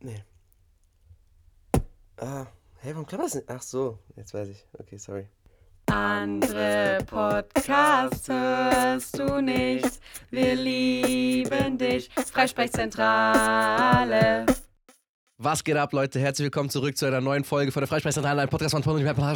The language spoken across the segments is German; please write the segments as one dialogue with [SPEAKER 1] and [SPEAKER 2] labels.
[SPEAKER 1] Nee. Ah, hey, warum klappt das nicht? Ach so, jetzt weiß ich. Okay, sorry.
[SPEAKER 2] Andere Podcasts hörst du nicht. Wir lieben dich. Freisprechzentrale.
[SPEAKER 3] Was geht ab, Leute? Herzlich willkommen zurück zu einer neuen Folge von der Freisprechzentrale, ein Podcast von Toni und Pepper.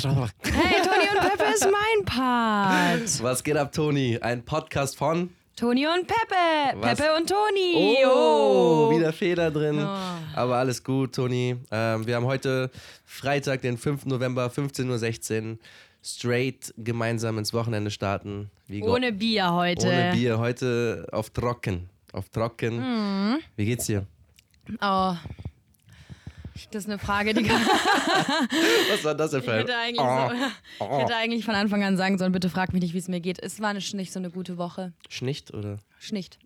[SPEAKER 2] Hey, Toni und Peppe ist mein Part.
[SPEAKER 3] Was geht ab, Toni? Ein Podcast von.
[SPEAKER 2] Toni und Peppe.
[SPEAKER 3] Was?
[SPEAKER 2] Peppe und Toni.
[SPEAKER 3] Oh,
[SPEAKER 2] Oh.
[SPEAKER 3] wieder Fehler drin.
[SPEAKER 2] Oh.
[SPEAKER 3] Aber alles gut, Toni. Ähm, wir haben heute Freitag, den 5. November, 15.16 Uhr, straight gemeinsam ins Wochenende starten. Wie ge-
[SPEAKER 2] Ohne Bier heute.
[SPEAKER 3] ohne Bier. Heute auf Trocken. Auf Trocken.
[SPEAKER 2] Mhm.
[SPEAKER 3] Wie geht's dir?
[SPEAKER 2] Oh. Das ist eine Frage, die
[SPEAKER 3] Was war das denn für
[SPEAKER 2] Ich
[SPEAKER 3] ein-
[SPEAKER 2] hätte eigentlich,
[SPEAKER 3] Ah,
[SPEAKER 2] so, ich hätte eigentlich von Anfang an sagen sollen, bitte frag mich nicht, wie es mir geht. Es war nicht, nicht so eine gute Woche.
[SPEAKER 3] Schnicht oder?
[SPEAKER 2] Schnicht.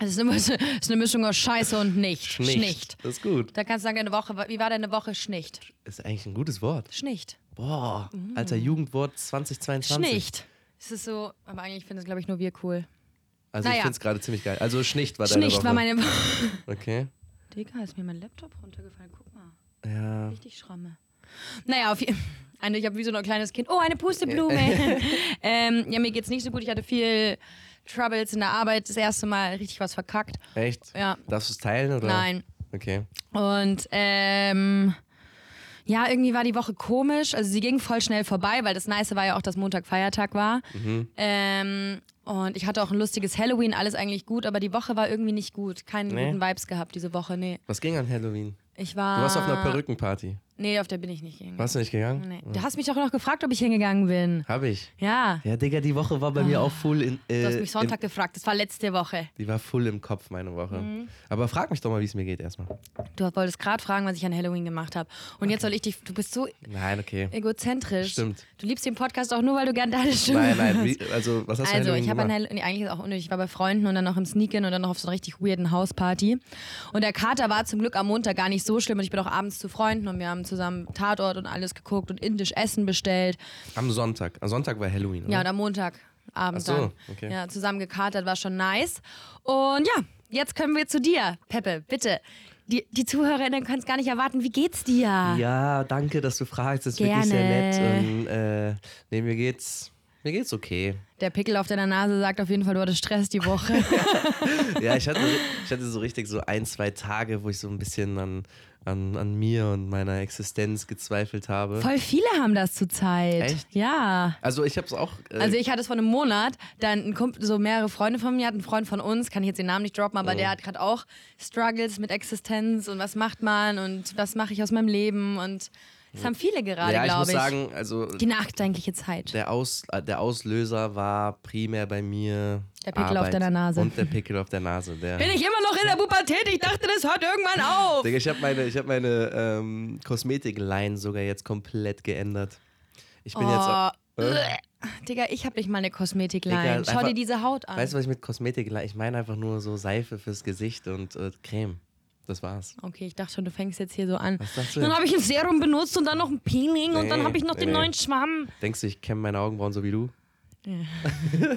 [SPEAKER 2] Es ist, eine, es ist eine Mischung aus Scheiße und nicht. Schnicht.
[SPEAKER 3] Das ist gut.
[SPEAKER 2] Da kannst du sagen, deine Woche, war- wie war deine Woche? Schnicht.
[SPEAKER 3] Ist eigentlich ein gutes Wort.
[SPEAKER 2] Schnicht.
[SPEAKER 3] Boah, alter Jugendwort 2022.
[SPEAKER 2] Mm. Schnicht. Es ist so, aber eigentlich finde es, glaube ich, nur wir cool.
[SPEAKER 3] Also ich
[SPEAKER 2] Naja.
[SPEAKER 3] finde es gerade ziemlich geil. Also Schnicht war deine
[SPEAKER 2] Schnicht
[SPEAKER 3] Woche.
[SPEAKER 2] war meine Woche.
[SPEAKER 3] Okay.
[SPEAKER 2] Digga, ist mir mein Laptop runtergefallen. Guck mal.
[SPEAKER 3] Ja.
[SPEAKER 2] Richtig Schramme. Naja, auf je- eine, ich habe wie so ein kleines Kind. Oh, eine Pusteblume. ähm, ja, mir geht's nicht so gut. Ich hatte viel Troubles in der Arbeit. Das erste Mal richtig was verkackt.
[SPEAKER 3] Echt?
[SPEAKER 2] Ja.
[SPEAKER 3] Darfst du es teilen oder?
[SPEAKER 2] Nein.
[SPEAKER 3] Okay.
[SPEAKER 2] Und ähm, ja, irgendwie war die Woche komisch. Also sie ging voll schnell vorbei, weil das Nice war ja auch, dass Montag Feiertag war.
[SPEAKER 3] Mhm.
[SPEAKER 2] Ähm, und ich hatte auch ein lustiges Halloween, alles eigentlich gut, aber die Woche war irgendwie nicht gut. Keine
[SPEAKER 3] Nee.
[SPEAKER 2] guten Vibes gehabt diese Woche, nee.
[SPEAKER 3] Was ging an Halloween?
[SPEAKER 2] Ich war.
[SPEAKER 3] Du warst auf einer Perückenparty.
[SPEAKER 2] Nee, auf der bin ich nicht gegangen.
[SPEAKER 3] Warst du nicht gegangen?
[SPEAKER 2] Ah. Nee. Du hast mich doch noch gefragt, ob ich hingegangen bin.
[SPEAKER 3] Hab ich.
[SPEAKER 2] Ja.
[SPEAKER 3] Ja, Digga, die Woche war bei mir auch full in. Äh,
[SPEAKER 2] Ah. Du hast mich Sonntag gefragt, das war letzte Woche.
[SPEAKER 3] Im, die war full im Kopf, meine Woche.
[SPEAKER 2] Mhm.
[SPEAKER 3] Aber frag mich doch mal, wie es mir geht erstmal.
[SPEAKER 2] Du wolltest gerade fragen, was ich an Halloween gemacht habe. Und jetzt soll ich dich. Du bist so
[SPEAKER 3] Nein, okay.
[SPEAKER 2] egozentrisch.
[SPEAKER 3] Stimmt.
[SPEAKER 2] Du liebst den Podcast auch nur, weil du gern deine Stimme
[SPEAKER 3] Nein, nein.
[SPEAKER 2] hörst.
[SPEAKER 3] Wie, also, was hast du
[SPEAKER 2] Also,
[SPEAKER 3] an Halloween
[SPEAKER 2] ich habe an
[SPEAKER 3] gemacht?
[SPEAKER 2] Halloween, nee, eigentlich ist es auch unnötig. Ich war bei Freunden und dann noch im Sneak-In und dann noch auf so einer richtig weirden Hausparty. Und der Kater war zum Glück am Montag gar nicht so schlimm und ich bin auch abends zu Freunden und wir haben zusammen Tatort und alles geguckt und indisch Essen bestellt.
[SPEAKER 3] Am Sonntag. Am Sonntag war Halloween, oder?
[SPEAKER 2] Ja, und am Montagabend
[SPEAKER 3] Ach so,
[SPEAKER 2] dann.
[SPEAKER 3] okay.
[SPEAKER 2] Ja, zusammen gekatert war schon nice. Und ja, jetzt können wir zu dir, Peppe, bitte. Die, die ZuhörerInnen können es gar nicht erwarten. Wie geht's dir?
[SPEAKER 3] Ja, danke, dass du fragst. Das ist wirklich sehr nett.
[SPEAKER 2] Gerne.
[SPEAKER 3] Und, äh, nee, mir geht's, mir geht's okay.
[SPEAKER 2] Der Pickel auf deiner Nase sagt auf jeden Fall, du hattest Stress die Woche.
[SPEAKER 3] Ja, ich hatte, ich hatte so richtig so ein, zwei Tage, wo ich so ein bisschen an, an, an mir und meiner Existenz gezweifelt habe.
[SPEAKER 2] Voll viele haben das zurzeit.
[SPEAKER 3] Echt?
[SPEAKER 2] Ja.
[SPEAKER 3] Also ich hab's auch. Äh,
[SPEAKER 2] Also ich hatte es vor einem Monat, dann ein Kumpel, so mehrere Freunde von mir, hat ein Freund von uns, kann ich jetzt den Namen nicht droppen, aber
[SPEAKER 3] Mhm.
[SPEAKER 2] der hat gerade auch Struggles mit Existenz und was macht man und was mache ich aus meinem Leben und das haben viele gerade,
[SPEAKER 3] Mhm. ja, ich
[SPEAKER 2] glaube
[SPEAKER 3] muss
[SPEAKER 2] ich.
[SPEAKER 3] sagen, also
[SPEAKER 2] Die nachdenkliche Zeit.
[SPEAKER 3] der, Aus, äh, der Auslöser war primär bei mir.
[SPEAKER 2] Der Pickel auf
[SPEAKER 3] Arbeit
[SPEAKER 2] deiner Nase.
[SPEAKER 3] Und der Pickel auf der Nase. Der,
[SPEAKER 2] Bin ich immer noch in der Pubertät? Ich dachte, das hört irgendwann auf.
[SPEAKER 3] Digga, ich habe meine, ich hab meine ähm, Kosmetikline sogar jetzt komplett geändert. Ich bin jetzt.
[SPEAKER 2] Oh,
[SPEAKER 3] auch- Äh?
[SPEAKER 2] Digga, ich hab nicht mal eine
[SPEAKER 3] Digga,
[SPEAKER 2] Kosmetikline. Schau
[SPEAKER 3] einfach-
[SPEAKER 2] dir diese Haut an.
[SPEAKER 3] Weißt du, was ich mit Kosmetik le- Ich meine einfach nur so Seife fürs Gesicht und äh, Creme. Das war's.
[SPEAKER 2] okay, ich dachte schon, du fängst jetzt hier so an.
[SPEAKER 3] Was sagst du
[SPEAKER 2] Dann
[SPEAKER 3] denn?
[SPEAKER 2] habe ich ein Serum benutzt und dann noch ein Peeling und dann
[SPEAKER 3] Nee,
[SPEAKER 2] habe ich noch den
[SPEAKER 3] nee.
[SPEAKER 2] neuen Schwamm.
[SPEAKER 3] Denkst du, ich kenne meine Augenbrauen so wie du?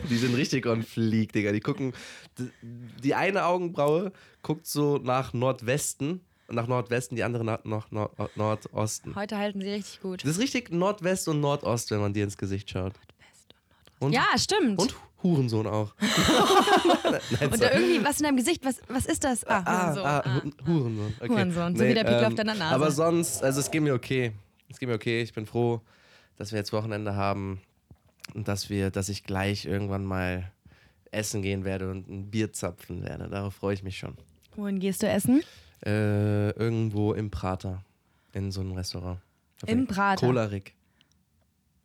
[SPEAKER 3] die sind richtig on fleek, Digga. Die gucken. d- Die eine Augenbraue guckt so nach Nordwesten und nach Nordwesten, die andere nach, nach Nord äh, Nordosten.
[SPEAKER 2] Heute halten sie richtig gut.
[SPEAKER 3] Das ist richtig Nordwest und Nordost, wenn man dir ins Gesicht schaut. Und,
[SPEAKER 2] Ja, stimmt.
[SPEAKER 3] und Hurensohn auch. Nein,
[SPEAKER 2] Und da irgendwie was in deinem Gesicht, was, was ist das? Ah,
[SPEAKER 3] Ah,
[SPEAKER 2] so.
[SPEAKER 3] ah, Hu- Hurensohn. Okay. ähm,
[SPEAKER 2] Hurensohn, so wie der Pickel auf deiner Nase.
[SPEAKER 3] Aber sonst, also es geht mir okay. Es geht mir okay. Ich bin froh, dass wir jetzt Wochenende haben und dass wir, dass ich gleich irgendwann mal essen gehen werde und ein Bier zapfen werde. Darauf freue ich mich schon.
[SPEAKER 2] Wohin gehst du essen?
[SPEAKER 3] Äh, irgendwo im Prater. In so einem Restaurant.
[SPEAKER 2] Im Prater?
[SPEAKER 3] Kolarik.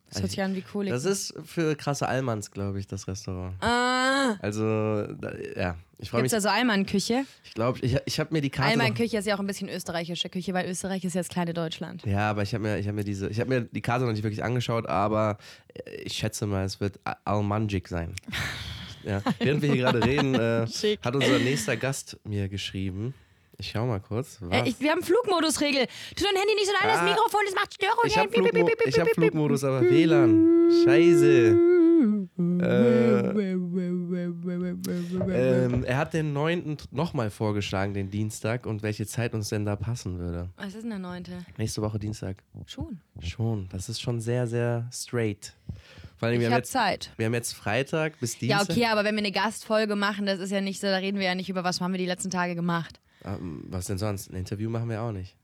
[SPEAKER 2] Das hört sich an wie Kolik.
[SPEAKER 3] Das ist für krasse Allmanns, glaube ich, das Restaurant.
[SPEAKER 2] ah,
[SPEAKER 3] Also, da, ja. Ich freue
[SPEAKER 2] Gibt
[SPEAKER 3] mich.
[SPEAKER 2] es da so Alman-Küche?
[SPEAKER 3] Ich glaube, ich, ich habe mir die Karte. noch-
[SPEAKER 2] Alman-Küche ist ja auch ein bisschen österreichische Küche, weil Österreich ist ja das kleine Deutschland.
[SPEAKER 3] Ja, aber ich habe mir, ich hab mir diese, ich habe mir die Karte noch nicht wirklich angeschaut, aber äh, ich schätze mal, es wird A- Almanjik sein. Ja. Während wir hier gerade reden, äh,
[SPEAKER 2] Schick.
[SPEAKER 3] hat unser nächster Gast mir geschrieben. Ich schau mal kurz. Was?
[SPEAKER 2] Äh, ich, wir haben Flugmodusregel. Tu dein Handy nicht so nah an das
[SPEAKER 3] Ah.
[SPEAKER 2] Mikrofon, das macht Störungen.
[SPEAKER 3] ich habe
[SPEAKER 2] Piep, piep,
[SPEAKER 3] Flugmo
[SPEAKER 2] piep, piep,
[SPEAKER 3] ich hab
[SPEAKER 2] piep, piep.
[SPEAKER 3] Flugmodus, aber WLAN. Scheiße. Äh,
[SPEAKER 2] Mhm.
[SPEAKER 3] Ähm, er hat den 9. nochmal vorgeschlagen, den Dienstag, und welche Zeit uns denn da passen würde.
[SPEAKER 2] Was ist denn der neunte?
[SPEAKER 3] Nächste Woche Dienstag.
[SPEAKER 2] Schon.
[SPEAKER 3] Schon. Das ist schon sehr, sehr straight. Vor allem,
[SPEAKER 2] Ich
[SPEAKER 3] wir, haben
[SPEAKER 2] habe
[SPEAKER 3] jetzt,
[SPEAKER 2] Zeit.
[SPEAKER 3] wir haben jetzt Freitag bis
[SPEAKER 2] Ja,
[SPEAKER 3] Dienstag.
[SPEAKER 2] okay, aber wenn wir eine Gastfolge machen, das ist ja nicht so, da reden wir ja nicht über, was haben wir die letzten Tage gemacht.
[SPEAKER 3] Ähm, was denn sonst? Ein Interview machen wir auch nicht.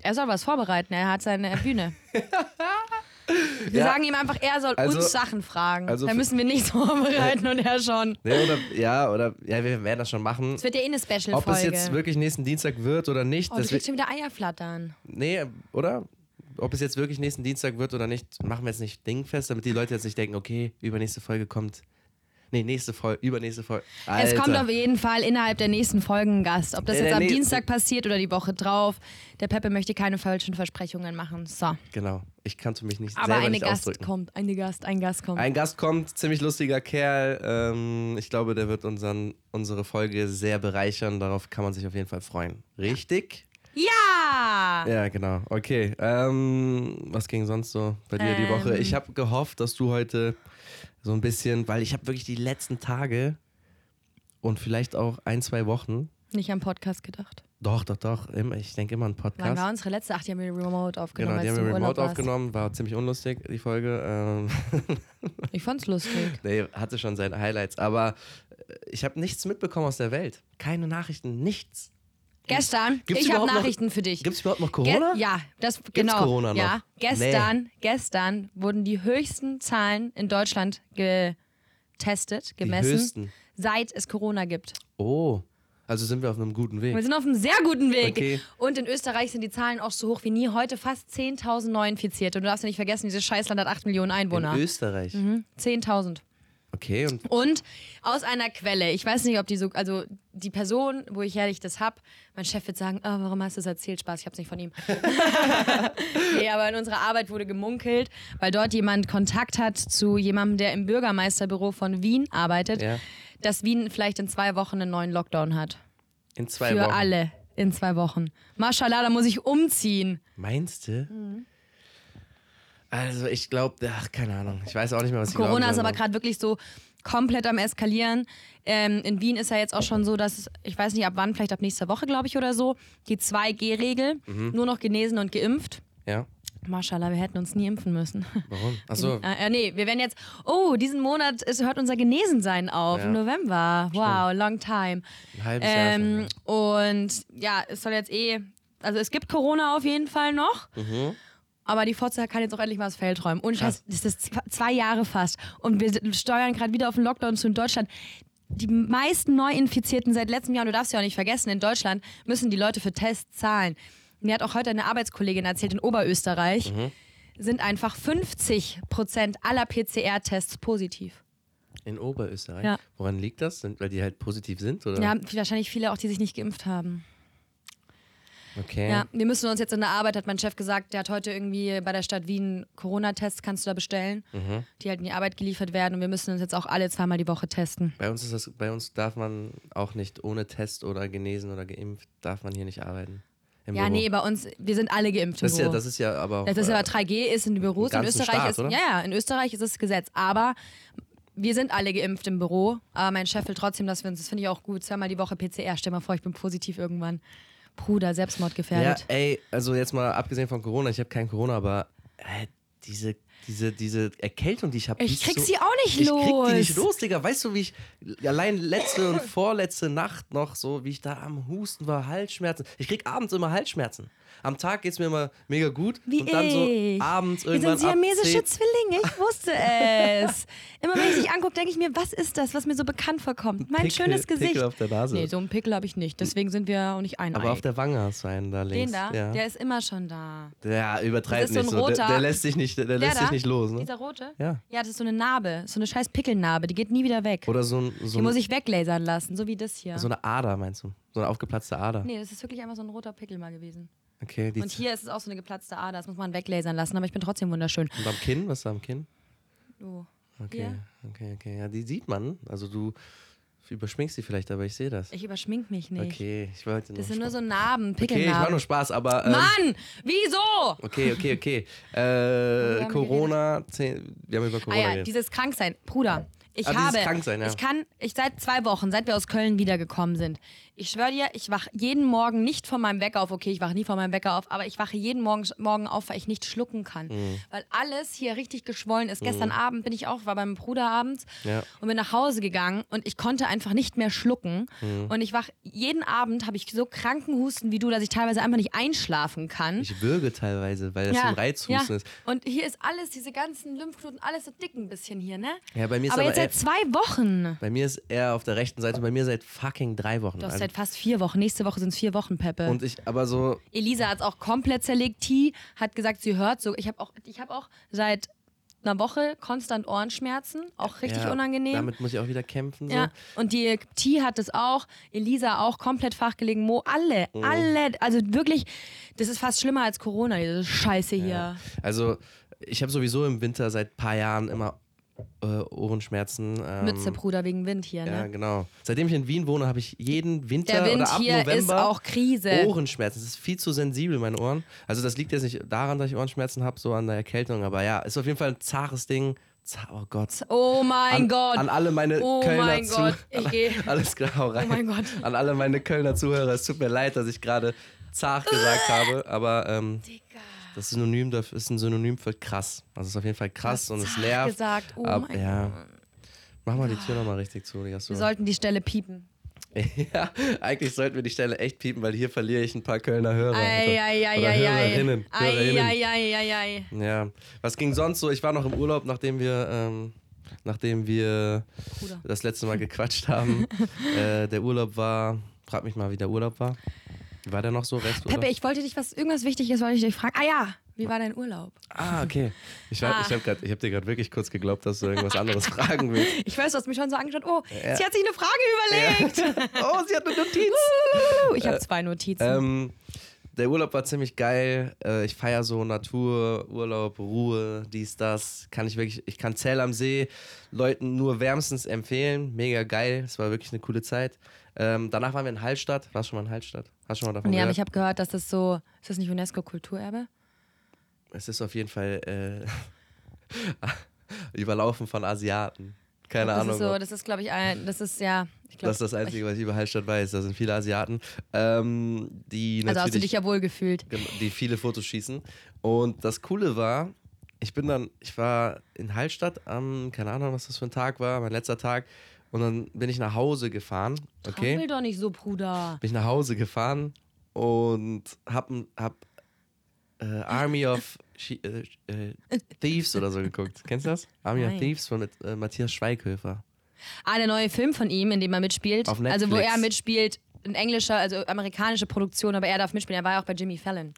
[SPEAKER 2] Er soll was vorbereiten, er hat seine Bühne. Wir
[SPEAKER 3] Ja.
[SPEAKER 2] sagen ihm einfach, er soll
[SPEAKER 3] Also-
[SPEAKER 2] uns Sachen fragen.
[SPEAKER 3] also
[SPEAKER 2] Dann
[SPEAKER 3] für-
[SPEAKER 2] müssen wir nichts vorbereiten und er schon.
[SPEAKER 3] Nee, oder, ja, oder ja, wir werden das schon machen.
[SPEAKER 2] Es wird ja eh eine
[SPEAKER 3] Ob es
[SPEAKER 2] Special-Folge.
[SPEAKER 3] jetzt wirklich nächsten Dienstag wird oder nicht,
[SPEAKER 2] Oh, du
[SPEAKER 3] das
[SPEAKER 2] kriegst
[SPEAKER 3] wi-
[SPEAKER 2] schon wieder Eierflattern.
[SPEAKER 3] nee, oder? Ob es jetzt wirklich nächsten Dienstag wird oder nicht, machen wir jetzt nicht dingfest, damit die Leute jetzt nicht denken, okay, übernächste Folge kommt. Nee, nächste Folge, übernächste Folge.
[SPEAKER 2] Es kommt
[SPEAKER 3] Alter.
[SPEAKER 2] auf jeden Fall innerhalb der nächsten Folgen ein Gast. Ob das
[SPEAKER 3] In
[SPEAKER 2] jetzt
[SPEAKER 3] der
[SPEAKER 2] am
[SPEAKER 3] nächsten-
[SPEAKER 2] Dienstag passiert oder die Woche drauf. Der Peppe möchte keine falschen Versprechungen machen. So.
[SPEAKER 3] Genau. Ich kannte mich nicht
[SPEAKER 2] Aber
[SPEAKER 3] selber
[SPEAKER 2] eine
[SPEAKER 3] nicht
[SPEAKER 2] Gast
[SPEAKER 3] ausdrücken.
[SPEAKER 2] kommt. Eine Gast, ein Gast kommt.
[SPEAKER 3] Ein Gast kommt, ziemlich lustiger Kerl. Ähm, ich glaube, der wird unseren, unsere Folge sehr bereichern. Darauf kann man sich auf jeden Fall freuen. Richtig?
[SPEAKER 2] ja!
[SPEAKER 3] Ja, genau. Okay. Ähm, was ging sonst so bei dir die Woche?
[SPEAKER 2] Ähm.
[SPEAKER 3] Ich habe gehofft, dass du heute so ein bisschen, weil ich habe wirklich die letzten Tage und vielleicht auch ein, zwei Wochen.
[SPEAKER 2] Nicht am Podcast gedacht.
[SPEAKER 3] Doch, doch, doch. Immer, ich denke immer an
[SPEAKER 2] Wann
[SPEAKER 3] Podcast.
[SPEAKER 2] war unsere letzte? Ach, die haben wir remote aufgenommen.
[SPEAKER 3] Genau, die
[SPEAKER 2] als
[SPEAKER 3] haben wir
[SPEAKER 2] du im Urlaub
[SPEAKER 3] remote
[SPEAKER 2] warst.
[SPEAKER 3] aufgenommen, war ziemlich unlustig, die Folge. Ähm,
[SPEAKER 2] Ich fand's lustig.
[SPEAKER 3] Nee, hatte schon seine Highlights, aber äh, ich habe nichts mitbekommen aus der Welt. Keine Nachrichten, nichts.
[SPEAKER 2] Gestern,
[SPEAKER 3] Gibt's
[SPEAKER 2] ich habe
[SPEAKER 3] überhaupt noch-
[SPEAKER 2] Nachrichten für dich.
[SPEAKER 3] Gibt es überhaupt noch
[SPEAKER 2] Ge-
[SPEAKER 3] Corona?
[SPEAKER 2] Ja, das genau.
[SPEAKER 3] Corona noch?
[SPEAKER 2] Ja, gestern, gestern wurden die höchsten Zahlen in Deutschland getestet, gemessen,
[SPEAKER 3] höchsten.
[SPEAKER 2] seit es Corona gibt.
[SPEAKER 3] Oh, also sind wir auf einem guten
[SPEAKER 2] Wir
[SPEAKER 3] Weg.
[SPEAKER 2] sind auf einem sehr guten Weg.
[SPEAKER 3] Okay.
[SPEAKER 2] Und in Österreich sind die Zahlen auch so hoch wie nie. Heute fast 10.000 Neuinfizierte. Und du darfst ja nicht vergessen, dieses Scheißland hat 8 Millionen
[SPEAKER 3] In
[SPEAKER 2] Einwohner.
[SPEAKER 3] Österreich.
[SPEAKER 2] Mhm. 10.000.
[SPEAKER 3] Okay, und
[SPEAKER 2] Und aus einer Quelle, ich weiß nicht, ob die so, also die Person, wo ich herrlich das hab, mein Chef wird sagen, ah, warum hast du es erzählt? Spaß, ich hab's nicht von ihm. nee, aber in unserer Arbeit wurde gemunkelt, weil dort jemand Kontakt hat zu jemandem, der im Bürgermeisterbüro von Wien arbeitet,
[SPEAKER 3] Ja.
[SPEAKER 2] dass Wien vielleicht in zwei Wochen einen neuen Lockdown hat.
[SPEAKER 3] in zwei
[SPEAKER 2] für
[SPEAKER 3] Wochen.
[SPEAKER 2] alle. In zwei Wochen. Maschallah, da muss ich umziehen.
[SPEAKER 3] Meinst du?
[SPEAKER 2] Mhm.
[SPEAKER 3] Also ich glaube, ach, keine Ahnung. Ich weiß auch nicht mehr, was ich
[SPEAKER 2] Corona ist
[SPEAKER 3] glauben
[SPEAKER 2] aber
[SPEAKER 3] soll.
[SPEAKER 2] gerade wirklich so komplett am Eskalieren. Ähm, in Wien ist ja jetzt auch schon so, dass, es- ich weiß nicht ab wann, vielleicht ab nächster Woche, glaube ich, oder so, die 2G-Regel, nur noch genesen und geimpft.
[SPEAKER 3] Ja,
[SPEAKER 2] Maschallah, wir hätten uns nie impfen müssen.
[SPEAKER 3] warum? Achso,
[SPEAKER 2] Äh, äh, nee, wir werden jetzt, oh, diesen Monat ist, hört unser Genesensein auf,
[SPEAKER 3] Ja.
[SPEAKER 2] im November. Wow, long time.
[SPEAKER 3] ein halbes Jahr.
[SPEAKER 2] Ähm,
[SPEAKER 3] schon.
[SPEAKER 2] und ja, es soll jetzt eh, also es gibt Corona auf jeden Fall noch. Aber die Fotze kann jetzt auch endlich mal das Feld räumen. Und
[SPEAKER 3] Mhm. Krass.
[SPEAKER 2] das ist das zw- zwei Jahre fast. Und wir steuern gerade wieder auf den Lockdown zu in Deutschland. Die meisten Neuinfizierten seit letztem Jahr, und du darfst ja auch nicht vergessen, in Deutschland müssen die Leute für Tests zahlen. Mir hat auch heute eine Arbeitskollegin erzählt, in Oberösterreich
[SPEAKER 3] Mhm.
[SPEAKER 2] sind einfach 50 Prozent aller PCR-Tests positiv.
[SPEAKER 3] In Oberösterreich.
[SPEAKER 2] Ja.
[SPEAKER 3] Woran liegt das? Sind, weil die halt positiv sind? Oder?
[SPEAKER 2] Ja, wahrscheinlich viele auch, die sich nicht geimpft haben.
[SPEAKER 3] Okay.
[SPEAKER 2] Ja, wir müssen uns jetzt in der Arbeit, hat mein Chef gesagt, der hat heute irgendwie bei der Stadt Wien Corona-Tests, kannst du da bestellen,
[SPEAKER 3] Mhm.
[SPEAKER 2] die halt in die Arbeit geliefert werden und wir müssen uns jetzt auch alle zweimal die Woche testen.
[SPEAKER 3] Bei uns ist das, bei uns darf man auch nicht ohne Test oder genesen oder geimpft, darf man hier nicht arbeiten. Im
[SPEAKER 2] Ja,
[SPEAKER 3] Büro.
[SPEAKER 2] nee, bei uns, wir sind alle geimpft im
[SPEAKER 3] Das ist ja,
[SPEAKER 2] Büro.
[SPEAKER 3] das ist ja aber auch.
[SPEAKER 2] Das ist
[SPEAKER 3] äh,
[SPEAKER 2] aber 3G ist in den Büros.
[SPEAKER 3] im
[SPEAKER 2] In
[SPEAKER 3] ganzen
[SPEAKER 2] Österreich
[SPEAKER 3] Staat,
[SPEAKER 2] ist
[SPEAKER 3] oder?
[SPEAKER 2] ja, ja, in Österreich ist es Gesetz. Aber wir sind alle geimpft im Büro. Aber mein Chef will trotzdem, dass wir uns, das finde ich auch gut, zweimal die Woche PCR. Stell mal vor, ich bin positiv irgendwann. Bruder, Selbstmord
[SPEAKER 3] ja,
[SPEAKER 2] gefährdet.
[SPEAKER 3] ey, also jetzt mal abgesehen von Corona, ich habe kein Corona, aber äh, diese, diese, diese Erkältung, die ich habe.
[SPEAKER 2] Ich krieg sie auch nicht
[SPEAKER 3] ich Ich krieg
[SPEAKER 2] los.
[SPEAKER 3] die nicht los, Digga. Weißt du, wie ich allein letzte und vorletzte Nacht noch so, wie ich da am Husten war, Halsschmerzen. Ich krieg abends immer Halsschmerzen. Am Tag geht's mir immer mega gut.
[SPEAKER 2] Wie
[SPEAKER 3] und dann
[SPEAKER 2] ich.
[SPEAKER 3] so abends
[SPEAKER 2] Wir
[SPEAKER 3] irgendwann.
[SPEAKER 2] sind siamesische
[SPEAKER 3] ab 10
[SPEAKER 2] Zwillinge, ich wusste es. Immer wenn ich dich angucke, denke ich mir, was ist das, was mir so bekannt vorkommt? Mein
[SPEAKER 3] Pickel-
[SPEAKER 2] schönes Gesicht.
[SPEAKER 3] Pickel auf der Nase.
[SPEAKER 2] Nee, so einen Pickel habe ich nicht, deswegen sind wir auch nicht ein.
[SPEAKER 3] aber auf der Wange hast du einen da links.
[SPEAKER 2] den da,
[SPEAKER 3] Ja.
[SPEAKER 2] der ist immer schon da.
[SPEAKER 3] Ja,
[SPEAKER 2] Das
[SPEAKER 3] übertreibt
[SPEAKER 2] ist so
[SPEAKER 3] nicht
[SPEAKER 2] ein
[SPEAKER 3] so. Der,
[SPEAKER 2] roter-
[SPEAKER 3] der lässt sich nicht, der, der lässt
[SPEAKER 2] da?
[SPEAKER 3] sich nicht los, ne?
[SPEAKER 2] Dieser rote?
[SPEAKER 3] Ja.
[SPEAKER 2] Ja, das ist so eine Narbe, so eine scheiß Pickelnarbe, die geht nie wieder weg.
[SPEAKER 3] Oder so, ein, so,
[SPEAKER 2] die muss
[SPEAKER 3] ein,
[SPEAKER 2] ich weglasern lassen, so wie das hier.
[SPEAKER 3] so eine Ader, meinst du? So eine aufgeplatzte Ader.
[SPEAKER 2] Nee, das ist wirklich einfach so ein roter Pickel mal gewesen.
[SPEAKER 3] Okay, die
[SPEAKER 2] Und hier ist es auch so eine geplatzte Ader, das muss man weglasern lassen, aber ich bin trotzdem wunderschön.
[SPEAKER 3] und am Kinn? Was ist da am Kinn?
[SPEAKER 2] Oh.
[SPEAKER 3] Okay,
[SPEAKER 2] Hier.
[SPEAKER 3] okay, okay. Ja, die sieht man. Also du überschminkst sie vielleicht, aber ich sehe das.
[SPEAKER 2] Ich überschmink mich nicht.
[SPEAKER 3] Okay, ich wollte nur
[SPEAKER 2] Das sind nur
[SPEAKER 3] Spaß-
[SPEAKER 2] so Narben,
[SPEAKER 3] Okay, ich war
[SPEAKER 2] Pickelnarben.
[SPEAKER 3] nur Spaß, aber. Ähm,
[SPEAKER 2] Mann, wieso?
[SPEAKER 3] Okay, okay, okay.
[SPEAKER 2] wir
[SPEAKER 3] Äh,
[SPEAKER 2] geredet?
[SPEAKER 3] Corona, zehn, wir haben über
[SPEAKER 2] Ah
[SPEAKER 3] Corona
[SPEAKER 2] ja,
[SPEAKER 3] geredet.
[SPEAKER 2] dieses Kranksein. Bruder, Ich
[SPEAKER 3] Ah, dieses
[SPEAKER 2] habe,
[SPEAKER 3] Kranksein, ja.
[SPEAKER 2] ich kann, ich seit zwei Wochen, seit wir aus Köln wiedergekommen sind, ich schwöre dir, ich wache jeden Morgen nicht von meinem Wecker auf. Okay, ich wache nie von meinem Wecker auf, aber ich wache jeden Morgen, Morgen auf, weil ich nicht schlucken kann.
[SPEAKER 3] Mhm.
[SPEAKER 2] Weil alles hier richtig geschwollen ist. Gestern Abend bin ich auch, war beim Bruder abends
[SPEAKER 3] Ja.
[SPEAKER 2] und bin nach Hause gegangen und ich konnte einfach nicht mehr schlucken.
[SPEAKER 3] Mhm.
[SPEAKER 2] Und ich wach, jeden Abend habe ich so kranken Husten wie du, dass ich teilweise einfach nicht einschlafen kann.
[SPEAKER 3] Ich würge teilweise, weil das so ein Reizhusten
[SPEAKER 2] ja.
[SPEAKER 3] ist.
[SPEAKER 2] Und hier ist alles, diese ganzen Lymphknoten, alles so dick ein bisschen hier, ne?
[SPEAKER 3] Ja, bei mir ist
[SPEAKER 2] aber
[SPEAKER 3] aber
[SPEAKER 2] jetzt seit
[SPEAKER 3] eher-
[SPEAKER 2] zwei Wochen.
[SPEAKER 3] Bei mir ist er auf der rechten Seite, bei mir seit fucking drei Wochen.
[SPEAKER 2] Doch,
[SPEAKER 3] Also-
[SPEAKER 2] seit fast vier Wochen. Nächste Woche sind es vier Wochen, Peppe.
[SPEAKER 3] und ich, aber so,
[SPEAKER 2] Elisa hat es auch komplett zerlegt. T hat gesagt, sie hört so. Ich habe auch, ich hab auch seit einer Woche konstant Ohrenschmerzen. Auch richtig
[SPEAKER 3] ja,
[SPEAKER 2] unangenehm.
[SPEAKER 3] Damit muss ich auch wieder kämpfen. So.
[SPEAKER 2] ja, und die T hat es auch, Elisa auch komplett fachgelegen, Mo, alle,
[SPEAKER 3] Oh.
[SPEAKER 2] alle, also wirklich, das ist fast schlimmer als Corona, diese Scheiße hier.
[SPEAKER 3] Also, ich habe sowieso im Winter seit paar Jahren immer äh, Ohrenschmerzen. Ähm,
[SPEAKER 2] Mütze, Bruder, wegen Wind hier,
[SPEAKER 3] Ja,
[SPEAKER 2] ne?
[SPEAKER 3] genau. Seitdem ich in Wien wohne, habe ich jeden Winter
[SPEAKER 2] Der Wind
[SPEAKER 3] oder ab
[SPEAKER 2] hier
[SPEAKER 3] November
[SPEAKER 2] ist auch Krise.
[SPEAKER 3] Ohrenschmerzen. Es ist viel zu sensibel, meine Ohren. Also das liegt jetzt nicht daran, dass ich Ohrenschmerzen habe, so an der Erkältung. Aber ja, ist auf jeden Fall ein zares Ding. Zah- Oh Gott.
[SPEAKER 2] Oh mein
[SPEAKER 3] An,
[SPEAKER 2] Gott.
[SPEAKER 3] an alle meine
[SPEAKER 2] Oh
[SPEAKER 3] Kölner
[SPEAKER 2] mein
[SPEAKER 3] Zuh-
[SPEAKER 2] Gott, ich
[SPEAKER 3] An-
[SPEAKER 2] geh. Oh
[SPEAKER 3] Alles klar, hau rein.
[SPEAKER 2] mein Gott.
[SPEAKER 3] An alle meine Kölner Zuhörer, es tut mir leid, dass ich gerade zart gesagt
[SPEAKER 2] Ah.
[SPEAKER 3] habe, aber ähm, das Synonym dafür ist ein Synonym für krass. Also es ist auf jeden Fall krass und es
[SPEAKER 2] zart
[SPEAKER 3] nervt.
[SPEAKER 2] gesagt, oh
[SPEAKER 3] Ab-
[SPEAKER 2] mein Ah.
[SPEAKER 3] ja. Mach mal die Tür nochmal richtig zu, Digga.
[SPEAKER 2] Wir sollten die Stelle piepen.
[SPEAKER 3] Ja, eigentlich sollten wir die Stelle echt piepen, weil hier verliere ich ein paar Kölner Hörer.
[SPEAKER 2] Ei,
[SPEAKER 3] Alter.
[SPEAKER 2] ei, ei,
[SPEAKER 3] Oder
[SPEAKER 2] ei, ei.
[SPEAKER 3] Hörerinnen.
[SPEAKER 2] Ei,
[SPEAKER 3] Hörerinnen.
[SPEAKER 2] ei, ei, ei, ei.
[SPEAKER 3] Ja, was ging sonst so? Ich war noch im Urlaub, nachdem wir, ähm, nachdem wir
[SPEAKER 2] Bruder.
[SPEAKER 3] das letzte Mal gequatscht haben. äh, der Urlaub war, frag mich mal, wie der Urlaub war. War der noch so? Resturlaub?
[SPEAKER 2] Peppe, ich wollte dich was, irgendwas Wichtiges wollte ich dich fragen. Ah ja, wie war dein Urlaub?
[SPEAKER 3] Ah, okay. Ich, war-
[SPEAKER 2] Ah.
[SPEAKER 3] ich habe hab dir gerade wirklich kurz geglaubt, dass du irgendwas anderes fragen willst.
[SPEAKER 2] Ich weiß, du hast mich schon so angeschaut. Oh, sie hat sich eine Frage überlegt.
[SPEAKER 3] Oh, sie hat eine Notiz.
[SPEAKER 2] Uh, Ich habe zwei Notizen.
[SPEAKER 3] Äh, Ähm, der Urlaub war ziemlich geil. Äh, ich feiere so Natur, Urlaub, Ruhe, dies, das. Kann ich wirklich, ich kann Zell am See Leuten nur wärmstens empfehlen. Mega geil. Es war wirklich eine coole Zeit. Ähm, danach waren wir in Hallstatt. Warst du schon mal in Hallstatt? Hast du schon mal davon
[SPEAKER 2] nee, aber
[SPEAKER 3] gehört?
[SPEAKER 2] ich habe gehört, dass das so, ist das nicht UNESCO-Kulturerbe?
[SPEAKER 3] es ist auf jeden Fall äh, überlaufen von Asiaten. Keine
[SPEAKER 2] Das
[SPEAKER 3] Ahnung.
[SPEAKER 2] ist so, das ist glaube ich ein, das ist ja, ich glaube,
[SPEAKER 3] das ist das Einzige, was ich über Hallstatt weiß. Da sind viele Asiaten. Ähm, die
[SPEAKER 2] also hast du
[SPEAKER 3] natürlich-
[SPEAKER 2] dich ja wohl gefühlt.
[SPEAKER 3] Genau, die viele Fotos schießen. Und das Coole war, ich bin dann, ich war in Hallstatt am, keine Ahnung, was das für ein Tag war, mein letzter Tag. Und dann bin ich nach Hause gefahren. Okay.
[SPEAKER 2] Trampel doch nicht so, Bruder.
[SPEAKER 3] Bin ich nach Hause gefahren und hab, n- hab äh, Army of She- äh, äh, Thieves oder so geguckt. Kennst du das? Army
[SPEAKER 2] Nein.
[SPEAKER 3] of Thieves von mit, äh, Matthias Schweighöfer.
[SPEAKER 2] Ah, der neue Film von ihm, in dem er mitspielt.
[SPEAKER 3] Auf
[SPEAKER 2] also wo
[SPEAKER 3] Netflix.
[SPEAKER 2] er mitspielt, ein englischer, also amerikanische Produktion, aber er darf mitspielen. Er war ja auch bei Jimmy Fallon.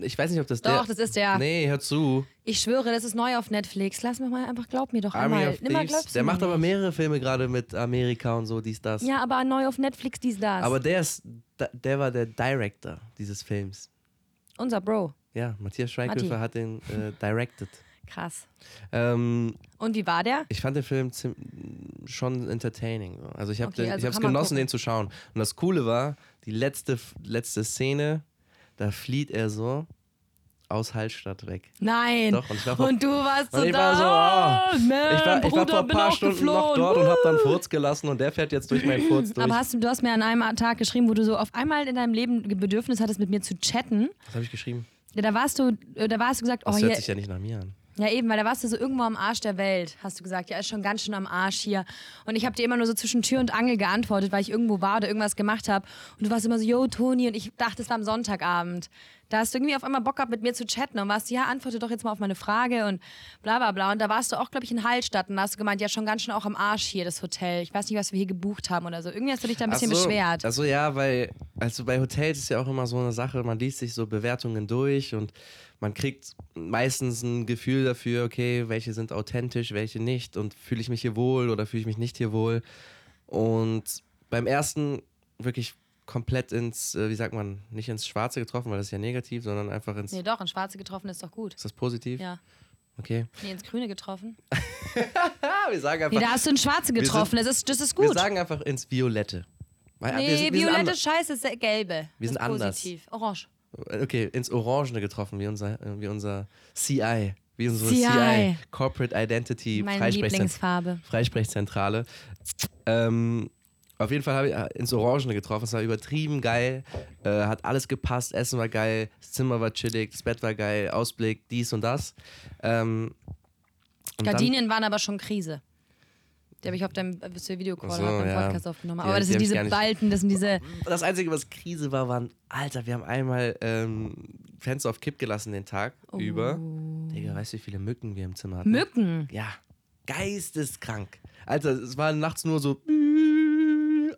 [SPEAKER 3] Ich weiß nicht, ob das der.
[SPEAKER 2] Doch, das ist der.
[SPEAKER 3] Nee, hör zu.
[SPEAKER 2] Ich schwöre, das ist neu auf Netflix. Lass mich mal einfach, glaub mir doch
[SPEAKER 3] Army
[SPEAKER 2] einmal.
[SPEAKER 3] of
[SPEAKER 2] Nimmer
[SPEAKER 3] Thieves.
[SPEAKER 2] glaubst du
[SPEAKER 3] Der
[SPEAKER 2] mir
[SPEAKER 3] macht aber
[SPEAKER 2] nicht.
[SPEAKER 3] mehrere Filme gerade mit Amerika und so, dies, das.
[SPEAKER 2] Ja, aber neu auf Netflix, dies, das.
[SPEAKER 3] Aber der ist, da- der war der Director dieses Films.
[SPEAKER 2] Unser Bro.
[SPEAKER 3] Ja, Matthias Schweighöfer
[SPEAKER 2] Matti.
[SPEAKER 3] hat den äh, directed.
[SPEAKER 2] Krass.
[SPEAKER 3] Ähm,
[SPEAKER 2] Und wie war der?
[SPEAKER 3] ich fand den Film ziem- schon entertaining. so. Also ich habe
[SPEAKER 2] Okay,
[SPEAKER 3] den,
[SPEAKER 2] also
[SPEAKER 3] ich hab's
[SPEAKER 2] kann man
[SPEAKER 3] genossen,
[SPEAKER 2] gucken.
[SPEAKER 3] den zu schauen. Und das Coole war, die letzte, letzte Szene, da flieht er so aus Hallstatt weg.
[SPEAKER 2] Nein.
[SPEAKER 3] Doch, und ich war vor-
[SPEAKER 2] und du warst so
[SPEAKER 3] Und ich
[SPEAKER 2] da.
[SPEAKER 3] war so, oh.
[SPEAKER 2] man,
[SPEAKER 3] ich war, ich
[SPEAKER 2] Bruder,
[SPEAKER 3] war vor ein
[SPEAKER 2] bin
[SPEAKER 3] paar
[SPEAKER 2] auch
[SPEAKER 3] Stunden noch
[SPEAKER 2] geflohen.
[SPEAKER 3] dort und habe dann Furz gelassen und der fährt jetzt durch meinen Furz durch.
[SPEAKER 2] aber hast du, du hast mir an einem Tag geschrieben, wo du so auf einmal in deinem Leben Bedürfnis hattest, mit mir zu chatten.
[SPEAKER 3] Was habe ich geschrieben?
[SPEAKER 2] Ja, da warst du, äh, da warst du gesagt, oh,
[SPEAKER 3] Das
[SPEAKER 2] hier,
[SPEAKER 3] hört sich ja nicht nach mir an.
[SPEAKER 2] Ja, eben, weil da warst du so irgendwo am Arsch der Welt, hast du gesagt. Ja, ist schon ganz schön am Arsch hier. Und ich habe dir immer nur so zwischen Tür und Angel geantwortet, weil ich irgendwo war oder irgendwas gemacht habe. Und du warst immer so, yo, Toni. Und ich dachte, es war am Sonntagabend. Da hast du irgendwie auf einmal Bock gehabt, mit mir zu chatten. Und warst, ja, antworte doch jetzt mal auf meine Frage und bla, bla, bla. Und da warst du auch, glaube ich, in Hallstatt. Und da hast du gemeint, ja, schon ganz schön auch am Arsch hier, das Hotel. Ich weiß nicht, was wir hier gebucht haben oder so. Irgendwie hast du dich da ein bisschen
[SPEAKER 3] Ach so.
[SPEAKER 2] beschwert.
[SPEAKER 3] Ach so, ja, weil also bei Hotels ist ja auch immer so eine Sache, man liest sich so Bewertungen durch und man kriegt meistens ein Gefühl dafür, okay, welche sind authentisch, welche nicht und fühle ich mich hier wohl oder fühle ich mich nicht hier wohl. Und beim ersten wirklich komplett ins, äh, wie sagt man, nicht ins Schwarze getroffen, weil das ist ja negativ, sondern einfach ins,
[SPEAKER 2] Nee, doch, in Schwarze getroffen ist doch gut.
[SPEAKER 3] ist das positiv?
[SPEAKER 2] Ja.
[SPEAKER 3] Okay.
[SPEAKER 2] Nee, ins Grüne getroffen.
[SPEAKER 3] Ah, wir sagen
[SPEAKER 2] Nee,
[SPEAKER 3] einfach,
[SPEAKER 2] da hast du in Schwarze
[SPEAKER 3] sind-
[SPEAKER 2] getroffen. Das ist, das ist
[SPEAKER 3] wir
[SPEAKER 2] gut.
[SPEAKER 3] sagen einfach ins Violette. Weil, ah,
[SPEAKER 2] Nee,
[SPEAKER 3] wir sind- wir sind
[SPEAKER 2] violette
[SPEAKER 3] anders.
[SPEAKER 2] Scheiße ist der gelbe.
[SPEAKER 3] Wir
[SPEAKER 2] Das
[SPEAKER 3] sind
[SPEAKER 2] ist
[SPEAKER 3] anders.
[SPEAKER 2] Positiv. Orange.
[SPEAKER 3] äh, Okay, ins Orangene getroffen, wie unser, wie unser CI. Wie unsere
[SPEAKER 2] CI.
[SPEAKER 3] CI, Corporate Identity
[SPEAKER 2] Meine
[SPEAKER 3] Freisprechzentrum.
[SPEAKER 2] Lieblingsfarbe.
[SPEAKER 3] Freisprechzentrale. Ähm, auf jeden Fall habe ich äh, ins Orangene getroffen. Es war übertrieben geil. Äh, hat alles gepasst. Essen war geil. Das Zimmer war chillig. Das Bett war geil. Ausblick, dies und das. Ähm, und dann-
[SPEAKER 2] Gardinen waren aber schon Krise. Die habe ich auf deinem äh, bist du Videocall
[SPEAKER 3] Ach
[SPEAKER 2] auf
[SPEAKER 3] so,
[SPEAKER 2] meinem
[SPEAKER 3] ja.
[SPEAKER 2] Podcast aufgenommen.
[SPEAKER 3] Die
[SPEAKER 2] Aber
[SPEAKER 3] hab-
[SPEAKER 2] das
[SPEAKER 3] die
[SPEAKER 2] sind
[SPEAKER 3] hab ich
[SPEAKER 2] diese
[SPEAKER 3] gar nicht-
[SPEAKER 2] Balken, das sind diese.
[SPEAKER 3] das Einzige, was Krise war, waren, Alter, wir haben einmal ähm, Fenster auf Kipp gelassen den Tag über. Digga, weißt du, wie viele Mücken wir im Zimmer hatten?
[SPEAKER 2] Mücken.
[SPEAKER 3] Ja, geisteskrank. Alter, es war nachts nur so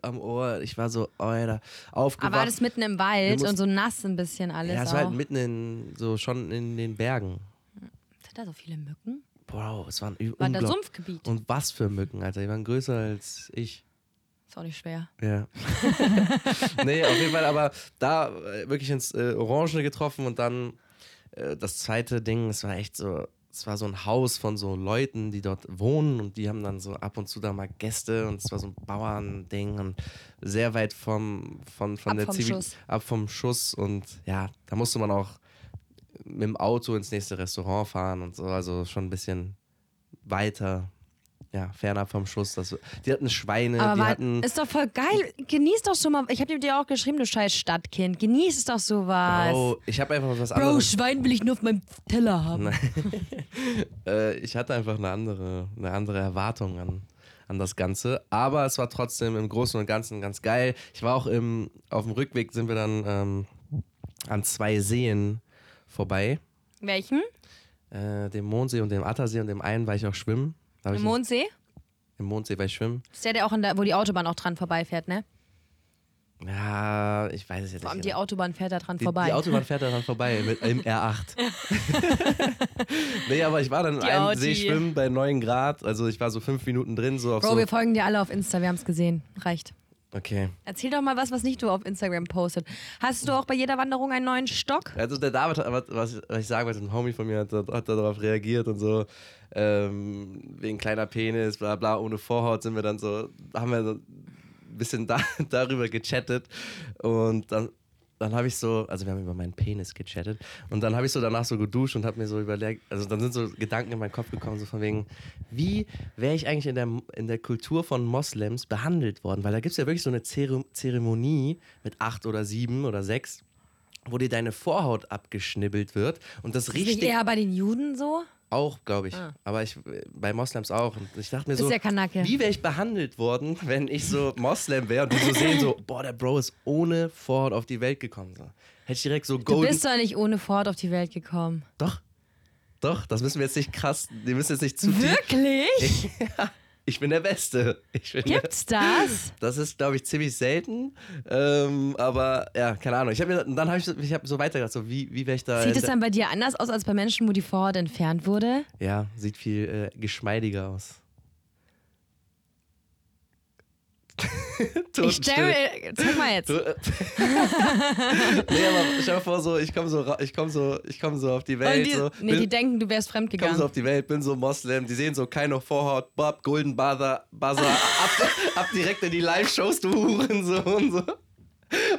[SPEAKER 3] am Ohr. Ich war so, oh, Alter, aufgewacht.
[SPEAKER 2] Aber war das mitten im Wald
[SPEAKER 3] Wir
[SPEAKER 2] und so nass ein bisschen alles.
[SPEAKER 3] ja, es
[SPEAKER 2] auch.
[SPEAKER 3] war halt mitten in, so schon in den Bergen.
[SPEAKER 2] Sind da so viele Mücken?
[SPEAKER 3] Wow, es waren ü-
[SPEAKER 2] War da
[SPEAKER 3] unglaublich.
[SPEAKER 2] Sumpfgebiet?
[SPEAKER 3] Und was für Mücken, Alter. Die waren größer als ich.
[SPEAKER 2] Ist auch nicht schwer.
[SPEAKER 3] Ja. nee, auf jeden Fall, aber da äh, wirklich ins äh, Orange getroffen und dann äh, das zweite Ding, es war echt so, es war so ein Haus von so Leuten, die dort wohnen und die haben dann so ab und zu da mal Gäste und es war so ein Bauernding und sehr weit vom, von, von
[SPEAKER 2] Ab
[SPEAKER 3] der
[SPEAKER 2] vom
[SPEAKER 3] Zivil-
[SPEAKER 2] Schuss.
[SPEAKER 3] ab vom Schuss und ja, da musste man auch mit dem Auto ins nächste Restaurant fahren und so, also schon ein bisschen weiter. Ja, fernab vom Schuss. Das, die hatten Schweine,
[SPEAKER 2] Aber
[SPEAKER 3] die
[SPEAKER 2] war,
[SPEAKER 3] hatten.
[SPEAKER 2] ist doch voll geil. Genieß doch schon mal. Ich habe dir auch geschrieben, du scheiß Stadtkind. Genieß doch sowas.
[SPEAKER 3] Oh, ich habe einfach was
[SPEAKER 2] Bro,
[SPEAKER 3] anderes.
[SPEAKER 2] Schwein will ich nur auf meinem Teller haben.
[SPEAKER 3] äh, ich hatte einfach eine andere, eine andere Erwartung an, an das Ganze. Aber es war trotzdem im Großen und Ganzen ganz geil. Ich war auch im, auf dem Rückweg sind wir dann ähm, an zwei Seen vorbei.
[SPEAKER 2] Welchen?
[SPEAKER 3] Äh, dem Mondsee und dem Attersee und dem einen war ich auch schwimmen. Da hab
[SPEAKER 2] Im
[SPEAKER 3] ich-
[SPEAKER 2] Mondsee?
[SPEAKER 3] Im Mondsee war ich schwimmen.
[SPEAKER 2] Ist der, der auch in der, wo die Autobahn auch dran vorbeifährt, ne?
[SPEAKER 3] Ja, ich weiß es jetzt
[SPEAKER 2] Vor allem
[SPEAKER 3] nicht.
[SPEAKER 2] die Autobahn fährt da dran
[SPEAKER 3] Die-
[SPEAKER 2] vorbei.
[SPEAKER 3] Die Autobahn fährt daran vorbei mit im R8. nee, aber ich war dann in
[SPEAKER 2] Die
[SPEAKER 3] einem
[SPEAKER 2] Audi.
[SPEAKER 3] See schwimmen bei 9 Grad. Also ich war so fünf Minuten drin, so auf
[SPEAKER 2] Bro,
[SPEAKER 3] so.
[SPEAKER 2] wir folgen dir alle auf Insta, wir haben es gesehen. Reicht.
[SPEAKER 3] Okay.
[SPEAKER 2] Erzähl doch mal was, was nicht du auf Instagram postet. Hast du auch bei jeder Wanderung einen neuen Stock?
[SPEAKER 3] Also der David, hat- was, was was ich sagen wollte, ein Homie von mir hat, hat darauf reagiert und so, ähm, wegen kleiner Penis, bla bla, ohne Vorhaut sind wir dann so, haben wir so ein bisschen da, darüber gechattet und dann, dann habe ich so, also wir haben über meinen Penis gechattet und dann habe ich so danach so geduscht und habe mir so überlegt, also dann sind so Gedanken in meinen Kopf gekommen, so von wegen, wie wäre ich eigentlich in der, in der Kultur von Moslems behandelt worden, weil da gibt es ja wirklich so eine Zere Zeremonie mit acht oder sieben oder sechs, wo dir deine Vorhaut abgeschnibbelt wird und das
[SPEAKER 2] Ist nicht
[SPEAKER 3] richtig
[SPEAKER 2] eher bei den Juden so?
[SPEAKER 3] auch, glaube ich. Aber ich äh, bei Moslems auch. Und ich dachte mir
[SPEAKER 2] Bist
[SPEAKER 3] so,
[SPEAKER 2] ja Ah. Kanake.
[SPEAKER 3] wie wäre ich behandelt worden, wenn ich so Moslem wäre und die so sehen so, boah, der Bro ist ohne Vorhaut auf die Welt gekommen. So. Hätte ich direkt so
[SPEAKER 2] Du
[SPEAKER 3] golden.
[SPEAKER 2] bist doch nicht ohne Ford auf die Welt gekommen.
[SPEAKER 3] doch, doch, das müssen wir jetzt nicht krass, wir müssen jetzt nicht zu tief.
[SPEAKER 2] Wirklich?
[SPEAKER 3] Ich bin der Beste. Ich bin der,
[SPEAKER 2] Gibt's das?
[SPEAKER 3] Das ist, glaube ich, ziemlich selten. Ähm, aber ja, keine Ahnung. Ich habe mir, und dann habe ich, so- ich hab so weitergedacht, so wie, wie wäre ich da.
[SPEAKER 2] Sieht es dann bei dir anders aus als bei Menschen, wo die Vorhaut entfernt wurde?
[SPEAKER 3] ja, sieht viel äh, geschmeidiger aus.
[SPEAKER 2] Ich
[SPEAKER 3] Totenstill.
[SPEAKER 2] stelle, zeig mal jetzt.
[SPEAKER 3] Du- nee, aber stell dir vor, so, ich komme so, ra- ich komm so, ich komm so auf die
[SPEAKER 2] Wollen
[SPEAKER 3] Welt.
[SPEAKER 2] die,
[SPEAKER 3] so,
[SPEAKER 2] nee,
[SPEAKER 3] bin,
[SPEAKER 2] die denken, du
[SPEAKER 3] komm so
[SPEAKER 2] wärst fremdgegangen.
[SPEAKER 3] auf die Welt, bin so Moslem, die sehen so keine Vorhaut, Bob, Golden Buzzer, Buzzer, ab, ab direkt in die Live-Shows, du Huren, so und so.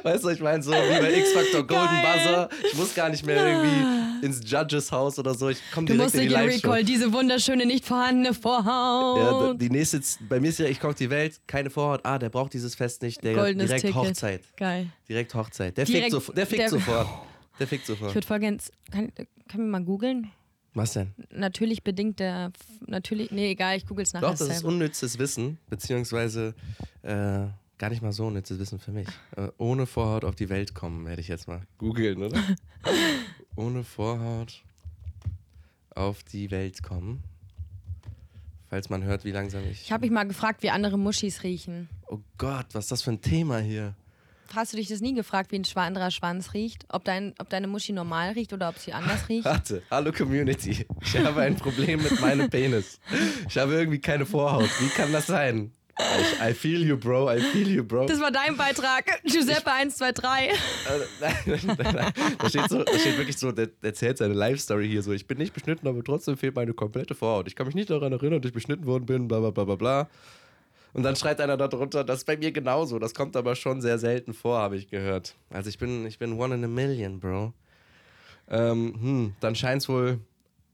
[SPEAKER 3] Weißt du, ich meine, so wie bei X-Factor Golden
[SPEAKER 2] Geil. Ah.
[SPEAKER 3] Buzzer, ich muss gar nicht mehr irgendwie ins Judges Haus oder so, ich komme
[SPEAKER 2] Du
[SPEAKER 3] direkt
[SPEAKER 2] musst
[SPEAKER 3] in
[SPEAKER 2] dir
[SPEAKER 3] die
[SPEAKER 2] den
[SPEAKER 3] Live-Show.
[SPEAKER 2] Recall, diese wunderschöne, nicht vorhandene
[SPEAKER 3] Ja, d-
[SPEAKER 2] Vorhaut.
[SPEAKER 3] die nächste, bei mir ist ja, ich komme auf die Welt, keine Vorhaut, ah, der braucht dieses Fest nicht, der
[SPEAKER 2] Goldenes
[SPEAKER 3] direkt
[SPEAKER 2] Ticket.
[SPEAKER 3] Hochzeit.
[SPEAKER 2] Geil.
[SPEAKER 3] Direkt Hochzeit. Der
[SPEAKER 2] Direkt-
[SPEAKER 3] fickt, so, der fickt
[SPEAKER 2] der-
[SPEAKER 3] sofort. Der fickt
[SPEAKER 2] Ich
[SPEAKER 3] sofort.
[SPEAKER 2] würde voll gerne, kann, können wir mal googeln?
[SPEAKER 3] Was denn?
[SPEAKER 2] Natürlich bedingt der, natürlich, nee, egal, ich googel's nachher.
[SPEAKER 3] Doch, das ist
[SPEAKER 2] selber.
[SPEAKER 3] unnützes Wissen, beziehungsweise äh, gar nicht mal so unnützes Wissen für mich. Äh, ohne Vorhaut auf die Welt kommen, werde ich jetzt mal googeln, oder? ohne Vorhaut auf die Welt kommen. Falls man hört, wie langsam ich.
[SPEAKER 2] ich habe mich mal gefragt, wie andere Muschis riechen.
[SPEAKER 3] oh Gott, was ist das für ein Thema hier?
[SPEAKER 2] Hast du dich das nie gefragt, wie ein schwa- anderer Schwanz riecht? Ob, dein, ob deine Muschi normal riecht oder ob sie anders riecht?
[SPEAKER 3] Warte, hallo Community. Ich habe ein Problem mit meinem Penis. Ich habe irgendwie keine Vorhaut. Wie kann das sein? Ich, I feel you, bro. I feel you, bro.
[SPEAKER 2] Das war dein Beitrag. Giuseppe 123.
[SPEAKER 3] Also, nein, nein, nein. Da steht, so, da steht wirklich so, der der erzählt seine Life-Story hier so. Ich bin nicht beschnitten, aber trotzdem fehlt meine komplette Vorhaut. Ich kann mich nicht daran erinnern, dass ich beschnitten worden bin, bla bla bla bla bla. Und dann schreit einer darunter, das ist bei mir genauso. Das kommt aber schon sehr selten vor, habe ich gehört. Also ich bin, ich bin one in a million, Bro. Ähm, hm, dann scheint es wohl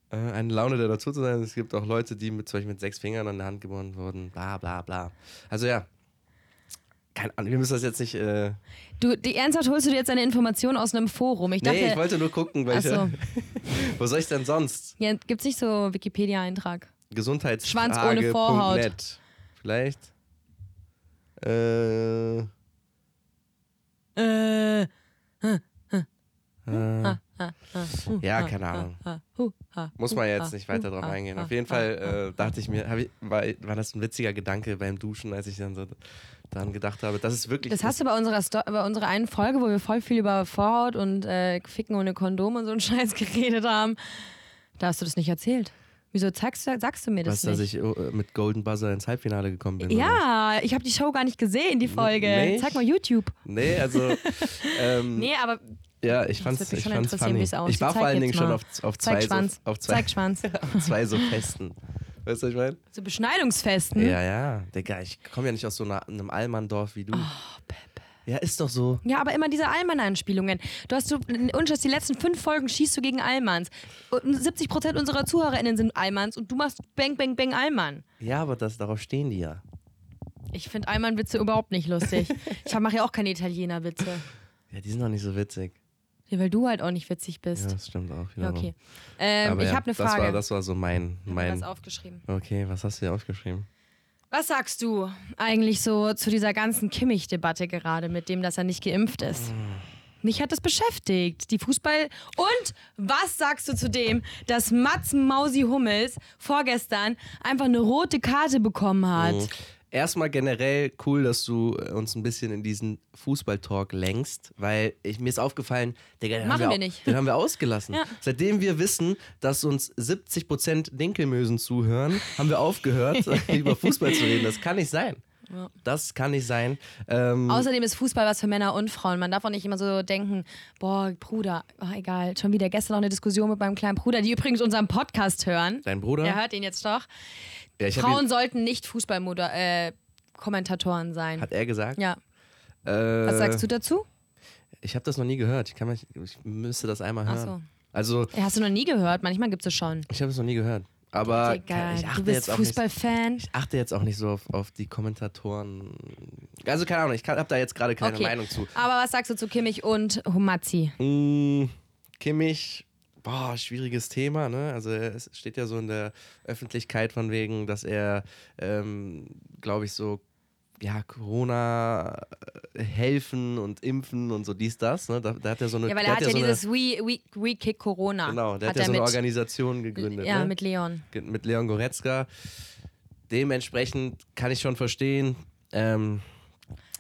[SPEAKER 3] äh, eine Laune da dazu zu sein. Es gibt auch Leute, die mit, zum Beispiel mit sechs Fingern an der Hand geboren wurden, bla bla bla. Also ja, keine Ahnung, wir müssen das jetzt nicht. Äh,
[SPEAKER 2] Du, die, ernsthaft holst du dir jetzt eine Information aus einem Forum? Ich dachte,
[SPEAKER 3] nee, ich wollte nur gucken,
[SPEAKER 2] ach
[SPEAKER 3] welche.
[SPEAKER 2] so,
[SPEAKER 3] Wo soll ich denn sonst?
[SPEAKER 2] ja, gibt's nicht so Wikipedia-Eintrag? Schwanz ohne Vorhaut.
[SPEAKER 3] Gesundheitsfrage.net. Vielleicht. Äh,
[SPEAKER 2] Äh, Hm?
[SPEAKER 3] hm?
[SPEAKER 2] Ah,
[SPEAKER 3] ja, keine Ahnung.
[SPEAKER 2] ha, Ah, hu, ha,
[SPEAKER 3] Muss
[SPEAKER 2] hu,
[SPEAKER 3] man
[SPEAKER 2] ha,
[SPEAKER 3] jetzt nicht weiter
[SPEAKER 2] hu,
[SPEAKER 3] drauf
[SPEAKER 2] ha,
[SPEAKER 3] eingehen.
[SPEAKER 2] ha,
[SPEAKER 3] Auf jeden
[SPEAKER 2] ha.
[SPEAKER 3] Fall äh, dachte ich mir, hab ich, war, war das ein witziger Gedanke beim Duschen, als ich dann so daran gedacht habe, das ist wirklich.
[SPEAKER 2] Das hast du bei unserer, Sto bei unserer einen Folge, wo wir voll viel über Vorhaut und äh, Ficken ohne Kondom und so einen Scheiß geredet haben. Da hast du das nicht erzählt. Wieso sagst, du- sagst du mir
[SPEAKER 3] was,
[SPEAKER 2] das
[SPEAKER 3] dass
[SPEAKER 2] nicht?
[SPEAKER 3] ich äh, mit Golden Buzzer ins Halbfinale gekommen bin. oder?
[SPEAKER 2] ja, ich habe die Show gar nicht gesehen, die Folge.
[SPEAKER 3] nicht?
[SPEAKER 2] Zeig mal YouTube.
[SPEAKER 3] Nee, also. Ähm,
[SPEAKER 2] Nee, aber
[SPEAKER 3] Ja, ich
[SPEAKER 2] das
[SPEAKER 3] fand's,
[SPEAKER 2] würde mich
[SPEAKER 3] ich
[SPEAKER 2] schon
[SPEAKER 3] fand's
[SPEAKER 2] interessieren,
[SPEAKER 3] funny.
[SPEAKER 2] wie es aussieht.
[SPEAKER 3] Ich war vor
[SPEAKER 2] Zeig
[SPEAKER 3] allen
[SPEAKER 2] jetzt
[SPEAKER 3] Dingen schon
[SPEAKER 2] mal.
[SPEAKER 3] auf, auf
[SPEAKER 2] zeig
[SPEAKER 3] zwei,
[SPEAKER 2] Schwanz.
[SPEAKER 3] so, auf zwei,
[SPEAKER 2] Zeig Schwanz.
[SPEAKER 3] auf zwei so Festen. Weißt du, was ich meine?
[SPEAKER 2] Zu Beschneidungsfesten.
[SPEAKER 3] Ja, ja. Digga, ich komme ja nicht aus so einer, einem Allmann-Dorf wie du.
[SPEAKER 2] Oh,
[SPEAKER 3] Ja, ist doch so.
[SPEAKER 2] Ja, aber immer diese Allmann-Anspielungen. Du hast so, unschätzt, die letzten fünf Folgen schießt du gegen Allmanns. Und 70 Prozent unserer ZuhörerInnen sind Allmanns und du machst Bang, Bang, Bang Allmann.
[SPEAKER 3] Ja, aber das, darauf stehen die ja.
[SPEAKER 2] Ich finde Allmann-Witze überhaupt nicht lustig. Ich mache ja auch keine Italiener-Witze.
[SPEAKER 3] Ja, die sind doch nicht so witzig.
[SPEAKER 2] Ja, weil du halt auch nicht witzig
[SPEAKER 3] Ja,
[SPEAKER 2] bist.
[SPEAKER 3] das stimmt auch.
[SPEAKER 2] Ja,
[SPEAKER 3] wiederum.
[SPEAKER 2] okay. Ähm,
[SPEAKER 3] Aber
[SPEAKER 2] ich
[SPEAKER 3] ja,
[SPEAKER 2] habe eine
[SPEAKER 3] Das war,
[SPEAKER 2] Frage.
[SPEAKER 3] das war so mein.
[SPEAKER 2] Ich hab mir
[SPEAKER 3] mein
[SPEAKER 2] was aufgeschrieben.
[SPEAKER 3] okay, was hast du dir aufgeschrieben?
[SPEAKER 2] Was sagst du eigentlich so zu dieser ganzen Kimmich-Debatte gerade mit dem, dass er nicht geimpft ist?
[SPEAKER 3] Hm.
[SPEAKER 2] Mich hat das beschäftigt, die Fußball. Und was sagst du zu dem, dass Mats Mausi Hummels vorgestern einfach eine rote Karte bekommen hat?
[SPEAKER 3] Mhm. Erstmal generell cool, dass du äh, uns ein bisschen in diesen Fußball-Talk lenkst, weil ich, mir ist aufgefallen, Digga, den,
[SPEAKER 2] Machen
[SPEAKER 3] haben
[SPEAKER 2] wir
[SPEAKER 3] au-
[SPEAKER 2] nicht.
[SPEAKER 3] den haben wir ausgelassen.
[SPEAKER 2] Ja.
[SPEAKER 3] Seitdem wir wissen, dass uns 70% Dinkelmösen zuhören, haben wir aufgehört, über Fußball zu reden. Das kann nicht sein. Das kann nicht sein. Ähm,
[SPEAKER 2] Außerdem ist Fußball was für Männer und Frauen. Man darf auch nicht immer so denken, boah, Bruder, ach, egal. Schon wieder gestern noch eine Diskussion mit meinem kleinen Bruder, die übrigens unseren Podcast hören.
[SPEAKER 3] dein Bruder?
[SPEAKER 2] Er hört ihn jetzt doch.
[SPEAKER 3] Ja, ich hab
[SPEAKER 2] halt Frauen
[SPEAKER 3] ihn,
[SPEAKER 2] sollten nicht Fußballmoder äh, Kommentatoren sein.
[SPEAKER 3] hat er gesagt?
[SPEAKER 2] ja.
[SPEAKER 3] Äh,
[SPEAKER 2] Was sagst du dazu?
[SPEAKER 3] Ich habe das noch nie gehört. Ich, kann mich, ich müsste das einmal
[SPEAKER 2] Ach
[SPEAKER 3] hören. Also,
[SPEAKER 2] Ja, Hast du noch nie gehört? Manchmal gibt es schon.
[SPEAKER 3] ich habe es noch nie gehört. Aber
[SPEAKER 2] Egal,
[SPEAKER 3] ich achte
[SPEAKER 2] du bist
[SPEAKER 3] jetzt auch nicht
[SPEAKER 2] Fußballfan.
[SPEAKER 3] Ich achte jetzt auch nicht so auf, auf die Kommentatoren. Also keine Ahnung, ich habe da jetzt gerade keine
[SPEAKER 2] Okay.
[SPEAKER 3] Meinung zu.
[SPEAKER 2] Aber was sagst du zu Kimmich und Humazi?
[SPEAKER 3] Mm, Kimmich, boah, schwieriges Thema, ne? Also es steht ja so in der Öffentlichkeit von wegen, dass er, ähm, glaube ich, so, ja, Corona äh, helfen und impfen und so dies, das, ne? Da, da hat er so eine...
[SPEAKER 2] Ja, weil
[SPEAKER 3] der
[SPEAKER 2] er hat ja
[SPEAKER 3] so
[SPEAKER 2] dieses We, We, We Kick Corona.
[SPEAKER 3] Eine, genau, der hat,
[SPEAKER 2] er
[SPEAKER 3] ja so eine
[SPEAKER 2] mit,
[SPEAKER 3] Organisation gegründet,
[SPEAKER 2] Ja,
[SPEAKER 3] ne?
[SPEAKER 2] mit Leon.
[SPEAKER 3] Ge- mit Leon Goretzka. Dementsprechend kann ich schon verstehen, ähm,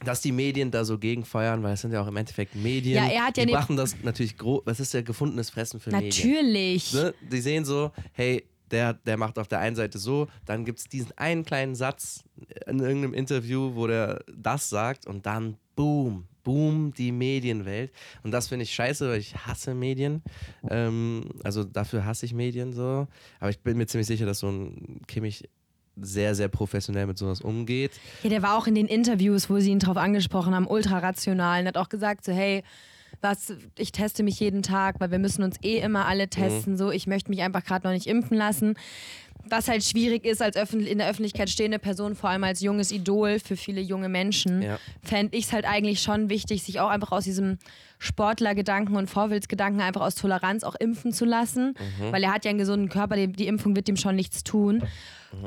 [SPEAKER 3] dass die Medien da so gegenfeuern, weil es sind ja auch im Endeffekt Medien.
[SPEAKER 2] Ja, er hat ja
[SPEAKER 3] die
[SPEAKER 2] ne-
[SPEAKER 3] machen das natürlich groß. Das ist ja gefundenes Fressen für Medien.
[SPEAKER 2] Natürlich.
[SPEAKER 3] Ne? Die sehen so, hey, der, der macht auf der einen Seite so, dann gibt es diesen einen kleinen Satz in irgendeinem Interview, wo der das sagt und dann boom, boom, die Medienwelt. Und das finde ich scheiße, weil ich hasse Medien. Ähm, also dafür hasse ich Medien so. Aber ich bin mir ziemlich sicher, dass so ein Kimmich sehr, sehr professionell mit sowas umgeht.
[SPEAKER 2] Ja, der war auch in den Interviews, wo sie ihn drauf angesprochen haben, ultra rational und hat auch gesagt so, hey, was, ich teste mich jeden Tag, weil wir müssen uns eh immer alle testen, so, ich möchte mich einfach gerade noch nicht impfen lassen. Was halt schwierig ist, als öffentlich, in der Öffentlichkeit stehende Person, vor allem als junges Idol für viele junge Menschen,
[SPEAKER 3] Ja.
[SPEAKER 2] fände ich es halt eigentlich schon wichtig, sich auch einfach aus diesem Sportlergedanken und Vorwildsgedanken einfach aus Toleranz auch impfen zu lassen, weil er hat ja einen gesunden Körper, die, die Impfung wird ihm schon nichts tun.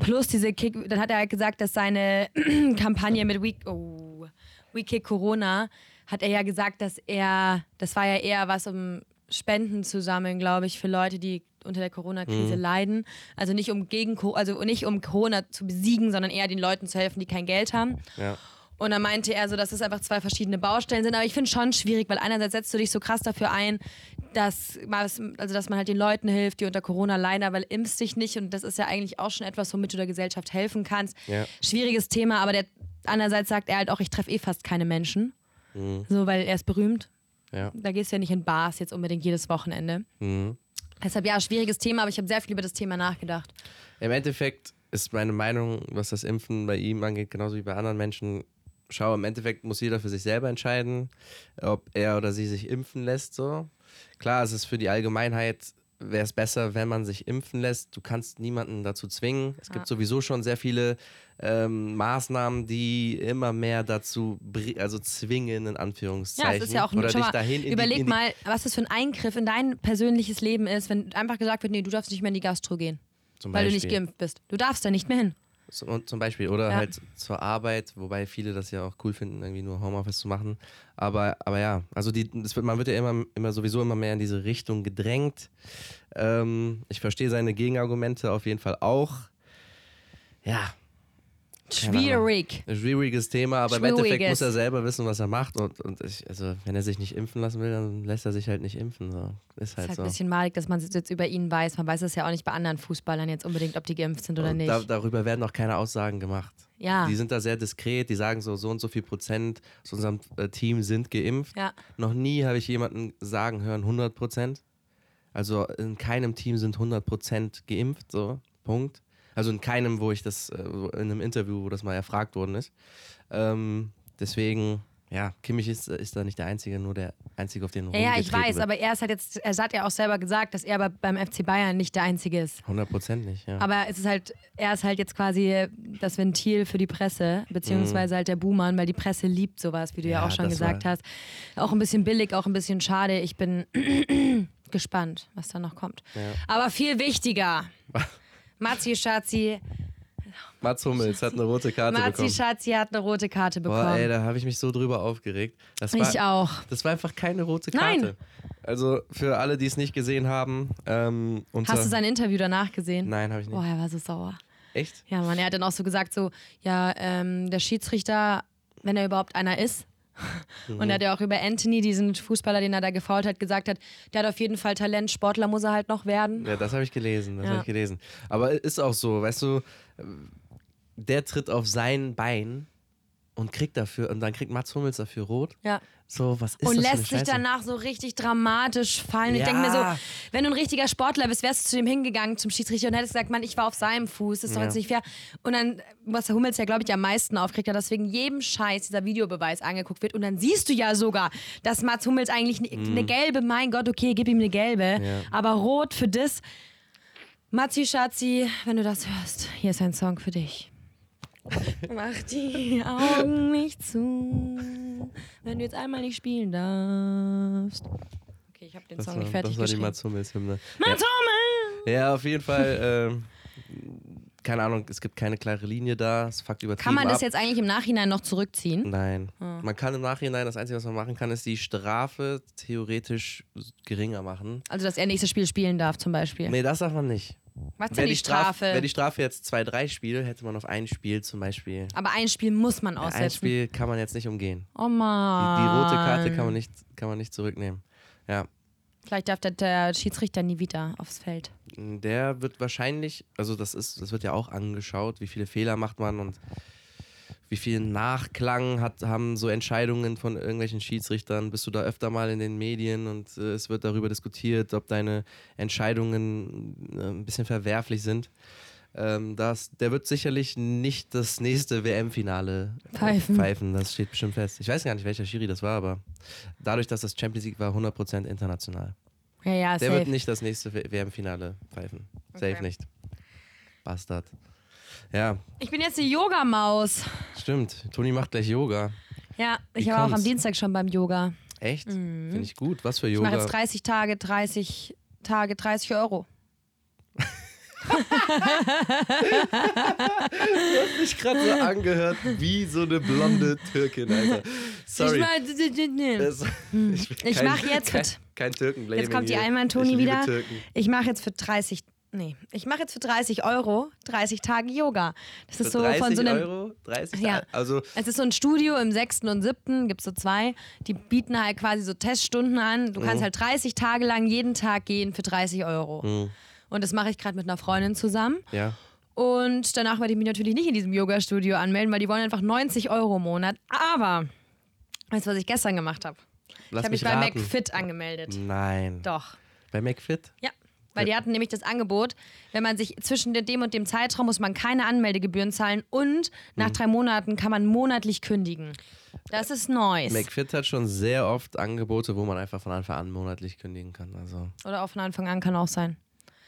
[SPEAKER 2] Plus diese Kick, dann hat er halt gesagt, dass seine Kampagne mit Week, oh, We Kick Corona hat er ja gesagt, dass er, das war ja eher was, um Spenden zu sammeln, glaube ich, für Leute, die unter der Corona-Krise leiden. Also nicht um gegen, Co- also nicht um Corona zu besiegen, sondern eher den Leuten zu helfen, die kein Geld haben.
[SPEAKER 3] Ja.
[SPEAKER 2] Und dann meinte er so, dass es einfach zwei verschiedene Baustellen sind. Aber ich finde es schon schwierig, weil einerseits setzt du dich so krass dafür ein, dass, man- also dass man halt den Leuten hilft, die unter Corona leiden, aber impfst dich nicht. Und das ist ja eigentlich auch schon etwas, womit du der Gesellschaft helfen kannst.
[SPEAKER 3] Ja.
[SPEAKER 2] Schwieriges Thema, aber der, andererseits sagt er halt auch, ich treffe eh fast keine Menschen. So, weil er ist berühmt.
[SPEAKER 3] Ja. Mhm.
[SPEAKER 2] Da gehst du ja nicht in Bars jetzt unbedingt jedes Wochenende. Deshalb ja, schwieriges Thema, aber ich habe sehr viel über das Thema nachgedacht.
[SPEAKER 3] Im Endeffekt ist meine Meinung, was das Impfen bei ihm angeht, genauso wie bei anderen Menschen. Schau, im Endeffekt muss jeder für sich selber entscheiden, ob er oder sie sich impfen lässt. So. Klar, es ist für die Allgemeinheit wäre es besser, wenn man sich impfen lässt. Du kannst niemanden dazu zwingen. Es
[SPEAKER 2] Ja.
[SPEAKER 3] gibt sowieso schon sehr viele ähm, Maßnahmen, die immer mehr dazu bri- also zwingen, in
[SPEAKER 2] Ja,
[SPEAKER 3] Anführungszeichen.
[SPEAKER 2] es ist ja auch
[SPEAKER 3] oder
[SPEAKER 2] schon
[SPEAKER 3] dich
[SPEAKER 2] mal,
[SPEAKER 3] dahin in die-
[SPEAKER 2] Überleg
[SPEAKER 3] in die,
[SPEAKER 2] mal, was das für ein Eingriff in dein persönliches Leben ist, wenn einfach gesagt wird, nee, du darfst nicht mehr in die Gastro gehen,
[SPEAKER 3] zum
[SPEAKER 2] weil du
[SPEAKER 3] Beispiel.
[SPEAKER 2] nicht geimpft bist. Du darfst da nicht mehr hin.
[SPEAKER 3] So- Und zum Beispiel, oder
[SPEAKER 2] Ja.
[SPEAKER 3] halt zur Arbeit, wobei viele das ja auch cool finden, irgendwie nur Homeoffice zu machen. Aber, aber ja, also die, das wird, man wird ja immer, immer sowieso immer mehr in diese Richtung gedrängt. Ähm, ich verstehe seine Gegenargumente auf jeden Fall auch. Ja, Keine Ahnung.
[SPEAKER 2] Schwierig.
[SPEAKER 3] ein schwieriges Thema, aber im Endeffekt
[SPEAKER 2] Schwieriges.
[SPEAKER 3] muss er selber wissen, was er macht. Und, und ich, also, wenn er sich nicht impfen lassen will, dann lässt er sich halt nicht impfen. So. Ist
[SPEAKER 2] Ist
[SPEAKER 3] halt,
[SPEAKER 2] halt
[SPEAKER 3] so.
[SPEAKER 2] ein bisschen malig, dass man es jetzt über ihn weiß. Man weiß es ja auch nicht bei anderen Fußballern jetzt unbedingt, ob die geimpft sind oder
[SPEAKER 3] Und
[SPEAKER 2] nicht.
[SPEAKER 3] da, darüber werden auch keine Aussagen gemacht.
[SPEAKER 2] ja.
[SPEAKER 3] Die sind da sehr diskret, die sagen so, so und so viel Prozent aus unserem äh, Team sind geimpft.
[SPEAKER 2] ja.
[SPEAKER 3] Noch nie habe ich jemanden sagen hören, 100 Prozent. Also in keinem Team sind 100 Prozent geimpft, so, Punkt. Also in keinem, wo ich das, äh, wo- in einem Interview, wo das mal erfragt worden ist. Ähm, deswegen, ja, Kimmich ist, äh, ist da nicht der Einzige, nur der Einzige, auf den
[SPEAKER 2] Ja, ja, ich
[SPEAKER 3] rumgetreten
[SPEAKER 2] weiß,
[SPEAKER 3] wird.
[SPEAKER 2] aber er ist halt jetzt, er hat ja auch selber gesagt, dass er aber beim FC Bayern nicht der Einzige ist.
[SPEAKER 3] 100 Prozent nicht, ja.
[SPEAKER 2] Aber es ist halt, er ist halt jetzt quasi das Ventil für die Presse, beziehungsweise halt der Buhmann, weil die Presse liebt sowas, wie du ja,
[SPEAKER 3] Mhm. Ja,
[SPEAKER 2] auch schon
[SPEAKER 3] das
[SPEAKER 2] gesagt
[SPEAKER 3] war-
[SPEAKER 2] hast. Auch ein bisschen billig, auch ein bisschen schade. Ich bin gespannt, was da noch kommt. Aber viel wichtiger. Matzi Schatzi,
[SPEAKER 3] Mats Hummels hat eine rote Karte
[SPEAKER 2] Matzi
[SPEAKER 3] bekommen.
[SPEAKER 2] Schatzi hat eine rote Karte bekommen.
[SPEAKER 3] Boah, ey, da habe ich mich so drüber aufgeregt. Das war,
[SPEAKER 2] ich auch.
[SPEAKER 3] Das war einfach keine rote Karte.
[SPEAKER 2] Nein.
[SPEAKER 3] Also für alle, die es nicht gesehen haben. Ähm, unser
[SPEAKER 2] Hast du sein Oh. Interview danach gesehen?
[SPEAKER 3] Nein, habe ich nicht.
[SPEAKER 2] Boah, er war so sauer.
[SPEAKER 3] Echt?
[SPEAKER 2] Ja, Mann, er hat dann auch so gesagt, so, ja, ähm, der Schiedsrichter, wenn er überhaupt einer ist. Und er hat ja auch über Anthony, diesen Fußballer, den er da gefault hat, gesagt hat, der hat auf jeden Fall Talent, Sportler muss er halt noch werden.
[SPEAKER 3] Ja, das habe ich gelesen. Das
[SPEAKER 2] Ja.
[SPEAKER 3] habe ich gelesen. Aber ist auch so, weißt du, der tritt auf sein Bein und kriegt dafür und dann kriegt Mats Hummels dafür rot.
[SPEAKER 2] Ja.
[SPEAKER 3] So, was ist
[SPEAKER 2] und
[SPEAKER 3] das für eine
[SPEAKER 2] lässt sich
[SPEAKER 3] Scheiße?
[SPEAKER 2] danach so richtig dramatisch fallen. Ich
[SPEAKER 3] Ja.
[SPEAKER 2] denke mir so, wenn du ein richtiger Sportler bist, wärst du zu ihm hingegangen, zum Schiedsrichter, und hättest gesagt, Mann, ich war auf seinem Fuß, das ist doch
[SPEAKER 3] Ja.
[SPEAKER 2] jetzt nicht fair. Und dann, was der Hummels ja, glaube ich, am meisten aufkriegt, hat, dass wegen jedem Scheiß dieser Videobeweis angeguckt wird. Und dann siehst du ja sogar, dass Mats Hummels eigentlich ne- eine gelbe, mein Gott, okay, gib ihm eine gelbe,
[SPEAKER 3] Mhm. Ja.
[SPEAKER 2] aber rot für das. Matzi Schatzi, wenn du das hörst, hier ist ein Song für dich. Mach die Augen nicht zu, wenn du jetzt einmal nicht spielen darfst. Okay, ich habe den
[SPEAKER 3] Das
[SPEAKER 2] Song
[SPEAKER 3] war,
[SPEAKER 2] nicht fertig
[SPEAKER 3] das war die
[SPEAKER 2] geschrieben.
[SPEAKER 3] Mats Hummels-Hymne.
[SPEAKER 2] Mats Hummels!
[SPEAKER 3] Ja, auf jeden Fall. Ähm, keine Ahnung, es gibt keine klare Linie da. Es fuckt übertrieben
[SPEAKER 2] Kann man
[SPEAKER 3] ab.
[SPEAKER 2] das jetzt eigentlich im Nachhinein noch zurückziehen?
[SPEAKER 3] Nein.
[SPEAKER 2] Hm.
[SPEAKER 3] Man kann im Nachhinein, das Einzige, was man machen kann, ist die Strafe theoretisch geringer machen.
[SPEAKER 2] Also, dass er nächstes Spiel spielen darf, zum Beispiel.
[SPEAKER 3] Nee, das darf man nicht.
[SPEAKER 2] Was ist denn die Strafe?
[SPEAKER 3] Wäre die Strafe jetzt zwei, drei Spiele, hätte man auf ein Spiel zum Beispiel.
[SPEAKER 2] Aber ein Spiel muss man aussetzen.
[SPEAKER 3] Ein Spiel kann man jetzt nicht umgehen.
[SPEAKER 2] Oh
[SPEAKER 3] Die,
[SPEAKER 2] man.
[SPEAKER 3] die rote Karte kann man nicht, kann man nicht zurücknehmen. Ja.
[SPEAKER 2] Vielleicht darf der, der Schiedsrichter nie wieder aufs Feld.
[SPEAKER 3] Der wird wahrscheinlich, also das ist, das wird ja auch angeschaut, wie viele Fehler macht man und wie viel Nachklang hat, haben so Entscheidungen von irgendwelchen Schiedsrichtern. Bist du da öfter mal in den Medien und äh, es wird darüber diskutiert, ob deine Entscheidungen äh, ein bisschen verwerflich sind. Ähm, das, der wird sicherlich nicht das nächste WM-Finale äh,
[SPEAKER 2] Pfeifen.
[SPEAKER 3] pfeifen. Das steht bestimmt fest. Ich weiß gar nicht, welcher Schiri das war, aber dadurch, dass das Champions League war, 100% international.
[SPEAKER 2] Ja, ja,
[SPEAKER 3] Der
[SPEAKER 2] safe.
[SPEAKER 3] wird nicht das nächste W- WM-Finale pfeifen. Safe
[SPEAKER 2] Okay.
[SPEAKER 3] nicht. Bastard. Ja,
[SPEAKER 2] Ich bin jetzt eine Yogamaus.
[SPEAKER 3] stimmt. Toni macht gleich Yoga.
[SPEAKER 2] Ja, ich
[SPEAKER 3] Wie
[SPEAKER 2] war auch am
[SPEAKER 3] kommt's?
[SPEAKER 2] Dienstag schon beim Yoga.
[SPEAKER 3] Echt? Finde ich gut. Was für
[SPEAKER 2] Mhm. Ich mache
[SPEAKER 3] Yoga?
[SPEAKER 2] jetzt 30 Tage, 30 Tage, 30 Euro.
[SPEAKER 3] Ich gerade so angehört wie so eine blonde Türkin, Alter. Sorry.
[SPEAKER 2] Ich,
[SPEAKER 3] Das- Ich, bin
[SPEAKER 2] Hm. Ich
[SPEAKER 3] kein-
[SPEAKER 2] mach jetzt
[SPEAKER 3] Kein,
[SPEAKER 2] mit-
[SPEAKER 3] kein türken
[SPEAKER 2] Jetzt kommt die Einwand-Toni wieder. ich mache jetzt für 30, nee, ich mache jetzt für 30 Euro 30 Tage Yoga. Das ist so von so einem,
[SPEAKER 3] Euro? 30
[SPEAKER 2] Ja.
[SPEAKER 3] Also,
[SPEAKER 2] es ist so ein Studio im sechsten und siebten, gibt es so zwei, die bieten halt quasi so Teststunden an. Du
[SPEAKER 3] Mhm.
[SPEAKER 2] kannst halt 30 Tage lang jeden Tag gehen für 30 Euro.
[SPEAKER 3] Mhm.
[SPEAKER 2] Und das mache ich gerade mit einer Freundin zusammen.
[SPEAKER 3] ja.
[SPEAKER 2] Und danach werde ich mich natürlich nicht in diesem Yoga-Studio anmelden, weil die wollen einfach 90 Euro im Monat. Aber, weißt du, was ich gestern gemacht habe? Ich
[SPEAKER 3] Lass
[SPEAKER 2] habe mich
[SPEAKER 3] mich Mhm.
[SPEAKER 2] bei
[SPEAKER 3] raten.
[SPEAKER 2] McFit angemeldet.
[SPEAKER 3] Nein.
[SPEAKER 2] Doch.
[SPEAKER 3] Bei McFit?
[SPEAKER 2] Ja. Weil die hatten nämlich das Angebot, wenn man sich zwischen dem und dem Zeitraum muss man keine Anmeldegebühren zahlen und
[SPEAKER 3] Mhm.
[SPEAKER 2] nach drei Monaten kann man monatlich kündigen. Das ist nice.
[SPEAKER 3] McFit hat schon sehr oft Angebote, wo man einfach von Anfang an monatlich kündigen kann. Also
[SPEAKER 2] Oder auch von Anfang an kann auch sein.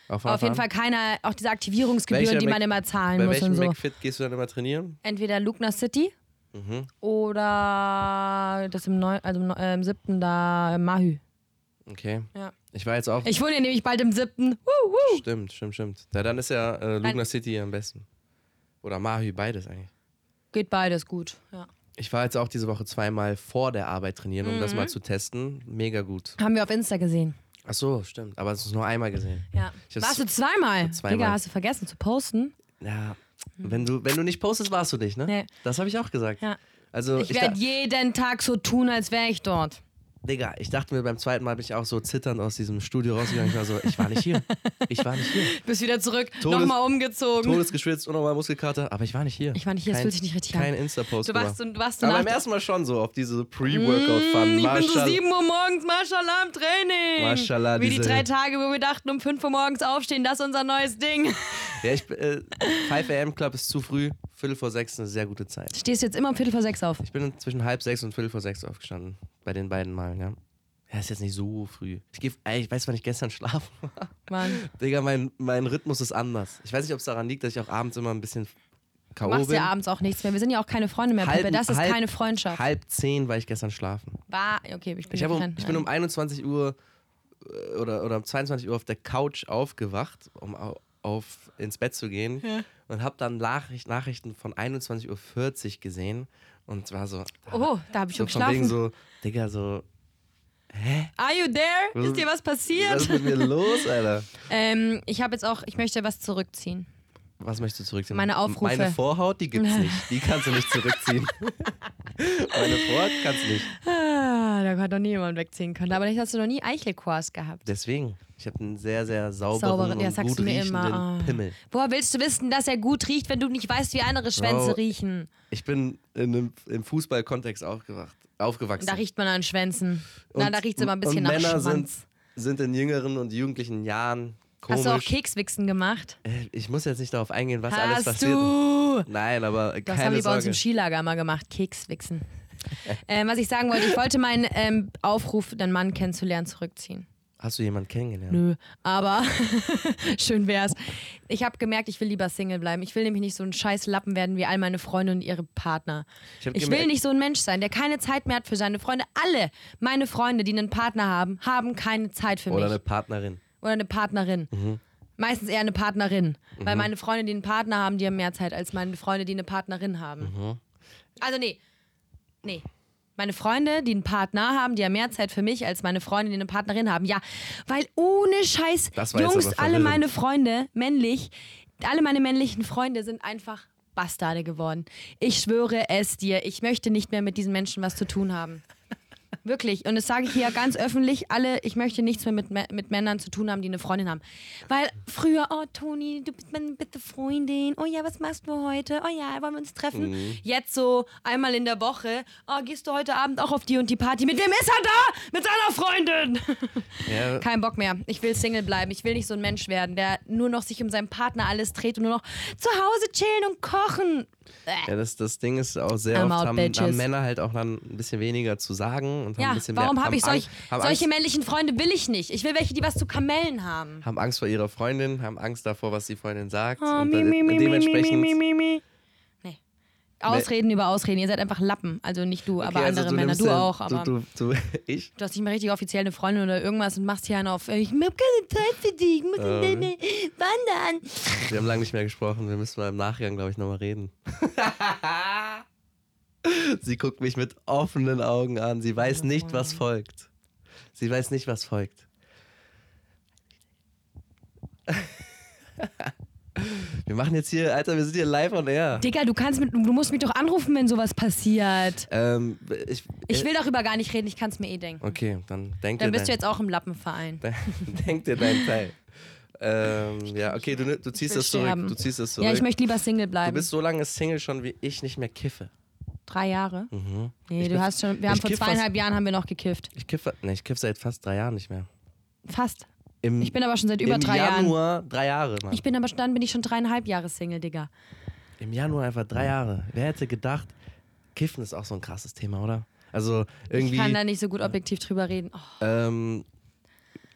[SPEAKER 3] auch von
[SPEAKER 2] Aber auf jeden
[SPEAKER 3] Anfang
[SPEAKER 2] Fall
[SPEAKER 3] an.
[SPEAKER 2] keine, auch diese Aktivierungsgebühren,
[SPEAKER 3] Welcher
[SPEAKER 2] die man
[SPEAKER 3] Mac-
[SPEAKER 2] immer zahlen
[SPEAKER 3] Bei
[SPEAKER 2] muss
[SPEAKER 3] welchem
[SPEAKER 2] und so.
[SPEAKER 3] McFit gehst du dann immer trainieren?
[SPEAKER 2] Entweder Lugner City
[SPEAKER 3] Mhm.
[SPEAKER 2] oder das im, neun, also im, neu- äh, im siebten da äh, Mahü.
[SPEAKER 3] Okay.
[SPEAKER 2] Ja.
[SPEAKER 3] Ich war jetzt auch.
[SPEAKER 2] Ich wohne hier nämlich bald im siebten. Woo, woo.
[SPEAKER 3] Stimmt, stimmt, stimmt. Ja, dann ist ja äh, Lugner
[SPEAKER 2] Nein.
[SPEAKER 3] City am besten. Oder Mahü, beides eigentlich.
[SPEAKER 2] Geht beides gut. Ja.
[SPEAKER 3] Ich war jetzt auch diese Woche zweimal vor der Arbeit trainieren, um
[SPEAKER 2] Mhm.
[SPEAKER 3] das mal zu testen. Mega gut.
[SPEAKER 2] Haben wir auf Insta gesehen.
[SPEAKER 3] Ach so, stimmt. Aber es ist nur einmal gesehen.
[SPEAKER 2] Ja.
[SPEAKER 3] Ich hab's-
[SPEAKER 2] Warst du zweimal?
[SPEAKER 3] Zweimal.
[SPEAKER 2] Digga, hast du vergessen zu posten?
[SPEAKER 3] Ja. Wenn du, wenn du nicht postest, warst du nicht, ne?
[SPEAKER 2] Mhm. Nee.
[SPEAKER 3] Das habe ich auch gesagt.
[SPEAKER 2] Ja.
[SPEAKER 3] Also,
[SPEAKER 2] Ich
[SPEAKER 3] ich da-
[SPEAKER 2] werde jeden Tag so tun, als wäre ich dort.
[SPEAKER 3] Digga, ich dachte mir beim zweiten Mal bin ich auch so zitternd aus diesem Studio rausgegangen. Ich war so, ich war nicht hier. Ich war nicht hier.
[SPEAKER 2] Bist wieder zurück,
[SPEAKER 3] Todes-
[SPEAKER 2] nochmal umgezogen.
[SPEAKER 3] Todesgeschwitzt und nochmal Muskelkater, aber ich war nicht hier.
[SPEAKER 2] Ich war nicht hier, das
[SPEAKER 3] Kein-
[SPEAKER 2] fühlt sich nicht richtig an.
[SPEAKER 3] Kein Insta-Post.
[SPEAKER 2] Du
[SPEAKER 3] gemacht.
[SPEAKER 2] warst so- du warst so
[SPEAKER 3] aber
[SPEAKER 2] nach- Mm,
[SPEAKER 3] beim ersten Mal schon so auf diese Pre-Workout-Fun.
[SPEAKER 2] Ich bin so
[SPEAKER 3] Marschall-
[SPEAKER 2] 7 Uhr morgens, Maschallah im Training.
[SPEAKER 3] Maschallah,
[SPEAKER 2] Wie die
[SPEAKER 3] diese-
[SPEAKER 2] drei Tage, wo wir dachten, um 5 Uhr morgens aufstehen, das ist unser neues Ding.
[SPEAKER 3] Ja, ich, äh, 5 AM Club ist zu früh. Viertel vor sechs ist eine sehr gute Zeit.
[SPEAKER 2] Stehst jetzt immer um Viertel vor sechs auf.
[SPEAKER 3] Ich bin zwischen halb sechs und viertel vor sechs aufgestanden. Bei den beiden Malen, ja. Ja, ist jetzt nicht so früh. Ich, geh, ey, ich weiß, wann ich gestern schlafen war.
[SPEAKER 2] Mann,
[SPEAKER 3] Digga, mein, mein Rhythmus ist anders. Ich weiß nicht, ob es daran liegt, dass ich auch abends immer ein bisschen K.O.
[SPEAKER 2] du machst
[SPEAKER 3] bin. halt-
[SPEAKER 2] ja abends auch nichts mehr. Wir sind ja auch keine Freunde mehr,
[SPEAKER 3] Halb-
[SPEAKER 2] Pippe. Das ist
[SPEAKER 3] halb-
[SPEAKER 2] keine Freundschaft.
[SPEAKER 3] Halb zehn war ich gestern schlafen.
[SPEAKER 2] War, okay, ich bin
[SPEAKER 3] Ich, hab um,
[SPEAKER 2] kein-
[SPEAKER 3] ich bin um 21 Uhr äh, oder, oder um 22 Uhr auf der Couch aufgewacht, um au- auf, ins Bett zu gehen und habe dann Nachricht, Nachrichten von 21.40 Uhr gesehen und war so,
[SPEAKER 2] Oh, da habe ich
[SPEAKER 3] so von wegen
[SPEAKER 2] umschlafen.
[SPEAKER 3] so, Digga, so,
[SPEAKER 2] Are you there? Ist dir was
[SPEAKER 3] was
[SPEAKER 2] passiert?
[SPEAKER 3] ist mit mir los, Alter?
[SPEAKER 2] Ähm, ich habe jetzt auch, ich möchte was zurückziehen.
[SPEAKER 3] Was möchtest du zurückziehen?
[SPEAKER 2] Meine Aufrufe.
[SPEAKER 3] Meine Vorhaut, die gibt's nicht. Die kannst du nicht zurückziehen. Meine Vorhaut kannst du nicht.
[SPEAKER 2] Ah, da hat noch nie jemand wegziehen können. Aber ich hast du noch nie Eichelquars gehabt.
[SPEAKER 3] Deswegen, ich habe einen sehr, sehr sauberen,
[SPEAKER 2] Sauberen,
[SPEAKER 3] und
[SPEAKER 2] ja, sagst
[SPEAKER 3] gut
[SPEAKER 2] du mir
[SPEAKER 3] riechenden
[SPEAKER 2] immer. Ah.
[SPEAKER 3] Pimmel.
[SPEAKER 2] Woher willst du wissen, dass er gut riecht, wenn du nicht weißt, wie andere Schwänze
[SPEAKER 3] Bro,
[SPEAKER 2] riechen?
[SPEAKER 3] Ich bin in einem, im Fußballkontext aufgewacht, aufgewachsen.
[SPEAKER 2] Da riecht man an Schwänzen. Na,
[SPEAKER 3] Und-
[SPEAKER 2] da riecht es immer ein bisschen
[SPEAKER 3] und
[SPEAKER 2] nach
[SPEAKER 3] Männer
[SPEAKER 2] Schwanz.
[SPEAKER 3] Sind, sind in jüngeren und jugendlichen Jahren komisch.
[SPEAKER 2] Hast du auch Kekswichsen gemacht?
[SPEAKER 3] Äh, ich muss jetzt nicht darauf eingehen, was alles
[SPEAKER 2] Hast
[SPEAKER 3] passiert.
[SPEAKER 2] du!
[SPEAKER 3] Nein, aber
[SPEAKER 2] Das
[SPEAKER 3] keine
[SPEAKER 2] haben die bei uns
[SPEAKER 3] Sorge.
[SPEAKER 2] im Skilager mal gemacht, Kekswichsen. ähm, was ich sagen wollte, ich wollte meinen ähm, Aufruf, deinen Mann kennenzulernen, zurückziehen.
[SPEAKER 3] Hast du jemanden kennengelernt?
[SPEAKER 2] Nö, aber schön wär's. Ich habe gemerkt, ich will lieber Single bleiben. Ich will nämlich nicht so ein scheiß Lappen werden wie all meine Freunde und ihre Partner.
[SPEAKER 3] Ich hab
[SPEAKER 2] Ich
[SPEAKER 3] gemerkt-
[SPEAKER 2] will nicht so ein Mensch sein, der keine Zeit mehr hat für seine Freunde. Alle meine Freunde, die einen Partner haben, haben keine Zeit für
[SPEAKER 3] Oder
[SPEAKER 2] mich.
[SPEAKER 3] eine Partnerin.
[SPEAKER 2] Oder eine Partnerin.
[SPEAKER 3] Mhm.
[SPEAKER 2] Meistens eher eine Partnerin. Weil meine Freunde, die einen Partner haben, die haben mehr Zeit als meine Freunde, die eine Partnerin haben.
[SPEAKER 3] Mhm.
[SPEAKER 2] Also nee. Nee. Meine Freunde, die einen Partner haben, die haben mehr Zeit für mich als meine Freunde, die eine Partnerin haben. Ja, weil ohne Scheiß,
[SPEAKER 3] Das war jetzt
[SPEAKER 2] Jungs,
[SPEAKER 3] aber
[SPEAKER 2] alle
[SPEAKER 3] verwirrend.
[SPEAKER 2] meine Freunde, männlich, alle meine männlichen Freunde sind einfach Bastarde geworden. Ich schwöre es dir, ich möchte nicht mehr mit diesen Menschen was zu tun haben. Wirklich. Und das sage ich hier ganz öffentlich. Alle, ich möchte nichts mehr mit, Mä- mit Männern zu tun haben, die eine Freundin haben. Weil früher, oh Toni, du bist meine bitte Freundin. Oh ja, was machst du heute? Oh ja, wollen wir uns treffen?
[SPEAKER 3] Mhm.
[SPEAKER 2] Jetzt so einmal in der Woche. Oh, gehst du heute Abend auch auf die und die Party? Mit wem ist er da? Mit seiner Freundin!
[SPEAKER 3] Ja,
[SPEAKER 2] Kein Bock mehr. Ich will Single bleiben. Ich will nicht so ein Mensch werden, der nur noch sich um seinen Partner alles dreht und nur noch zu Hause chillen und kochen.
[SPEAKER 3] ja das, das Ding ist auch sehr
[SPEAKER 2] I'm
[SPEAKER 3] oft,
[SPEAKER 2] out,
[SPEAKER 3] haben, haben
[SPEAKER 2] bitches.
[SPEAKER 3] Männer halt auch dann ein bisschen weniger zu sagen. Und haben ein
[SPEAKER 2] Ja,
[SPEAKER 3] bisschen
[SPEAKER 2] warum
[SPEAKER 3] mehr-
[SPEAKER 2] habe
[SPEAKER 3] haben
[SPEAKER 2] ich
[SPEAKER 3] Angst-
[SPEAKER 2] solch,
[SPEAKER 3] haben
[SPEAKER 2] solche
[SPEAKER 3] Angst,
[SPEAKER 2] männlichen Freunde? Will ich nicht. Ich will welche, die was zu Kamellen haben.
[SPEAKER 3] haben Angst vor ihrer Freundin, haben Angst davor, was die Freundin sagt.
[SPEAKER 2] Oh,
[SPEAKER 3] und
[SPEAKER 2] mi,
[SPEAKER 3] dann-
[SPEAKER 2] mi, mi, mi,
[SPEAKER 3] dementsprechend
[SPEAKER 2] mi, mi, mi, mi. Nee. Ausreden über Ausreden. Ihr seid einfach Lappen. Also nicht du, aber
[SPEAKER 3] Okay, also
[SPEAKER 2] andere
[SPEAKER 3] du
[SPEAKER 2] Männer.
[SPEAKER 3] nimmst
[SPEAKER 2] Du
[SPEAKER 3] den-
[SPEAKER 2] auch, aber. Du,
[SPEAKER 3] Du, du, du, ich?
[SPEAKER 2] hast nicht mal richtig offiziell eine Freundin oder irgendwas und machst hier einen auf. Ich hab keine Zeit für dich. Ich muss ähm. wandern.
[SPEAKER 3] Wir haben lange nicht mehr gesprochen. Wir müssen mal im Nachgang, glaube ich, nochmal reden. sie guckt mich mit offenen Augen an. Sie weiß nicht, was folgt. Sie weiß nicht, was folgt. wir machen jetzt hier, Alter, wir sind hier live on air.
[SPEAKER 2] Digga, du kannst mit, du musst mich doch anrufen, wenn sowas passiert.
[SPEAKER 3] Ähm, ich,
[SPEAKER 2] Ich will darüber gar nicht reden. Ich kann es mir eh denken.
[SPEAKER 3] Okay, dann denk
[SPEAKER 2] Dann
[SPEAKER 3] dir
[SPEAKER 2] bist du
[SPEAKER 3] dein,
[SPEAKER 2] jetzt auch im Lappenverein.
[SPEAKER 3] denk dir deinen Teil. Ähm, ja, okay, du, du ziehst
[SPEAKER 2] will
[SPEAKER 3] das zurück.
[SPEAKER 2] sterben.
[SPEAKER 3] Du ziehst das zurück.
[SPEAKER 2] Ja, ich möchte lieber Single
[SPEAKER 3] du
[SPEAKER 2] bleiben.
[SPEAKER 3] bist so lange Single schon, wie ich nicht mehr kiffe.
[SPEAKER 2] Drei Jahre. Nee,
[SPEAKER 3] Mhm. Ich
[SPEAKER 2] du
[SPEAKER 3] bin-
[SPEAKER 2] hast schon. Wir haben
[SPEAKER 3] ich
[SPEAKER 2] vor
[SPEAKER 3] kiff
[SPEAKER 2] zweieinhalb Jahren haben wir noch gekifft.
[SPEAKER 3] Ich kiffe, ne, ich kiffe seit fast drei Jahren nicht mehr.
[SPEAKER 2] Fast.
[SPEAKER 3] Im,
[SPEAKER 2] Ich bin aber schon seit über
[SPEAKER 3] im
[SPEAKER 2] drei Jahren.
[SPEAKER 3] Januar drei Jahre, Mann.
[SPEAKER 2] Ich bin aber schon, dann bin ich schon dreieinhalb Jahre Single, Digga.
[SPEAKER 3] Im Januar einfach drei Jahre. Wer hätte gedacht, Kiffen ist auch so ein krasses Thema, oder? Also
[SPEAKER 2] Ich
[SPEAKER 3] irgendwie,
[SPEAKER 2] kann da nicht so gut objektiv drüber reden. Oh,
[SPEAKER 3] ähm,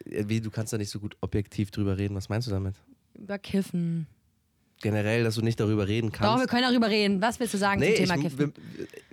[SPEAKER 3] wie, du kannst da nicht so gut objektiv drüber reden. Was meinst du damit?
[SPEAKER 2] über Kiffen.
[SPEAKER 3] Generell, dass du nicht darüber reden
[SPEAKER 2] Doch,
[SPEAKER 3] kannst.
[SPEAKER 2] wir können darüber reden. Was willst du sagen
[SPEAKER 3] nee,
[SPEAKER 2] zum Thema
[SPEAKER 3] ich,
[SPEAKER 2] Kiffen?
[SPEAKER 3] will-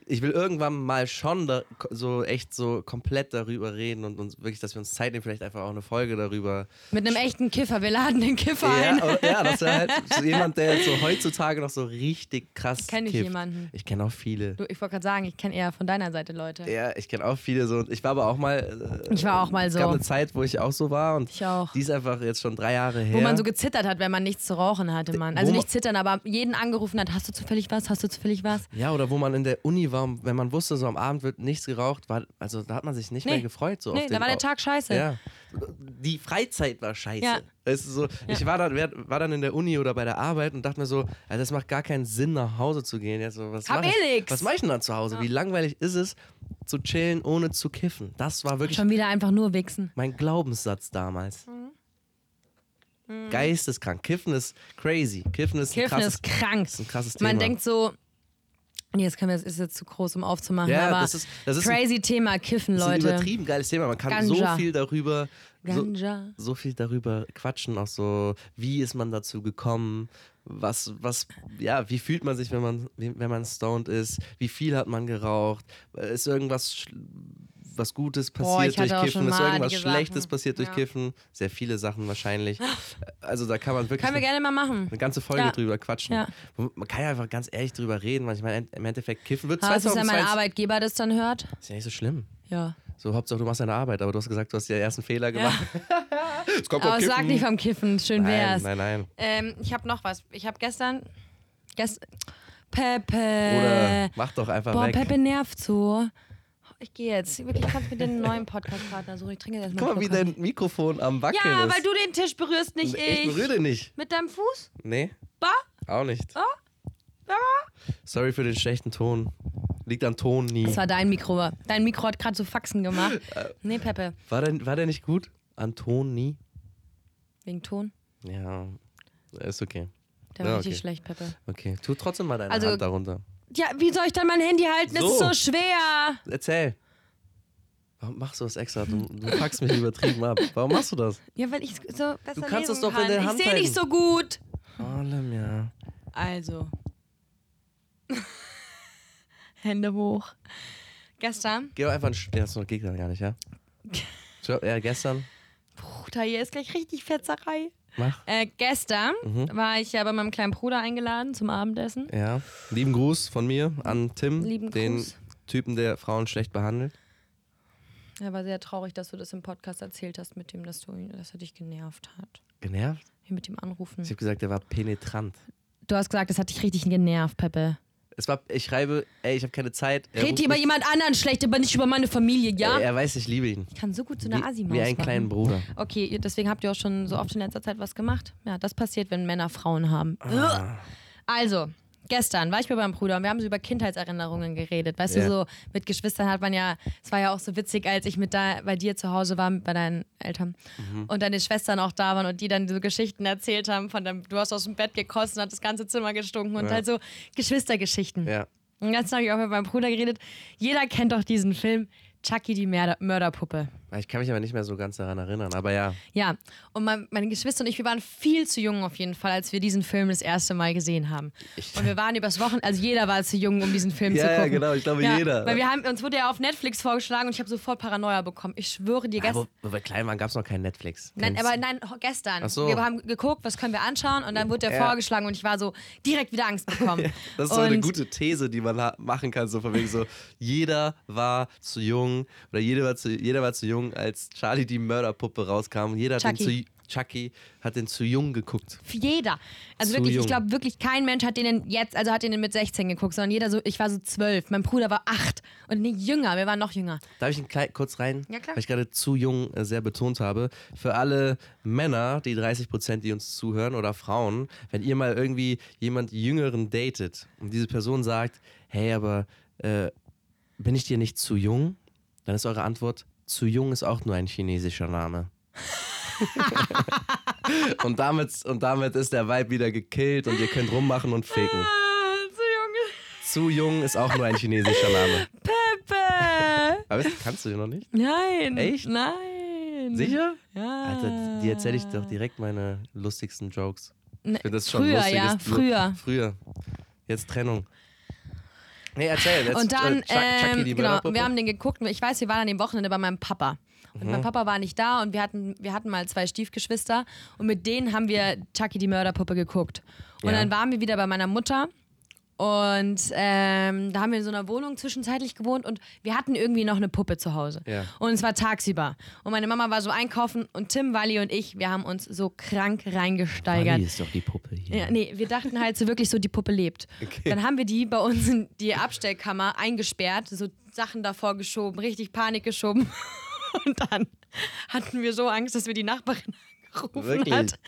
[SPEAKER 3] ich will irgendwann mal schon da, so echt so komplett darüber reden und uns wirklich, dass wir uns Zeit nehmen, vielleicht einfach auch eine Folge darüber.
[SPEAKER 2] Mit einem echten Kiffer. Wir laden den Kiffer ein.
[SPEAKER 3] Ja, aber- ja, das wäre halt so jemand, der jetzt so heutzutage noch so richtig krass
[SPEAKER 2] Kenn ich
[SPEAKER 3] kifft.
[SPEAKER 2] jemanden.
[SPEAKER 3] Ich kenne auch viele.
[SPEAKER 2] Du, ich wollte gerade sagen, ich kenne eher von deiner Seite Leute.
[SPEAKER 3] Ja, ich kenne auch viele so. Ich war aber auch mal. äh,
[SPEAKER 2] Ich war auch mal
[SPEAKER 3] Es
[SPEAKER 2] so.
[SPEAKER 3] gab eine Zeit, wo ich auch so war und
[SPEAKER 2] Ich auch.
[SPEAKER 3] die ist einfach jetzt schon drei Jahre her.
[SPEAKER 2] Wo man so gezittert hat, wenn man nichts zu rauchen hatte, Mann.
[SPEAKER 3] Wo
[SPEAKER 2] Also
[SPEAKER 3] man-
[SPEAKER 2] nicht zittern, aber jeden angerufen hat, hast du zufällig was, hast du zufällig was?
[SPEAKER 3] ja, oder wo man in der Uni war, und wenn man wusste, so am Abend wird nichts geraucht, war, also da hat man sich nicht
[SPEAKER 2] Nee.
[SPEAKER 3] mehr gefreut. So auf
[SPEAKER 2] nee,
[SPEAKER 3] den,
[SPEAKER 2] da war der Tag scheiße.
[SPEAKER 3] Ja. Die Freizeit war scheiße.
[SPEAKER 2] Ja.
[SPEAKER 3] Es ist so, Ich war dann, werd- war dann in der Uni oder bei der Arbeit und dachte mir so, also das macht gar keinen Sinn, nach Hause zu gehen. Jetzt so, was
[SPEAKER 2] Hab
[SPEAKER 3] mache
[SPEAKER 2] eh
[SPEAKER 3] ich,
[SPEAKER 2] nix.
[SPEAKER 3] was mach ich denn dann zu Hause? Wie langweilig ist es, zu chillen, ohne zu kiffen? Das war wirklich
[SPEAKER 2] Schon Mhm. wieder einfach nur wichsen.
[SPEAKER 3] mein Glaubenssatz damals. Geisteskrank. Kiffen ist crazy. Kiffen ist ein
[SPEAKER 2] Mhm. Kiffen
[SPEAKER 3] krasses,
[SPEAKER 2] ist krank.
[SPEAKER 3] ist ein krasses Thema.
[SPEAKER 2] Man denkt so, nee, das können wir, das ist jetzt zu groß, um aufzumachen,
[SPEAKER 3] Ja,
[SPEAKER 2] aber
[SPEAKER 3] das ist- das ist ein-
[SPEAKER 2] crazy Thema, Kiffen,
[SPEAKER 3] das ist ein
[SPEAKER 2] Leute.
[SPEAKER 3] übertrieben geiles Thema. Man kann
[SPEAKER 2] Ganja.
[SPEAKER 3] so viel darüber. So,
[SPEAKER 2] Ganja.
[SPEAKER 3] so viel darüber quatschen, auch so, wie ist man dazu gekommen, was, was, ja, wie fühlt man sich, wenn man, wenn man stoned ist, wie viel hat man geraucht, ist irgendwas, sch- was Gutes
[SPEAKER 2] Boah,
[SPEAKER 3] passiert
[SPEAKER 2] ich hatte
[SPEAKER 3] durch
[SPEAKER 2] auch
[SPEAKER 3] Kiffen,
[SPEAKER 2] schon
[SPEAKER 3] ist irgendwas
[SPEAKER 2] malige Sachen.
[SPEAKER 3] Schlechtes passiert durch
[SPEAKER 2] Ja.
[SPEAKER 3] Kiffen, sehr viele Sachen wahrscheinlich, also da kann man wirklich
[SPEAKER 2] Können wir gerne mal machen.
[SPEAKER 3] eine ganze Folge
[SPEAKER 2] Ja.
[SPEAKER 3] drüber quatschen.
[SPEAKER 2] Ja.
[SPEAKER 3] Wo- Man kann ja einfach ganz ehrlich drüber reden, weil ich meine, im Endeffekt kiffen wird
[SPEAKER 2] Aber was ist, wenn mein
[SPEAKER 3] 2022
[SPEAKER 2] Arbeitgeber das dann hört?
[SPEAKER 3] ist ja nicht so schlimm.
[SPEAKER 2] Ja.
[SPEAKER 3] So, Hauptsache, du machst deine Arbeit, aber du hast gesagt, du hast ja erst einen Fehler
[SPEAKER 2] Ja.
[SPEAKER 3] gemacht. es kommt
[SPEAKER 2] Aber
[SPEAKER 3] auf
[SPEAKER 2] sag
[SPEAKER 3] Kiffen.
[SPEAKER 2] nicht vom Kiffen, schön
[SPEAKER 3] Nein,
[SPEAKER 2] wär's.
[SPEAKER 3] nein, nein.
[SPEAKER 2] Ähm, ich habe noch was. Ich habe gestern. Gest
[SPEAKER 3] Oder
[SPEAKER 2] Pepe.
[SPEAKER 3] mach doch einfach
[SPEAKER 2] Äh, Boah,
[SPEAKER 3] weg.
[SPEAKER 2] Pepe nervt so. Ich gehe jetzt. Wirklich, kannst mir den neuen Podcast-Partner suchen. Ich trinke jetzt erstmal.
[SPEAKER 3] Guck mal, wie
[SPEAKER 2] einen
[SPEAKER 3] dein Mikrofon am
[SPEAKER 2] Schluck
[SPEAKER 3] Wackeln
[SPEAKER 2] Kaffee. Ja,
[SPEAKER 3] ist.
[SPEAKER 2] weil du den Tisch berührst, nicht
[SPEAKER 3] ich
[SPEAKER 2] ich.
[SPEAKER 3] berühre den nicht.
[SPEAKER 2] Mit deinem Fuß?
[SPEAKER 3] Nee,
[SPEAKER 2] Bah?
[SPEAKER 3] auch
[SPEAKER 2] Oh.
[SPEAKER 3] nicht. Sorry für den schlechten Ton. Liegt am Ton nie.
[SPEAKER 2] Das war dein Mikro. Dein Mikro hat gerade so Faxen gemacht. Nee, Pepe.
[SPEAKER 3] War der, war der nicht gut? An Ton nie?
[SPEAKER 2] Wegen Ton.
[SPEAKER 3] Ja, ist okay.
[SPEAKER 2] Der war
[SPEAKER 3] Ja,
[SPEAKER 2] richtig
[SPEAKER 3] okay.
[SPEAKER 2] schlecht, Pepe.
[SPEAKER 3] Okay, tu trotzdem mal deine
[SPEAKER 2] Also-
[SPEAKER 3] Hand darunter.
[SPEAKER 2] Ja, wie soll ich dann mein Handy halten? Das
[SPEAKER 3] So.
[SPEAKER 2] ist so schwer.
[SPEAKER 3] Erzähl. Warum machst du das extra? Du, du packst mich übertrieben ab. Warum machst du das?
[SPEAKER 2] Ja, weil ich so besser
[SPEAKER 3] Du kannst
[SPEAKER 2] lesen
[SPEAKER 3] das doch in
[SPEAKER 2] kann.
[SPEAKER 3] der Hand
[SPEAKER 2] Ich sehe
[SPEAKER 3] halten.
[SPEAKER 2] nicht so gut.
[SPEAKER 3] Allem, ja.
[SPEAKER 2] Also. Hände hoch. Gestern,
[SPEAKER 3] Geh doch einfach ein Sch- Ja, das geht dann gar nicht, ja? Tja, Ja, gestern.
[SPEAKER 2] Bruder, hier ist gleich richtig Fetzerei.
[SPEAKER 3] Mach.
[SPEAKER 2] Äh, gestern
[SPEAKER 3] Mhm.
[SPEAKER 2] war ich ja bei meinem kleinen Bruder eingeladen zum Abendessen.
[SPEAKER 3] Ja. Lieben Gruß von mir an Tim,
[SPEAKER 2] Lieben
[SPEAKER 3] den
[SPEAKER 2] Gruß.
[SPEAKER 3] Typen, der Frauen schlecht behandelt.
[SPEAKER 2] Er war sehr traurig, dass du das im Podcast erzählt hast mit dem, dass, du, ihn- dass er dich genervt hat.
[SPEAKER 3] Genervt?
[SPEAKER 2] Hier mit dem Anrufen.
[SPEAKER 3] Ich habe gesagt, der war penetrant.
[SPEAKER 2] Du hast gesagt, das hat dich richtig genervt, Peppe.
[SPEAKER 3] Es war, ich schreibe, ey, ich habe keine Zeit. Er
[SPEAKER 2] Red
[SPEAKER 3] ruft
[SPEAKER 2] hier über
[SPEAKER 3] mich-
[SPEAKER 2] jemand anderen schlecht, aber nicht über meine Familie, ja?
[SPEAKER 3] Er, er weiß, ich liebe ihn.
[SPEAKER 2] Ich kann so gut so
[SPEAKER 3] Wie,
[SPEAKER 2] eine Asi-Maus
[SPEAKER 3] wie einen
[SPEAKER 2] machen.
[SPEAKER 3] kleinen Bruder.
[SPEAKER 2] Okay, ihr- deswegen habt ihr auch schon so oft in letzter Zeit was gemacht. Ja, das passiert, wenn Männer Frauen haben.
[SPEAKER 3] Ah.
[SPEAKER 2] Also, gestern war ich bei meinem Bruder und wir haben so über Kindheitserinnerungen geredet. Weißt
[SPEAKER 3] Ja.
[SPEAKER 2] du, so mit Geschwistern hat man ja, es war ja auch so witzig, als ich mit da bei dir zu Hause war, bei deinen Eltern
[SPEAKER 3] Mhm.
[SPEAKER 2] und deine Schwestern auch da waren und die dann so Geschichten erzählt haben von deinem, du hast aus dem Bett gekostet und hat das ganze Zimmer gestunken und
[SPEAKER 3] Ja.
[SPEAKER 2] halt so Geschwistergeschichten.
[SPEAKER 3] Ja.
[SPEAKER 2] Und gestern habe ich auch mit meinem Bruder geredet. Jeder kennt doch diesen Film Chucky die Mörder Mörderpuppe.
[SPEAKER 3] Ich kann mich aber nicht mehr so ganz daran erinnern. Aber ja,
[SPEAKER 2] Ja, und mein, meine Geschwister und ich, wir waren viel zu jung auf jeden Fall, als wir diesen Film das erste Mal gesehen haben.
[SPEAKER 3] Ich-
[SPEAKER 2] Und wir waren übers Wochenende, also jeder war zu jung, um diesen Film
[SPEAKER 3] Ja,
[SPEAKER 2] zu
[SPEAKER 3] ja,
[SPEAKER 2] gucken.
[SPEAKER 3] genau, ich glaube, jeder.
[SPEAKER 2] Weil wir haben, uns wurde ja auf Netflix vorgeschlagen und ich habe sofort Paranoia bekommen. Ich schwöre dir,
[SPEAKER 3] aber
[SPEAKER 2] gestern.
[SPEAKER 3] wo wir klein waren, gab es noch kein Netflix.
[SPEAKER 2] Nein,
[SPEAKER 3] Kennst-
[SPEAKER 2] aber nein, ho- gestern.
[SPEAKER 3] Ach so.
[SPEAKER 2] Wir haben geguckt, was können wir anschauen und dann wurde der
[SPEAKER 3] Ja.
[SPEAKER 2] vorgeschlagen und ich war so direkt wieder Angst bekommen.
[SPEAKER 3] das ist so eine
[SPEAKER 2] Und-
[SPEAKER 3] gute These, die man ha- machen kann, so von wegen so, jeder war zu jung oder jeder war zu, jeder war zu jung, als Charlie die Mörderpuppe rauskam. Jeder hat
[SPEAKER 2] Chucky.
[SPEAKER 3] den zu, Chucky hat den zu jung geguckt.
[SPEAKER 2] Für jeder. Also
[SPEAKER 3] Zu
[SPEAKER 2] wirklich,
[SPEAKER 3] jung.
[SPEAKER 2] ich glaube wirklich kein Mensch hat den jetzt, also hat den mit 16 geguckt, sondern jeder so, ich war so 12, mein Bruder war 8 und nee, jünger, wir waren noch jünger.
[SPEAKER 3] Darf ich ihn klein, kurz rein?
[SPEAKER 2] Ja, klar.
[SPEAKER 3] Weil ich gerade zu jung äh, sehr betont habe. Für alle Männer, die 30 Prozent, die uns zuhören, oder Frauen, wenn ihr mal irgendwie jemand Jüngeren datet und diese Person sagt, hey, aber äh, bin ich dir nicht zu jung? Dann ist eure Antwort, zu jung ist auch nur ein chinesischer Name. und, damit, und damit ist der Vibe wieder gekillt und ihr könnt rummachen und ficken.
[SPEAKER 2] Ah. so Junge.
[SPEAKER 3] Zu jung ist auch nur ein chinesischer Name.
[SPEAKER 2] Peppe.
[SPEAKER 3] Aber das kannst du den noch nicht?
[SPEAKER 2] Nein.
[SPEAKER 3] Echt?
[SPEAKER 2] Nein.
[SPEAKER 3] Sicher?
[SPEAKER 2] Ja.
[SPEAKER 3] Alter, die erzähle ich doch direkt meine lustigsten Jokes.
[SPEAKER 2] Ne,
[SPEAKER 3] Ich find das schon
[SPEAKER 2] früher,
[SPEAKER 3] lustig,
[SPEAKER 2] ja,
[SPEAKER 3] ist-
[SPEAKER 2] früher.
[SPEAKER 3] Früher. Jetzt Trennung. Nee, erzähl. Jetzt,
[SPEAKER 2] Und
[SPEAKER 3] äh,
[SPEAKER 2] dann,
[SPEAKER 3] Chuck- Chucky,
[SPEAKER 2] ähm,
[SPEAKER 3] die
[SPEAKER 2] genau,
[SPEAKER 3] Mörderpuppe.
[SPEAKER 2] wir haben den geguckt. und Ich weiß, wir waren an dem Wochenende bei meinem Papa. Und
[SPEAKER 3] Mhm.
[SPEAKER 2] mein Papa war nicht da und wir hatten, wir hatten mal zwei Stiefgeschwister und mit denen haben wir Chucky die Mörderpuppe geguckt. Und
[SPEAKER 3] Ja.
[SPEAKER 2] dann waren wir wieder bei meiner Mutter und ähm, da haben wir in so einer Wohnung zwischenzeitlich gewohnt und wir hatten irgendwie noch eine Puppe zu Hause.
[SPEAKER 3] Ja.
[SPEAKER 2] Und es war tagsüber. Und meine Mama war so einkaufen und Tim, Wally und ich, wir haben uns so krank reingesteigert.
[SPEAKER 3] ist doch die Puppe hier.
[SPEAKER 2] Ja, nee, wir dachten halt so wirklich so, die Puppe lebt. Dann haben wir die bei uns in die Abstellkammer eingesperrt, so Sachen davor geschoben, richtig Panik geschoben. Und dann hatten wir so Angst, dass wir die Nachbarin angerufen
[SPEAKER 3] Wirklich?
[SPEAKER 2] hat,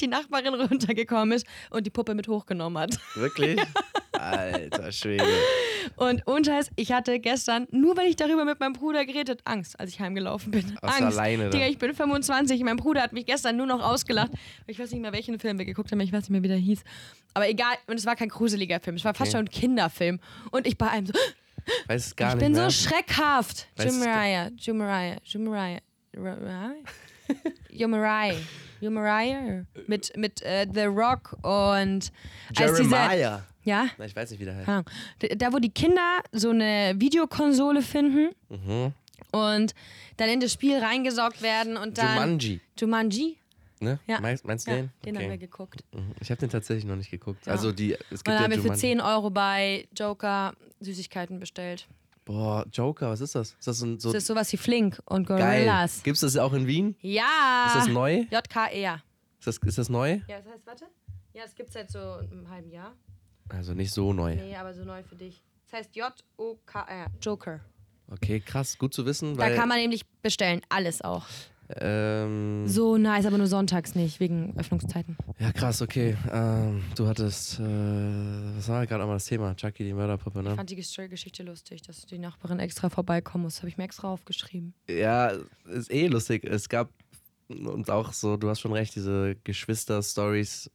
[SPEAKER 2] die Nachbarin runtergekommen ist und die Puppe mit hochgenommen hat.
[SPEAKER 3] Wirklich? Alter Schwede.
[SPEAKER 2] Und unscheiß, ich hatte gestern, nur weil ich darüber mit meinem Bruder geredet, Angst, als ich heimgelaufen bin.
[SPEAKER 3] Warst du
[SPEAKER 2] Angst.
[SPEAKER 3] alleine da?
[SPEAKER 2] Digga, ich bin 25. Mein Bruder hat mich gestern nur noch ausgelacht. Ich weiß nicht mehr, welchen Film wir geguckt haben. Ich weiß nicht mehr, wie der hieß. Aber egal, und es war kein gruseliger Film. Es war fast
[SPEAKER 3] Okay.
[SPEAKER 2] schon ein Kinderfilm. Und ich bei einem so,
[SPEAKER 3] Weiß es gar
[SPEAKER 2] ich
[SPEAKER 3] nicht
[SPEAKER 2] bin
[SPEAKER 3] mehr.
[SPEAKER 2] so schreckhaft.
[SPEAKER 3] Weiß es gar-
[SPEAKER 2] Jumariah, Jumariah, Jumariah. Jumariah. Jumariah. Mit, mit äh, The Rock und. äh, als Diese,
[SPEAKER 3] Jeremiah.
[SPEAKER 2] ja?
[SPEAKER 3] Na, ich weiß nicht, wie der heißt.
[SPEAKER 2] keine Ahnung. D- Da, wo die Kinder so eine Videokonsole finden
[SPEAKER 3] Mhm.
[SPEAKER 2] und dann in das Spiel reingesaugt werden und dann.
[SPEAKER 3] Jumanji.
[SPEAKER 2] Jumanji?
[SPEAKER 3] Ne?
[SPEAKER 2] Ja.
[SPEAKER 3] Meinst, meinst du
[SPEAKER 2] Ja,
[SPEAKER 3] den?
[SPEAKER 2] den haben wir
[SPEAKER 3] okay.
[SPEAKER 2] geguckt.
[SPEAKER 3] Mhm. Ich habe den tatsächlich noch nicht geguckt. Also die, es gibt
[SPEAKER 2] Und dann
[SPEAKER 3] ja
[SPEAKER 2] haben wir für
[SPEAKER 3] Jumanji.
[SPEAKER 2] 10 Euro bei Joker Süßigkeiten bestellt.
[SPEAKER 3] Boah, Joker, was ist das? Ist das so ein so
[SPEAKER 2] Das ist sowas wie Flink und
[SPEAKER 3] geil?
[SPEAKER 2] Gorillas. Ah.
[SPEAKER 3] Gibt's das auch in Wien?
[SPEAKER 2] Ja!
[SPEAKER 3] Ist das neu?
[SPEAKER 2] JKE, ja.
[SPEAKER 3] Ist das, ist das neu?
[SPEAKER 2] Ja, das heißt, warte. Ja, das gibt es seit so einem halben Jahr.
[SPEAKER 3] Also nicht so neu.
[SPEAKER 2] Nee, aber so neu für dich. Das heißt J-O-K-R. Joker.
[SPEAKER 3] Okay, krass, gut zu wissen,
[SPEAKER 2] E Da
[SPEAKER 3] weil
[SPEAKER 2] kann man nämlich bestellen. Alles auch.
[SPEAKER 3] ähm,
[SPEAKER 2] So nice, aber nur sonntags nicht, wegen Öffnungszeiten.
[SPEAKER 3] ja krass, okay. Ähm, du hattest, äh, was war gerade nochmal das Thema? Chucky die Mörderpuppe,
[SPEAKER 2] Ich
[SPEAKER 3] ne?
[SPEAKER 2] fand die Gesch- Geschichte lustig, dass die Nachbarin extra vorbeikommen muss. Habe ich mir extra aufgeschrieben.
[SPEAKER 3] Ja, ist eh lustig. Es gab und auch so, du hast schon recht, diese Geschwister-Stories,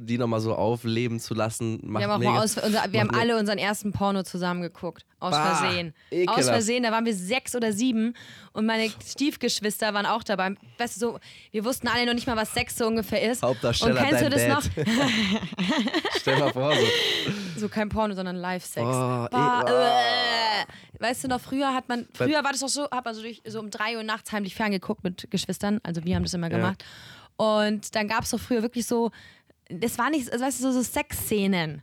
[SPEAKER 3] die nochmal so aufleben zu lassen, macht
[SPEAKER 2] Wir haben, auch
[SPEAKER 3] mega
[SPEAKER 2] mal aus, unser, wir haben
[SPEAKER 3] mega-
[SPEAKER 2] alle unseren ersten Porno zusammen geguckt. Aus
[SPEAKER 3] Bah,
[SPEAKER 2] Versehen.
[SPEAKER 3] ekelhaft.
[SPEAKER 2] Aus Versehen, da waren wir sechs oder sieben und meine Stiefgeschwister waren auch dabei. Weißt du, so, wir wussten alle noch nicht mal, was Sex so ungefähr ist.
[SPEAKER 3] Hauptdarsteller,
[SPEAKER 2] und kennst
[SPEAKER 3] dein
[SPEAKER 2] du das
[SPEAKER 3] Dad.
[SPEAKER 2] noch?
[SPEAKER 3] Stell mal vor, so.
[SPEAKER 2] So kein Porno, sondern Live-Sex.
[SPEAKER 3] Oh, eh,
[SPEAKER 2] Bah,
[SPEAKER 3] oh.
[SPEAKER 2] äh. Weißt du noch, früher hat man,
[SPEAKER 3] Bei-
[SPEAKER 2] früher war das doch so, hat man so, durch, so um drei Uhr nachts heimlich ferngeguckt mit Geschwistern. Also wir haben das immer
[SPEAKER 3] Ja.
[SPEAKER 2] gemacht. Und dann gab es doch früher wirklich so, das war nicht, also weißt du, so, so Sexszenen.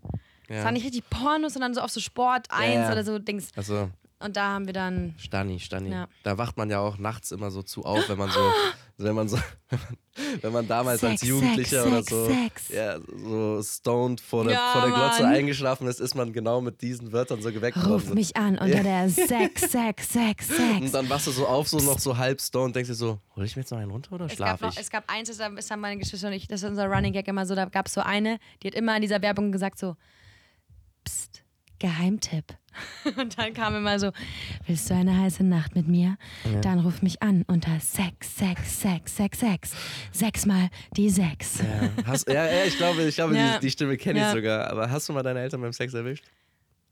[SPEAKER 3] Ja.
[SPEAKER 2] Das war nicht richtig Pornos, sondern so auf so Sport 1
[SPEAKER 3] ja.
[SPEAKER 2] oder so Dings.
[SPEAKER 3] Also,
[SPEAKER 2] Und da haben wir dann,
[SPEAKER 3] Stani, Stani.
[SPEAKER 2] Ja.
[SPEAKER 3] Da wacht man ja auch nachts immer so zu auf, wenn man so, wenn man so, wenn man damals
[SPEAKER 2] Sex,
[SPEAKER 3] als Jugendlicher
[SPEAKER 2] Sex,
[SPEAKER 3] oder
[SPEAKER 2] Sex,
[SPEAKER 3] so,
[SPEAKER 2] Sex.
[SPEAKER 3] Ja, so stoned vor der,
[SPEAKER 2] Ja,
[SPEAKER 3] vor der Glotze
[SPEAKER 2] Mann.
[SPEAKER 3] eingeschlafen ist, ist man genau mit diesen Wörtern so geweckt worden.
[SPEAKER 2] ruf mich an unter der Sex, Sex, Sex, Sex.
[SPEAKER 3] Und dann wachst du so auf, so noch so halb stoned, denkst dir so, hol ich mir jetzt noch einen runter oder
[SPEAKER 2] Es gab,
[SPEAKER 3] schlaf
[SPEAKER 2] noch,
[SPEAKER 3] ich?
[SPEAKER 2] es gab eins, das haben das haben meine Geschwister und ich, das ist unser Running Gag immer so, da gab es so eine, die hat immer in dieser Werbung gesagt so, Psst, Geheimtipp. Und dann kam immer so, willst du eine heiße Nacht mit mir? Dann ruf mich an unter Sex, Sex, Sex, Sex, Sex. Sechsmal die Sechs.
[SPEAKER 3] Ja, hast, ja, ja, ich glaube, ich glaube
[SPEAKER 2] Ja.
[SPEAKER 3] die, die Stimme kenne ich
[SPEAKER 2] Ja.
[SPEAKER 3] sogar. Aber hast du mal deine Eltern beim Sex erwischt?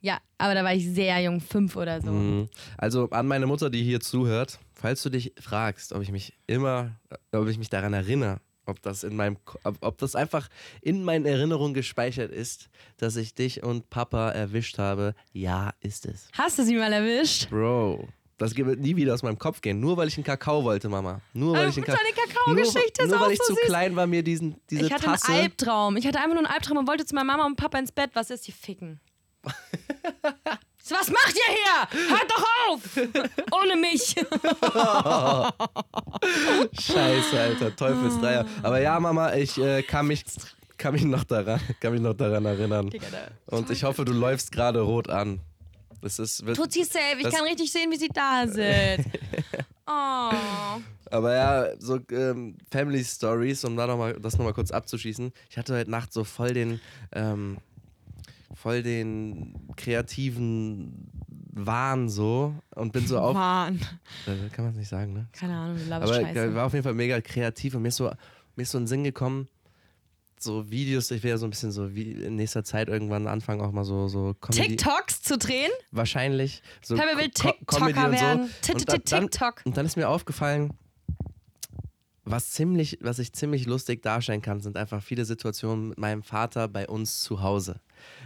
[SPEAKER 2] Ja, aber da war ich sehr jung, fünf oder so.
[SPEAKER 3] Mhm. Also an meine Mutter, die hier zuhört, falls du dich fragst, ob ich mich immer, ob ich mich daran erinnere, ob das in meinem, Ko- ob, ob das einfach in meinen Erinnerungen gespeichert ist, dass ich dich und Papa erwischt habe, ja, ist es.
[SPEAKER 2] Hast du sie mal erwischt?
[SPEAKER 3] Bro, das wird nie wieder aus meinem Kopf gehen. Nur weil ich einen Kakao wollte, Mama. Nur weil
[SPEAKER 2] Ähm,
[SPEAKER 3] ich einen
[SPEAKER 2] deine Kakao-Geschichte
[SPEAKER 3] nur,
[SPEAKER 2] ist
[SPEAKER 3] nur
[SPEAKER 2] auch
[SPEAKER 3] weil ich
[SPEAKER 2] so
[SPEAKER 3] zu
[SPEAKER 2] süß.
[SPEAKER 3] klein war, mir diesen, diese
[SPEAKER 2] ich hatte
[SPEAKER 3] Tasse.
[SPEAKER 2] einen Albtraum. Ich hatte einfach nur einen Albtraum und wollte zu meiner Mama und Papa ins Bett. Was ist? Die ficken. So, Was macht ihr hier? Hört doch auf! Ohne mich!
[SPEAKER 3] Scheiße, Alter, Teufelsdreier.
[SPEAKER 2] Ah.
[SPEAKER 3] Aber ja, Mama, ich äh, kann mich kann mich noch daran kann mich noch daran erinnern. Und ich hoffe, du läufst gerade rot an. Das ist wird,
[SPEAKER 2] Tutsi safe, ich
[SPEAKER 3] Das-
[SPEAKER 2] kann richtig sehen, wie sie da sind. Oh.
[SPEAKER 3] aber ja, so ähm, Family Stories, um da noch mal das noch mal kurz abzuschießen. Ich hatte heute Nacht so voll den ähm, voll den kreativen Wahn so und bin so auf.
[SPEAKER 2] Mann.
[SPEAKER 3] Äh, Kann man es nicht sagen, ne?
[SPEAKER 2] Keine Ahnung, du laberst
[SPEAKER 3] Aber
[SPEAKER 2] Scheiße.
[SPEAKER 3] ich war auf jeden Fall mega kreativ und mir ist so, mir ist so ein Sinn gekommen, so Videos, ich will ja so ein bisschen so wie in nächster Zeit irgendwann anfangen, auch mal so, so Comedy.
[SPEAKER 2] TikToks zu drehen?
[SPEAKER 3] Wahrscheinlich. So
[SPEAKER 2] Pamela will
[SPEAKER 3] Co- Co- Comedy
[SPEAKER 2] TikToker
[SPEAKER 3] und so.
[SPEAKER 2] werden. T-
[SPEAKER 3] Und
[SPEAKER 2] t-
[SPEAKER 3] da- dann-
[SPEAKER 2] TikTok.
[SPEAKER 3] Und dann ist mir aufgefallen, was ziemlich, was ich ziemlich lustig darstellen kann, sind einfach viele Situationen mit meinem Vater bei uns zu Hause.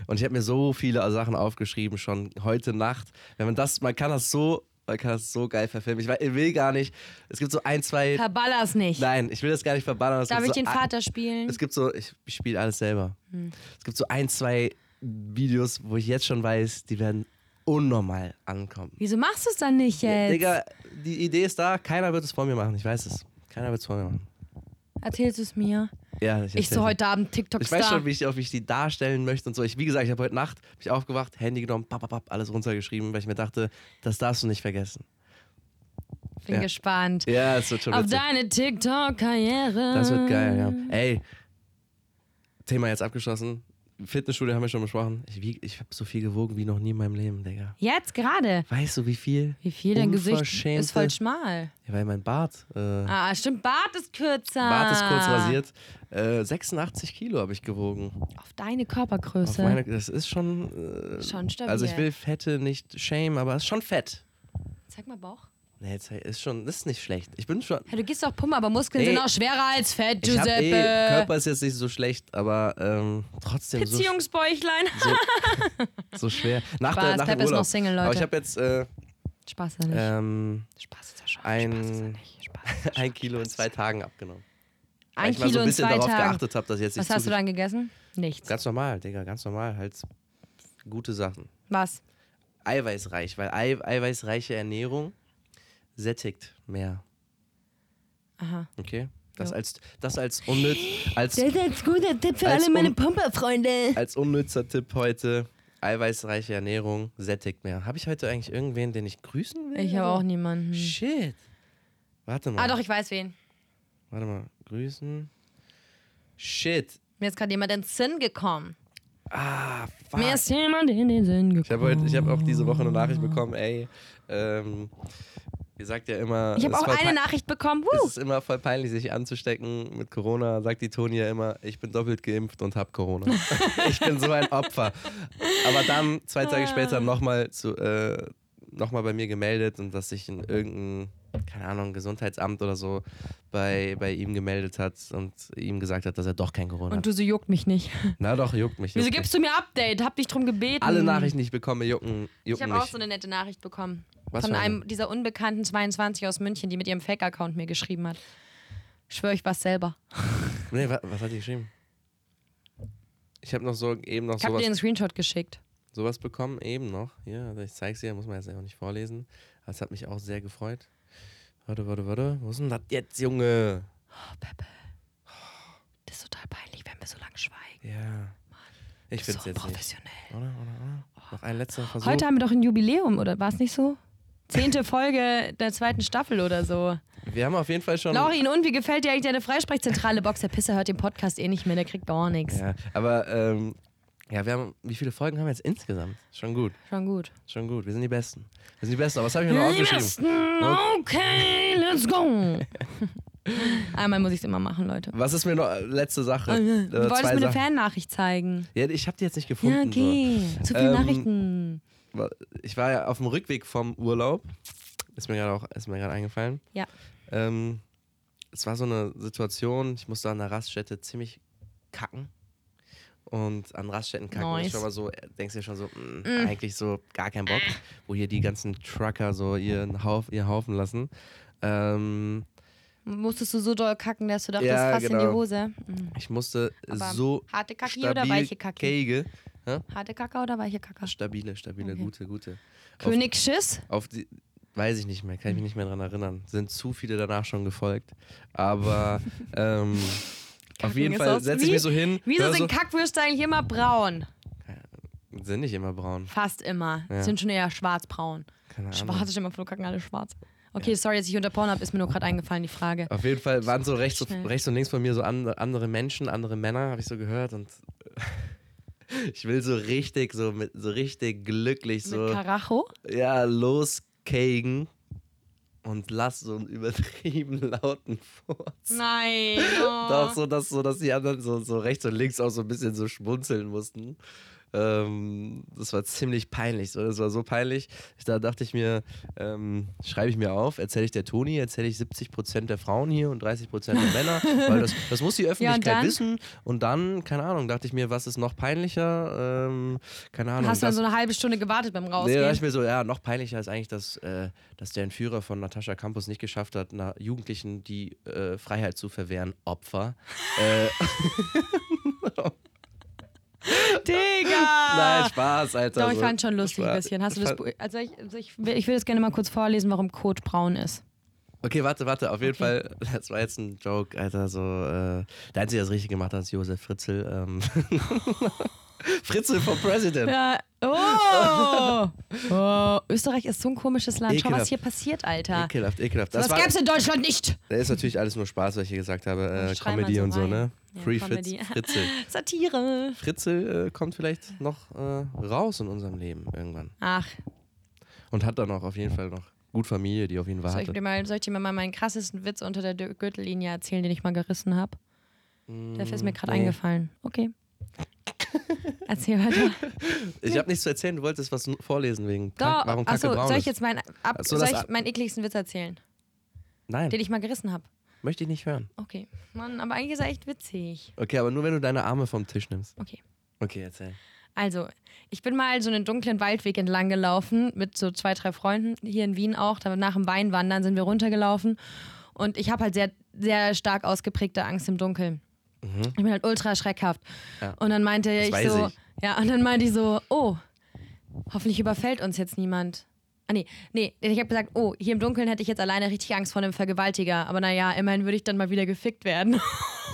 [SPEAKER 3] Und ich habe mir so viele Sachen aufgeschrieben schon heute Nacht. Wenn man das, man kann das so, man kann das so geil verfilmen. Ich, wei- ich will gar nicht. Es gibt so ein, zwei.
[SPEAKER 2] Verballer's nicht.
[SPEAKER 3] Nein, ich will das gar nicht verballern. Es
[SPEAKER 2] Darf
[SPEAKER 3] gibt so
[SPEAKER 2] ich den
[SPEAKER 3] ein-
[SPEAKER 2] Vater spielen?
[SPEAKER 3] es gibt so, ich, ich spiele alles selber.
[SPEAKER 2] Hm.
[SPEAKER 3] Es gibt so ein, zwei Videos, wo ich jetzt schon weiß, die werden unnormal ankommen.
[SPEAKER 2] Wieso machst du es dann nicht jetzt?
[SPEAKER 3] Digga, die Idee ist da, keiner wird es vor mir machen, ich weiß es. Keiner wird es vor mir machen.
[SPEAKER 2] Erzählst du es mir?
[SPEAKER 3] Ja, ich,
[SPEAKER 2] Ich
[SPEAKER 3] erzähl's.
[SPEAKER 2] so heute Abend
[SPEAKER 3] Ich weiß
[SPEAKER 2] TikTok-Star.
[SPEAKER 3] schon, wie ich, wie ich die darstellen möchte und so. Ich, wie gesagt, ich habe heute Nacht mich aufgewacht, Handy genommen, papp, papp, papp, alles runtergeschrieben, weil ich mir dachte, das darfst du nicht vergessen.
[SPEAKER 2] Bin
[SPEAKER 3] Ja.
[SPEAKER 2] gespannt.
[SPEAKER 3] Ja, es wird schon
[SPEAKER 2] Auf
[SPEAKER 3] witzig.
[SPEAKER 2] deine TikTok-Karriere.
[SPEAKER 3] Das wird geil, ja.
[SPEAKER 2] Mm.
[SPEAKER 3] Ey, Thema jetzt abgeschlossen. Fitnessstudio haben wir schon besprochen. Ich, wieg- ich habe so viel gewogen wie noch nie in meinem Leben, Digga.
[SPEAKER 2] Jetzt gerade.
[SPEAKER 3] Weißt du, wie viel?
[SPEAKER 2] Wie viel dein Gesicht
[SPEAKER 3] Unverschämte-
[SPEAKER 2] ist voll schmal.
[SPEAKER 3] Ja, weil mein Bart, äh,
[SPEAKER 2] Ah, stimmt, Bart ist kürzer.
[SPEAKER 3] Bart ist kurz rasiert. Äh, 86 Kilo habe ich gewogen.
[SPEAKER 2] Auf deine
[SPEAKER 3] Auf
[SPEAKER 2] Körpergröße.
[SPEAKER 3] meine, das ist schon. Äh,
[SPEAKER 2] Schon stabil.
[SPEAKER 3] Also ich will Fette nicht shame, aber es ist schon fett.
[SPEAKER 2] Zeig mal Bauch.
[SPEAKER 3] Nee, jetzt ist schon, das ist nicht schlecht. Ich bin schon.
[SPEAKER 2] Ja, du gehst doch Pumpe, aber Muskeln
[SPEAKER 3] Ey.
[SPEAKER 2] sind auch schwerer als Fett,
[SPEAKER 3] Ich hab,
[SPEAKER 2] Giuseppe.
[SPEAKER 3] eh, Körper ist jetzt nicht so schlecht, aber ähm, trotzdem so,
[SPEAKER 2] Beziehungsbäuchlein.
[SPEAKER 3] so schwer. Nach,
[SPEAKER 2] Spaß,
[SPEAKER 3] der, nach dem
[SPEAKER 2] Pep ist
[SPEAKER 3] Urlaub.
[SPEAKER 2] noch Single, Leute.
[SPEAKER 3] Aber ich habe jetzt äh,
[SPEAKER 2] Spaß ist er nicht.
[SPEAKER 3] ähm,
[SPEAKER 2] Spaß ist er schon.
[SPEAKER 3] ein-
[SPEAKER 2] Spaß ist er nicht. Spaß ist er schon.
[SPEAKER 3] ein Kilo in zwei Tagen abgenommen. weil
[SPEAKER 2] Ein
[SPEAKER 3] ich mal so
[SPEAKER 2] Kilo
[SPEAKER 3] ein
[SPEAKER 2] in
[SPEAKER 3] bisschen
[SPEAKER 2] zwei
[SPEAKER 3] darauf
[SPEAKER 2] Tagen.
[SPEAKER 3] geachtet habe, dass ich jetzt
[SPEAKER 2] Was
[SPEAKER 3] nicht
[SPEAKER 2] hast du
[SPEAKER 3] zu-
[SPEAKER 2] dann gegessen? Nichts.
[SPEAKER 3] Ganz normal, Digga, ganz normal. Halt gute Sachen.
[SPEAKER 2] Was?
[SPEAKER 3] Eiweißreich, weil Ei eiweißreiche Ernährung sättigt mehr.
[SPEAKER 2] Aha.
[SPEAKER 3] Okay? Das
[SPEAKER 2] Jo.
[SPEAKER 3] als, das als, unnütz, als,
[SPEAKER 2] ist ein guter Tipp für
[SPEAKER 3] Als alle meine un-
[SPEAKER 2] Pumperfreunde.
[SPEAKER 3] als unnützer Tipp heute. Eiweißreiche Ernährung sättigt mehr. Habe ich heute eigentlich irgendwen, den ich grüßen will?
[SPEAKER 2] Ich habe auch niemanden.
[SPEAKER 3] Shit. Warte mal.
[SPEAKER 2] Ah, doch, ich weiß wen.
[SPEAKER 3] Warte mal. Grüßen. Shit.
[SPEAKER 2] Mir ist gerade jemand in den Sinn gekommen.
[SPEAKER 3] Ah, fuck.
[SPEAKER 2] Mir ist jemand in den Sinn gekommen.
[SPEAKER 3] Ich habe heute, ich habe auch diese Woche eine Nachricht bekommen, ey, ähm, ihr sagt ja immer,
[SPEAKER 2] Ich habe
[SPEAKER 3] es
[SPEAKER 2] auch
[SPEAKER 3] ist voll
[SPEAKER 2] eine
[SPEAKER 3] pei-
[SPEAKER 2] Nachricht bekommen.
[SPEAKER 3] Es
[SPEAKER 2] Woo.
[SPEAKER 3] ist immer voll peinlich, sich anzustecken mit Corona, sagt die Toni ja immer, ich bin doppelt geimpft und hab Corona. ich bin so ein Opfer. Aber dann, zwei
[SPEAKER 2] Ah.
[SPEAKER 3] Tage später, nochmal zu, äh, noch mal bei mir gemeldet und dass sich in irgendeinem, keine Ahnung, Gesundheitsamt oder so bei, bei ihm gemeldet hat und ihm gesagt hat, dass er doch kein Corona
[SPEAKER 2] Und du so juckt mich nicht.
[SPEAKER 3] hat. Na doch, juckt mich. Juckt
[SPEAKER 2] Wieso
[SPEAKER 3] mich.
[SPEAKER 2] gibst du mir Update? Hab dich drum gebeten.
[SPEAKER 3] Alle Nachrichten, die ich bekomme, jucken, jucken
[SPEAKER 2] Ich habe
[SPEAKER 3] mich.
[SPEAKER 2] auch so eine nette Nachricht bekommen.
[SPEAKER 3] Was
[SPEAKER 2] von
[SPEAKER 3] für eine?
[SPEAKER 2] einem dieser unbekannten 22 aus München, die mit ihrem Fake-Account mir geschrieben hat. Schwör ich was selber.
[SPEAKER 3] Nee, wa was hat die geschrieben? Ich habe noch so eben noch
[SPEAKER 2] Ich habe dir
[SPEAKER 3] sowas,
[SPEAKER 2] einen Screenshot geschickt.
[SPEAKER 3] sowas bekommen, eben noch. Hier, also ich zeig's dir, muss man jetzt einfach nicht vorlesen. Aber es hat mich auch sehr gefreut. Warte, warte, warte. Wo ist denn das jetzt, Junge?
[SPEAKER 2] Oh, Peppe. Das ist total peinlich, wenn wir so lange schweigen.
[SPEAKER 3] Ja. Ich
[SPEAKER 2] Das ist
[SPEAKER 3] find's
[SPEAKER 2] so
[SPEAKER 3] jetzt nicht.
[SPEAKER 2] professionell.
[SPEAKER 3] Oder, oder, oder? Noch ein letzter Versuch.
[SPEAKER 2] Heute haben wir doch ein Jubiläum, oder war es nicht so? Zehnte Folge der zweiten Staffel oder so.
[SPEAKER 3] wir haben auf jeden Fall schon.
[SPEAKER 2] Laurin, und wie gefällt dir eigentlich deine Freisprechzentrale? Box der Pisser hört den Podcast eh nicht mehr, der kriegt gar nichts.
[SPEAKER 3] Ja, aber ähm, ja, wir haben, wie viele Folgen haben wir jetzt insgesamt? Schon gut,
[SPEAKER 2] Schon gut.
[SPEAKER 3] schon gut. Wir sind die Besten. Wir sind die Besten, aber was habe ich mir noch aufgeschrieben?
[SPEAKER 2] Okay, let's go. Einmal muss ich es immer machen, Leute.
[SPEAKER 3] Was ist mir noch, letzte Sache. äh,
[SPEAKER 2] Du Ah, wolltest
[SPEAKER 3] zwei
[SPEAKER 2] mir eine
[SPEAKER 3] Sachen.
[SPEAKER 2] Fan-Nachricht zeigen.
[SPEAKER 3] Ja, ich habe die jetzt nicht gefunden.
[SPEAKER 2] Ja, okay. Zu viele
[SPEAKER 3] Ähm,
[SPEAKER 2] Nachrichten.
[SPEAKER 3] So. Ich war ja auf dem Rückweg vom Urlaub. Ist mir gerade auch ist mir gerade eingefallen.
[SPEAKER 2] Ja.
[SPEAKER 3] Ähm, es war so eine Situation, ich musste an der Raststätte ziemlich kacken. Und an Raststätten kacken
[SPEAKER 2] Nice.
[SPEAKER 3] ist schon mal so, äh, denkst dir schon so, mm, eigentlich so gar kein Bock, wo hier die ganzen Trucker so ihren Hauf, ihr Haufen lassen. Ähm,
[SPEAKER 2] Musstest du so doll kacken, dass du dachtest,
[SPEAKER 3] Ja,
[SPEAKER 2] fast in die
[SPEAKER 3] genau.
[SPEAKER 2] Hose. Mhm.
[SPEAKER 3] ich musste
[SPEAKER 2] Aber
[SPEAKER 3] so
[SPEAKER 2] harte Kacke
[SPEAKER 3] stabil
[SPEAKER 2] oder weiche Kacke?
[SPEAKER 3] Kege.
[SPEAKER 2] Harte Kacke oder weiche Kacke?
[SPEAKER 3] Stabile, stabile,
[SPEAKER 2] Okay.
[SPEAKER 3] gute, gute. Auf
[SPEAKER 2] König Schiss?
[SPEAKER 3] Auf die weiß ich nicht mehr, kann ich mich nicht mehr dran erinnern. Sind zu viele danach schon gefolgt. Aber ähm, auf jeden
[SPEAKER 2] ist
[SPEAKER 3] Fall
[SPEAKER 2] aus-
[SPEAKER 3] setze ich
[SPEAKER 2] wie-
[SPEAKER 3] mich so hin.
[SPEAKER 2] Wieso
[SPEAKER 3] hör
[SPEAKER 2] sind Kackwürste eigentlich immer braun?
[SPEAKER 3] so, sind nicht immer braun.
[SPEAKER 2] Fast immer.
[SPEAKER 3] Ja.
[SPEAKER 2] Sind schon eher schwarzbraun.
[SPEAKER 3] Keine Ahnung.
[SPEAKER 2] Schwarz, stell mal vor, kacken alle schwarz. Okay, sorry, dass ich unterbrochen habe, ist mir nur gerade eingefallen, die Frage.
[SPEAKER 3] Auf jeden Fall waren so rechts,
[SPEAKER 2] Schnell.
[SPEAKER 3] rechts und links von mir so an, andere Menschen, andere Männer, habe ich so gehört. Und Ich will so richtig, so, mit, so richtig glücklich,
[SPEAKER 2] Mit
[SPEAKER 3] so
[SPEAKER 2] Karacho.
[SPEAKER 3] ja, loskegen und lass so einen übertrieben lauten Furz.
[SPEAKER 2] Nein. Oh.
[SPEAKER 3] Doch, so dass, so dass die anderen so, so rechts und links auch so ein bisschen so schmunzeln mussten. Ähm, das war ziemlich peinlich. So. Das war so peinlich. Ich, da dachte ich mir, ähm, schreibe ich mir auf, erzähle ich der Toni, erzähle ich 70% der Frauen hier und 30% der Männer, weil das, das muss die Öffentlichkeit
[SPEAKER 2] dann?
[SPEAKER 3] wissen. Und dann, keine Ahnung, dachte ich mir, was ist noch peinlicher? Ähm, keine Ahnung.
[SPEAKER 2] Hast du dann
[SPEAKER 3] das-
[SPEAKER 2] so eine halbe Stunde gewartet beim
[SPEAKER 3] Nee,
[SPEAKER 2] Rausgehen?
[SPEAKER 3] da dachte ich mir so, ja, noch peinlicher ist eigentlich, dass, äh, dass der Entführer von Natascha Campus nicht geschafft hat, einer Jugendlichen die äh, Freiheit zu verwehren, Opfer. äh,
[SPEAKER 2] Digga!
[SPEAKER 3] nein, Spaß, Alter.
[SPEAKER 2] Ah. Doch, ich
[SPEAKER 3] so.
[SPEAKER 2] fand schon lustig ein
[SPEAKER 3] Spaß.
[SPEAKER 2] bisschen. Hast du
[SPEAKER 3] Ich
[SPEAKER 2] das Buch- also ich, also ich, will- ich will das gerne mal kurz vorlesen, warum Kot braun ist.
[SPEAKER 3] Okay, warte, warte, auf jeden
[SPEAKER 2] Okay.
[SPEAKER 3] Fall, das war jetzt ein Joke, Alter, so, äh, der Einzige, der es richtig gemacht hat, ist Josef Fritzl, ähm. Fritzl for President.
[SPEAKER 2] Ja. Oh! oh! Österreich ist so ein komisches Land. Schau, was
[SPEAKER 3] Ekelhaft.
[SPEAKER 2] hier passiert, Alter.
[SPEAKER 3] Ekelhaft, ekelhaft.
[SPEAKER 2] Das,
[SPEAKER 3] Das war,
[SPEAKER 2] gäbe es in Deutschland nicht.
[SPEAKER 3] das ist natürlich alles nur Spaß, was ich hier gesagt habe, äh,
[SPEAKER 2] Schrei mal
[SPEAKER 3] Comedy
[SPEAKER 2] so
[SPEAKER 3] und so,
[SPEAKER 2] rein.
[SPEAKER 3] ne?
[SPEAKER 2] Ja,
[SPEAKER 3] Free Fritz,
[SPEAKER 2] Comedy.
[SPEAKER 3] Fritzl.
[SPEAKER 2] Satire.
[SPEAKER 3] Fritzl äh, kommt vielleicht noch äh, raus in unserem Leben irgendwann.
[SPEAKER 2] Ach,
[SPEAKER 3] Und hat dann auch auf jeden Fall noch gut Familie, die auf ihn
[SPEAKER 2] soll ich,
[SPEAKER 3] wartet.
[SPEAKER 2] dir mal, soll ich dir mal meinen krassesten Witz unter der Dö- Gürtellinie erzählen, den ich mal gerissen habe? Der ist mir gerade
[SPEAKER 3] Mm, nee.
[SPEAKER 2] eingefallen. Okay. Erzähl weiter.
[SPEAKER 3] Ich habe nichts zu erzählen, du wolltest was n- vorlesen wegen Kack- warum Kacke
[SPEAKER 2] achso,
[SPEAKER 3] braun
[SPEAKER 2] soll ich
[SPEAKER 3] ist.
[SPEAKER 2] jetzt meinen, ab,
[SPEAKER 3] Ach so,
[SPEAKER 2] soll
[SPEAKER 3] das-
[SPEAKER 2] ich meinen ekligsten Witz erzählen,
[SPEAKER 3] Nein,
[SPEAKER 2] den ich mal gerissen habe?
[SPEAKER 3] möchte ich nicht hören.
[SPEAKER 2] Okay. Mann, aber eigentlich ist er echt witzig.
[SPEAKER 3] Okay, aber nur wenn du deine Arme vom Tisch nimmst.
[SPEAKER 2] Okay.
[SPEAKER 3] Okay, erzähl.
[SPEAKER 2] Also, ich bin mal so einen dunklen Waldweg entlang gelaufen mit so zwei, drei Freunden hier in Wien auch. Da- Nach dem Weinwandern sind wir runtergelaufen und ich habe halt sehr, sehr stark ausgeprägte Angst im Dunkeln. Ich bin halt ultra schreckhaft.
[SPEAKER 3] Mhm. Ja.
[SPEAKER 2] Und dann meinte ich
[SPEAKER 3] weiß
[SPEAKER 2] so,
[SPEAKER 3] ich.
[SPEAKER 2] ja, und dann meinte ich so, oh, hoffentlich überfällt uns jetzt niemand. Ah, nee, nee, ich habe gesagt, oh, hier im Dunkeln hätte ich jetzt alleine richtig Angst vor einem Vergewaltiger. Aber naja, immerhin würde ich dann mal wieder gefickt werden.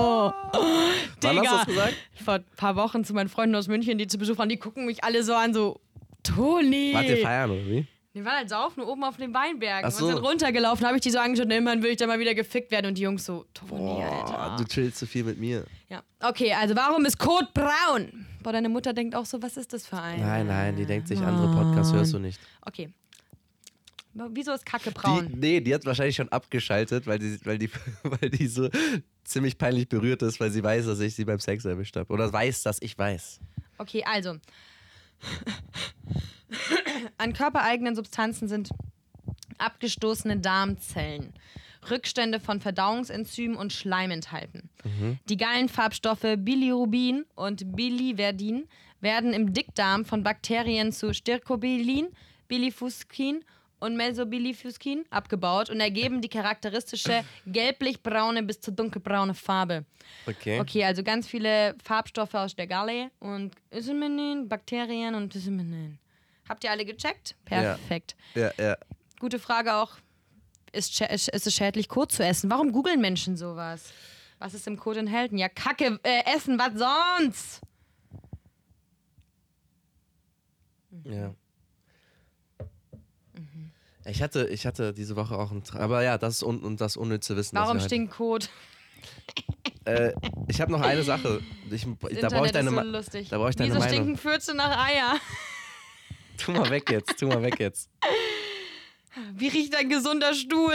[SPEAKER 3] Wann hast du
[SPEAKER 2] Digga.
[SPEAKER 3] das gesagt?
[SPEAKER 2] vor ein paar Wochen zu meinen Freunden aus München, die zu Besuch waren, die gucken mich alle so an, so, Toni.
[SPEAKER 3] Wart ihr feiern oder wie?
[SPEAKER 2] Wir waren halt saufen oben auf den Weinbergen
[SPEAKER 3] Ach
[SPEAKER 2] und
[SPEAKER 3] so.
[SPEAKER 2] sind runtergelaufen, habe ich die so angeschaut, ne, irgendwann will ich da mal wieder gefickt werden und die Jungs so, Toni,
[SPEAKER 3] Oh,
[SPEAKER 2] Alter.
[SPEAKER 3] du chillst zu viel mit mir.
[SPEAKER 2] Ja. Okay, also warum ist Kot braun? Boah, deine Mutter denkt auch so, was ist das für ein?
[SPEAKER 3] Nein, nein, die denkt sich, andere Podcasts hörst du nicht.
[SPEAKER 2] Okay. Aber Wieso ist Kacke
[SPEAKER 3] Die,
[SPEAKER 2] braun?
[SPEAKER 3] nee, die hat wahrscheinlich schon abgeschaltet, weil die, weil, die, weil die so ziemlich peinlich berührt ist, weil sie weiß, dass ich sie beim Sex erwischt habe. Oder weiß, dass ich weiß.
[SPEAKER 2] Okay, also. An körpereigenen Substanzen sind abgestoßene Darmzellen, Rückstände von Verdauungsenzymen und Schleim enthalten. Die Gallenfarbstoffe Bilirubin und Biliverdin werden im Dickdarm von Bakterien zu Stircobilin, Bilifuskin und Mesobilifuskin abgebaut und ergeben die charakteristische gelblich-braune bis zur dunkelbraune Farbe.
[SPEAKER 3] Okay.
[SPEAKER 2] Okay, also ganz viele Farbstoffe aus der Galle und Isominen, Bakterien und Isominen. Habt ihr alle gecheckt? Perfekt.
[SPEAKER 3] Ja, ja.
[SPEAKER 2] Gute Frage auch. Ist, schä- ist ist es schädlich, Kot zu essen? Warum googeln Menschen sowas? Was ist im Kot enthalten? Ja, Kacke, äh, Essen, was sonst?
[SPEAKER 3] Ja.
[SPEAKER 2] Mhm.
[SPEAKER 3] Ich hatte, ich hatte diese Woche auch einen Tra Aber ja, das ist un und das unnütze Wissen. das
[SPEAKER 2] Warum
[SPEAKER 3] wir
[SPEAKER 2] stinkt Kot?
[SPEAKER 3] Halt. Äh, ich habe noch eine Sache. Ich, da brauche ich
[SPEAKER 2] Internet
[SPEAKER 3] deine
[SPEAKER 2] ist so
[SPEAKER 3] Meinung.
[SPEAKER 2] lustig.
[SPEAKER 3] da brauch ich deine
[SPEAKER 2] Wieso
[SPEAKER 3] Meinung.
[SPEAKER 2] stinken Fürze nach Eier?
[SPEAKER 3] Tu mal weg jetzt, tu mal weg jetzt.
[SPEAKER 2] Wie riecht ein gesunder Stuhl?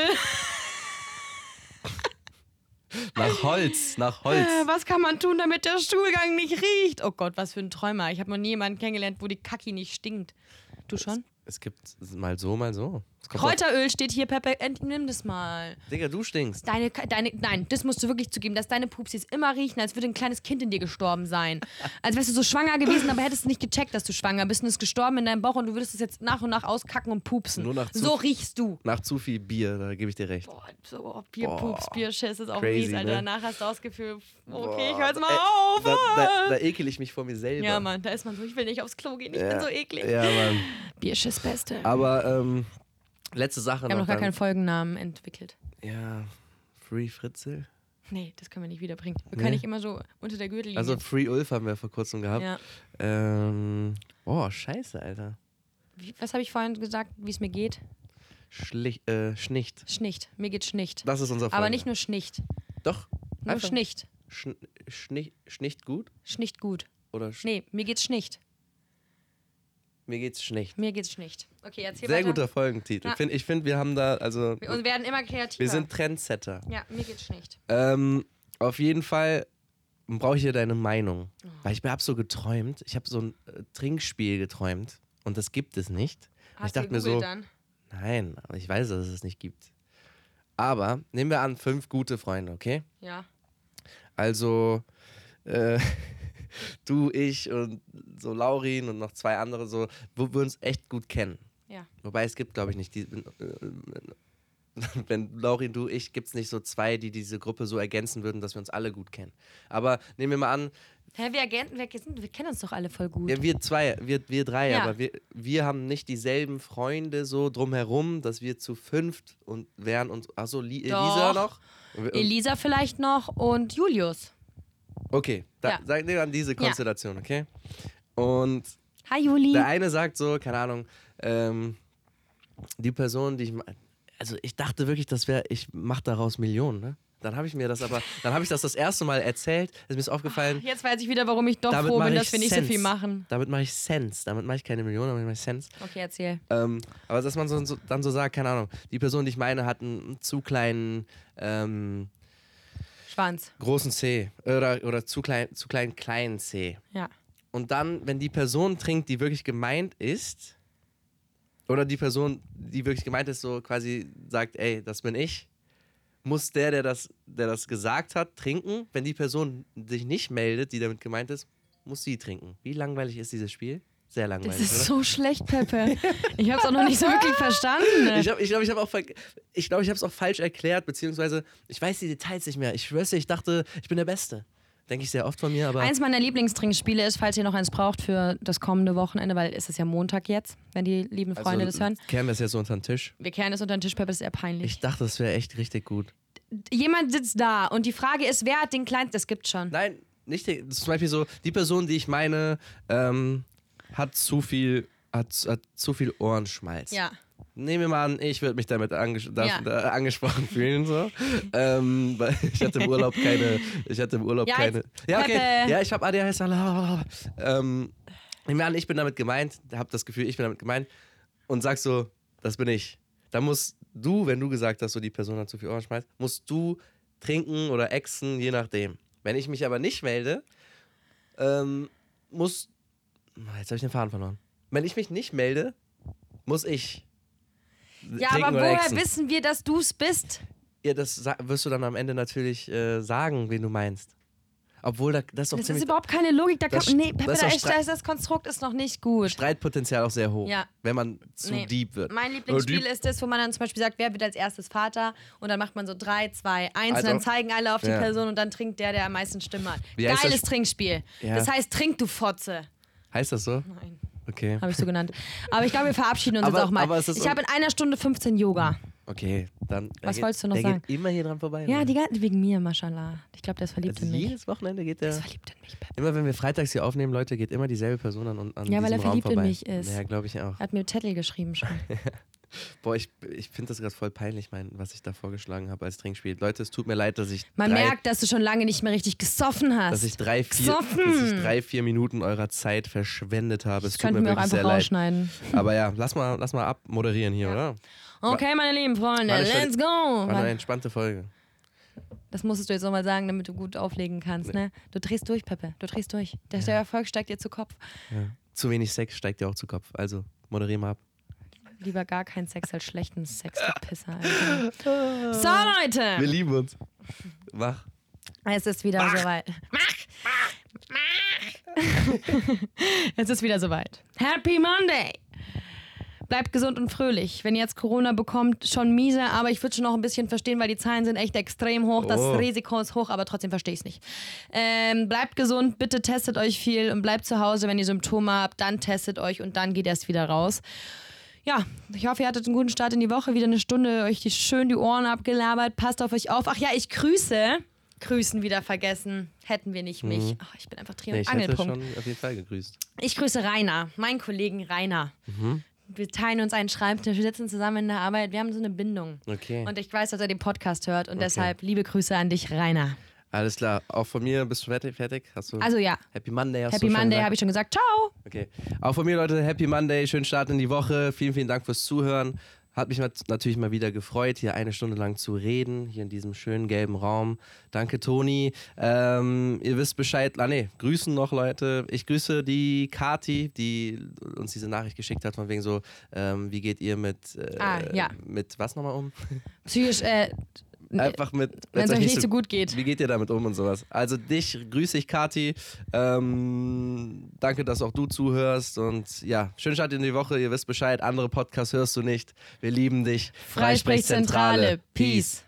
[SPEAKER 3] Nach Holz, nach
[SPEAKER 2] Äh,
[SPEAKER 3] Holz.
[SPEAKER 2] Was kann man tun, damit der Stuhlgang nicht riecht? Oh Gott, was für ein Träumer. Ich habe noch nie jemanden kennengelernt, wo die Kacki nicht stinkt. Du schon?
[SPEAKER 3] Es gibt mal so, mal so. Es kommt
[SPEAKER 2] Kräuteröl steht hier, Pepe. Ent- Nimm das mal.
[SPEAKER 3] Auf, Digga, du stinkst.
[SPEAKER 2] Deine, Ka- deine, nein, das musst du wirklich zugeben, dass deine Pupsis immer riechen, als würde ein kleines Kind in dir gestorben sein. Als wärst du so schwanger gewesen, aber hättest nicht gecheckt, dass du schwanger bist und ist gestorben in deinem Bauch und du würdest es jetzt nach und nach auskacken und pupsen.
[SPEAKER 3] Nur nach Zuf-
[SPEAKER 2] so riechst du.
[SPEAKER 3] Nach zu viel Bier, da gebe ich dir recht.
[SPEAKER 2] Boah, so, oh, Bier,
[SPEAKER 3] Boah.
[SPEAKER 2] Pups, Bierschiss ist auch
[SPEAKER 3] Crazy,
[SPEAKER 2] mies, Alter.
[SPEAKER 3] ne?
[SPEAKER 2] Danach hast du auch das Gefühl, okay, ich
[SPEAKER 3] Boah, also,
[SPEAKER 2] hör's mal
[SPEAKER 3] ey,
[SPEAKER 2] auf.
[SPEAKER 3] Äh, Da, da, da ekel ich mich vor mir selber.
[SPEAKER 2] Ja, Mann, da ist man so, ich will nicht aufs Klo gehen, ich bin so eklig.
[SPEAKER 3] Ja, Mann.
[SPEAKER 2] Bierschiss Beste. Wir
[SPEAKER 3] Aber ähm, letzte Sache
[SPEAKER 2] haben noch gar
[SPEAKER 3] dann.
[SPEAKER 2] keinen Folgennamen entwickelt.
[SPEAKER 3] Ja, Free Fritzel.
[SPEAKER 2] Nee, das können wir nicht wiederbringen. Wir können
[SPEAKER 3] Nee.
[SPEAKER 2] nicht immer so unter der Gürtellinie.
[SPEAKER 3] Also Free Ulf haben wir vor kurzem gehabt.
[SPEAKER 2] ja.
[SPEAKER 3] Ähm, oh, scheiße, Alter.
[SPEAKER 2] Wie, was habe ich vorhin gesagt, wie es mir geht?
[SPEAKER 3] Schlicht, äh, Schnicht.
[SPEAKER 2] Schnicht. Mir geht schnicht.
[SPEAKER 3] Das ist unser Folge.
[SPEAKER 2] Aber nicht nur schnicht.
[SPEAKER 3] Doch.
[SPEAKER 2] Nur
[SPEAKER 3] Einfach.
[SPEAKER 2] schnicht.
[SPEAKER 3] Schn schni schnicht gut?
[SPEAKER 2] Schnicht gut.
[SPEAKER 3] Oder sch
[SPEAKER 2] Nee, mir geht's schnicht.
[SPEAKER 3] mir geht's schnicht?
[SPEAKER 2] Mir geht's schnicht. Okay, erzähl
[SPEAKER 3] Sehr
[SPEAKER 2] weiter.
[SPEAKER 3] guter Folgentitel.
[SPEAKER 2] Ja.
[SPEAKER 3] Find, ich finde, wir haben da, also,
[SPEAKER 2] Wir- Und werden immer kreativer.
[SPEAKER 3] wir sind Trendsetter.
[SPEAKER 2] ja, mir geht's schnicht.
[SPEAKER 3] Ähm, auf jeden Fall brauche ich hier deine Meinung.
[SPEAKER 2] Oh.
[SPEAKER 3] Weil ich habe so geträumt, ich habe so ein äh, Trinkspiel geträumt und das gibt es nicht. Und ich
[SPEAKER 2] Hast du
[SPEAKER 3] dachte mir so,
[SPEAKER 2] gegoogelt dann?
[SPEAKER 3] nein, aber ich weiß, dass es es nicht gibt. Aber nehmen wir an, fünf gute Freunde, okay?
[SPEAKER 2] Ja.
[SPEAKER 3] Also äh, du, ich und so Laurin und noch zwei andere, so, wo wir uns echt gut kennen.
[SPEAKER 2] Ja.
[SPEAKER 3] Wobei es gibt, glaube ich, nicht, die, äh, wenn Laurin, du, ich, gibt es nicht so zwei, die diese Gruppe so ergänzen würden, dass wir uns alle gut kennen. Aber nehmen wir mal an,
[SPEAKER 2] Hä, wir ergänzen, wir, sind, wir kennen uns doch alle voll gut.
[SPEAKER 3] ja, wir zwei, wir, wir drei,
[SPEAKER 2] Ja.
[SPEAKER 3] aber wir, wir haben nicht dieselben Freunde so drumherum, dass wir zu fünft und wären und, achso, Li Elisa
[SPEAKER 2] Doch.
[SPEAKER 3] noch? Und wir- und-
[SPEAKER 2] Elisa vielleicht noch und Julius.
[SPEAKER 3] Okay, da,
[SPEAKER 2] Ja.
[SPEAKER 3] sagen wir an diese Konstellation, okay? Und
[SPEAKER 2] Hi Juli.
[SPEAKER 3] Der eine sagt so, keine Ahnung, ähm, die Person, die ich. ma- Also ich dachte wirklich, das wäre, ich mache daraus Millionen, ne? Dann habe ich mir das aber, dann habe ich das das erste Mal erzählt, ist mir ist aufgefallen,
[SPEAKER 2] Jetzt weiß ich wieder, warum ich doch
[SPEAKER 3] damit
[SPEAKER 2] froh
[SPEAKER 3] mache
[SPEAKER 2] bin,
[SPEAKER 3] ich
[SPEAKER 2] dass wir nicht
[SPEAKER 3] Sense.
[SPEAKER 2] so viel machen.
[SPEAKER 3] Damit mache ich Sense, damit mache ich keine Millionen, damit mache ich Sense.
[SPEAKER 2] Okay, erzähl.
[SPEAKER 3] Ähm, aber dass man so, so, dann so sagt, keine Ahnung, die Person, die ich meine, hat einen zu kleinen ähm,
[SPEAKER 2] Schwanz.
[SPEAKER 3] großen C oder, oder zu klein, zu kleinen kleinen C.
[SPEAKER 2] Ja.
[SPEAKER 3] Und dann, wenn die Person trinkt, die wirklich gemeint ist, oder die Person, die wirklich gemeint ist, so quasi sagt, ey, das bin ich, muss der, der das, der das gesagt hat, trinken. Wenn die Person sich nicht meldet, die damit gemeint ist, muss sie trinken. Wie langweilig ist dieses Spiel? Sehr langweilig,
[SPEAKER 2] Das ist
[SPEAKER 3] oder?
[SPEAKER 2] so schlecht, Peppe. Ich hab's auch noch nicht so wirklich verstanden. ne?
[SPEAKER 3] Ich glaube, ich, glaub, ich habe auch, ver- ich glaub, ich hab's auch falsch erklärt, beziehungsweise ich weiß die Details nicht mehr. Ich schwör's dir, ich dachte, ich bin der Beste. Denke ich sehr oft von mir, aber
[SPEAKER 2] Eins meiner Lieblingstrinkspiele ist, falls ihr noch eins braucht für das kommende Wochenende, weil es ist ja Montag jetzt, wenn die lieben
[SPEAKER 3] also,
[SPEAKER 2] Freunde das hören.
[SPEAKER 3] kehren wir es jetzt so unter den Tisch.
[SPEAKER 2] Wir kehren es unter den Tisch, Peppe, das ist eher peinlich.
[SPEAKER 3] Ich dachte, das wäre echt richtig gut.
[SPEAKER 2] Jemand sitzt da und die Frage ist, wer hat den kleinsten? Das gibt's schon.
[SPEAKER 3] Nein, nicht die, zum Beispiel so, die Person, die ich meine, ähm, hat zu viel, hat, zu- hat zu viel Ohrenschmalz.
[SPEAKER 2] Ja.
[SPEAKER 3] Nehmen wir mal an, ich würde mich damit anges da,
[SPEAKER 2] Ja.
[SPEAKER 3] da, angesprochen fühlen. So. ähm, weil ich hatte im Urlaub keine. Ich hatte im Urlaub
[SPEAKER 2] Ja,
[SPEAKER 3] keine.
[SPEAKER 2] jetzt,
[SPEAKER 3] Ja, okay.
[SPEAKER 2] Peppe.
[SPEAKER 3] Ja, ich habe ADHS. blablabla. Ähm, nehmen wir an, ich bin damit gemeint, habe das Gefühl, ich bin damit gemeint und sag so, das bin ich. Da musst du, wenn du gesagt hast, so die Person hat zu viel Ohrenschmalz, musst du trinken oder exen, je nachdem. Wenn ich mich aber nicht melde, ähm, muss. Ah, Jetzt habe ich den Faden verloren. Wenn ich mich nicht melde, muss ich.
[SPEAKER 2] Ja,
[SPEAKER 3] trinken
[SPEAKER 2] aber
[SPEAKER 3] oder
[SPEAKER 2] woher
[SPEAKER 3] exen.
[SPEAKER 2] wissen wir, dass du's bist?
[SPEAKER 3] Ja, das sa- wirst du dann am Ende natürlich äh, sagen, wen du meinst. Obwohl, da, das ist doch
[SPEAKER 2] Das ist
[SPEAKER 3] ziemlich
[SPEAKER 2] überhaupt keine Logik. Da kann,
[SPEAKER 3] Das-
[SPEAKER 2] nee, Peppe,
[SPEAKER 3] das ist
[SPEAKER 2] da
[SPEAKER 3] doch
[SPEAKER 2] echt, da ist das Konstrukt ist noch nicht gut.
[SPEAKER 3] Streitpotenzial auch sehr hoch,
[SPEAKER 2] Ja.
[SPEAKER 3] wenn man zu
[SPEAKER 2] Nee.
[SPEAKER 3] deep wird.
[SPEAKER 2] Mein Lieblingsspiel
[SPEAKER 3] deep.
[SPEAKER 2] ist das, wo man dann zum Beispiel sagt, wer wird als erstes Vater? Und dann macht man so drei, zwei, eins
[SPEAKER 3] Also-
[SPEAKER 2] und dann zeigen alle auf die
[SPEAKER 3] Ja.
[SPEAKER 2] Person und dann trinkt der, der am meisten Stimmen hat.
[SPEAKER 3] Wie heißt das
[SPEAKER 2] Geiles
[SPEAKER 3] Sp-
[SPEAKER 2] Trinkspiel.
[SPEAKER 3] Ja.
[SPEAKER 2] Das heißt, trink du Fotze.
[SPEAKER 3] Heißt das so?
[SPEAKER 2] Nein,
[SPEAKER 3] Okay.
[SPEAKER 2] habe Mhm. ich so genannt. Aber ich glaube, wir verabschieden uns
[SPEAKER 3] Aber-
[SPEAKER 2] jetzt auch mal.
[SPEAKER 3] aber es ist
[SPEAKER 2] ich habe in einer Stunde 15 Yoga.
[SPEAKER 3] Okay, dann. der
[SPEAKER 2] Was
[SPEAKER 3] geht-
[SPEAKER 2] wolltest du noch
[SPEAKER 3] der
[SPEAKER 2] sagen?
[SPEAKER 3] Geht immer hier dran vorbei.
[SPEAKER 2] Ja,
[SPEAKER 3] ne?
[SPEAKER 2] die ganzen, wegen mir, mashallah. Ich glaube, der ist verliebt
[SPEAKER 3] also
[SPEAKER 2] in mich.
[SPEAKER 3] jedes Wochenende geht der.
[SPEAKER 2] Der ist verliebt in mich, Pep.
[SPEAKER 3] Immer wenn wir freitags hier aufnehmen, Leute, geht immer dieselbe Person an, an
[SPEAKER 2] Ja, weil
[SPEAKER 3] diesem
[SPEAKER 2] er
[SPEAKER 3] Raum
[SPEAKER 2] verliebt in
[SPEAKER 3] vorbei.
[SPEAKER 2] mich ist.
[SPEAKER 3] Ja, glaube ich auch.
[SPEAKER 2] Er hat mir Zettel geschrieben schon.
[SPEAKER 3] Boah, ich, ich finde das gerade voll peinlich, mein, was ich da vorgeschlagen habe als Trinkspiel. Leute, es tut mir leid, dass ich
[SPEAKER 2] Man
[SPEAKER 3] drei,
[SPEAKER 2] merkt, dass du schon lange nicht mehr richtig gesoffen hast.
[SPEAKER 3] dass ich drei, vier,
[SPEAKER 2] Gesoffen.
[SPEAKER 3] dass ich drei, vier Minuten eurer Zeit verschwendet habe. Es
[SPEAKER 2] das
[SPEAKER 3] tut
[SPEAKER 2] könnten
[SPEAKER 3] mir
[SPEAKER 2] wir auch
[SPEAKER 3] wirklich
[SPEAKER 2] einfach
[SPEAKER 3] sehr leid.
[SPEAKER 2] rausschneiden.
[SPEAKER 3] Aber ja, lass mal, lass mal abmoderieren hier, oder?
[SPEAKER 2] Okay, meine lieben Freunde,
[SPEAKER 3] Warte, ich stell-
[SPEAKER 2] let's go.
[SPEAKER 3] War eine entspannte Folge.
[SPEAKER 2] Das musstest du jetzt nochmal sagen, damit du gut auflegen kannst, ne? Du drehst durch, Peppe. Du drehst durch. Der, der Erfolg steigt dir zu Kopf.
[SPEAKER 3] Zu wenig Sex steigt dir auch zu Kopf. Also, moderier mal ab.
[SPEAKER 2] Lieber gar keinen Sex als schlechten Sex, du Pisser, Alter. So, Leute!
[SPEAKER 3] lieben uns. Wach.
[SPEAKER 2] Es ist wieder soweit. Mach! Mach! es ist wieder soweit. Happy Monday! Bleibt gesund und fröhlich. Wenn ihr jetzt Corona bekommt, schon miese, aber ich würde schon noch ein bisschen verstehen, weil die Zahlen sind echt extrem hoch. Das
[SPEAKER 3] Oh.
[SPEAKER 2] Risiko ist hoch, aber trotzdem verstehe ich es nicht. Ähm, bleibt gesund, bitte testet euch viel und bleibt zu Hause, wenn ihr Symptome habt, dann testet euch und dann geht erst wieder raus. Ja, ich hoffe, ihr hattet einen guten Start in die Woche. Wieder eine Stunde euch die, schön die Ohren abgelabert. Passt auf euch auf. Ach ja, ich grüße. Grüßen wieder vergessen. Hätten wir nicht mich. Ach, ich bin einfach Dreh- und
[SPEAKER 3] Mhm. ich hätte
[SPEAKER 2] Angelpunkt.
[SPEAKER 3] schon auf jeden Fall gegrüßt.
[SPEAKER 2] Ich grüße Rainer, meinen Kollegen Rainer.
[SPEAKER 3] Mhm.
[SPEAKER 2] Wir teilen uns einen Schreibtisch, wir sitzen zusammen in der Arbeit. Wir haben so eine Bindung.
[SPEAKER 3] Okay.
[SPEAKER 2] Und ich weiß, dass er den Podcast hört. Und deshalb liebe Grüße an dich, Rainer.
[SPEAKER 3] Alles klar. Auch von mir bist du fertig? fertig? Hast du
[SPEAKER 2] Also ja,
[SPEAKER 3] Happy Monday hast
[SPEAKER 2] Happy
[SPEAKER 3] du schon
[SPEAKER 2] Monday
[SPEAKER 3] gesagt?
[SPEAKER 2] habe ich schon gesagt. Ciao.
[SPEAKER 3] Okay. Auch von mir, Leute, Happy Monday, schönen Start in die Woche. Vielen, vielen Dank fürs Zuhören. Hat mich nat- natürlich mal wieder gefreut, hier eine Stunde lang zu reden, hier in diesem schönen gelben Raum. Danke, Toni. Ähm, ihr wisst Bescheid. Ah, nee, grüßen noch, Leute. Ich grüße die Kati, die uns diese Nachricht geschickt hat, von wegen so, ähm, wie geht ihr mit, äh,
[SPEAKER 2] Ah, ja.
[SPEAKER 3] mit was nochmal um?
[SPEAKER 2] Psychisch, äh,
[SPEAKER 3] Einfach mit,
[SPEAKER 2] wenn es euch nicht so gut geht.
[SPEAKER 3] wie geht ihr damit um und sowas? Also dich grüße ich, Kati. Ähm, danke, dass auch du zuhörst. Und ja, schönen Start in die Woche. Ihr wisst Bescheid, andere Podcasts hörst du nicht. Wir lieben dich.
[SPEAKER 2] Freisprechzentrale. Peace.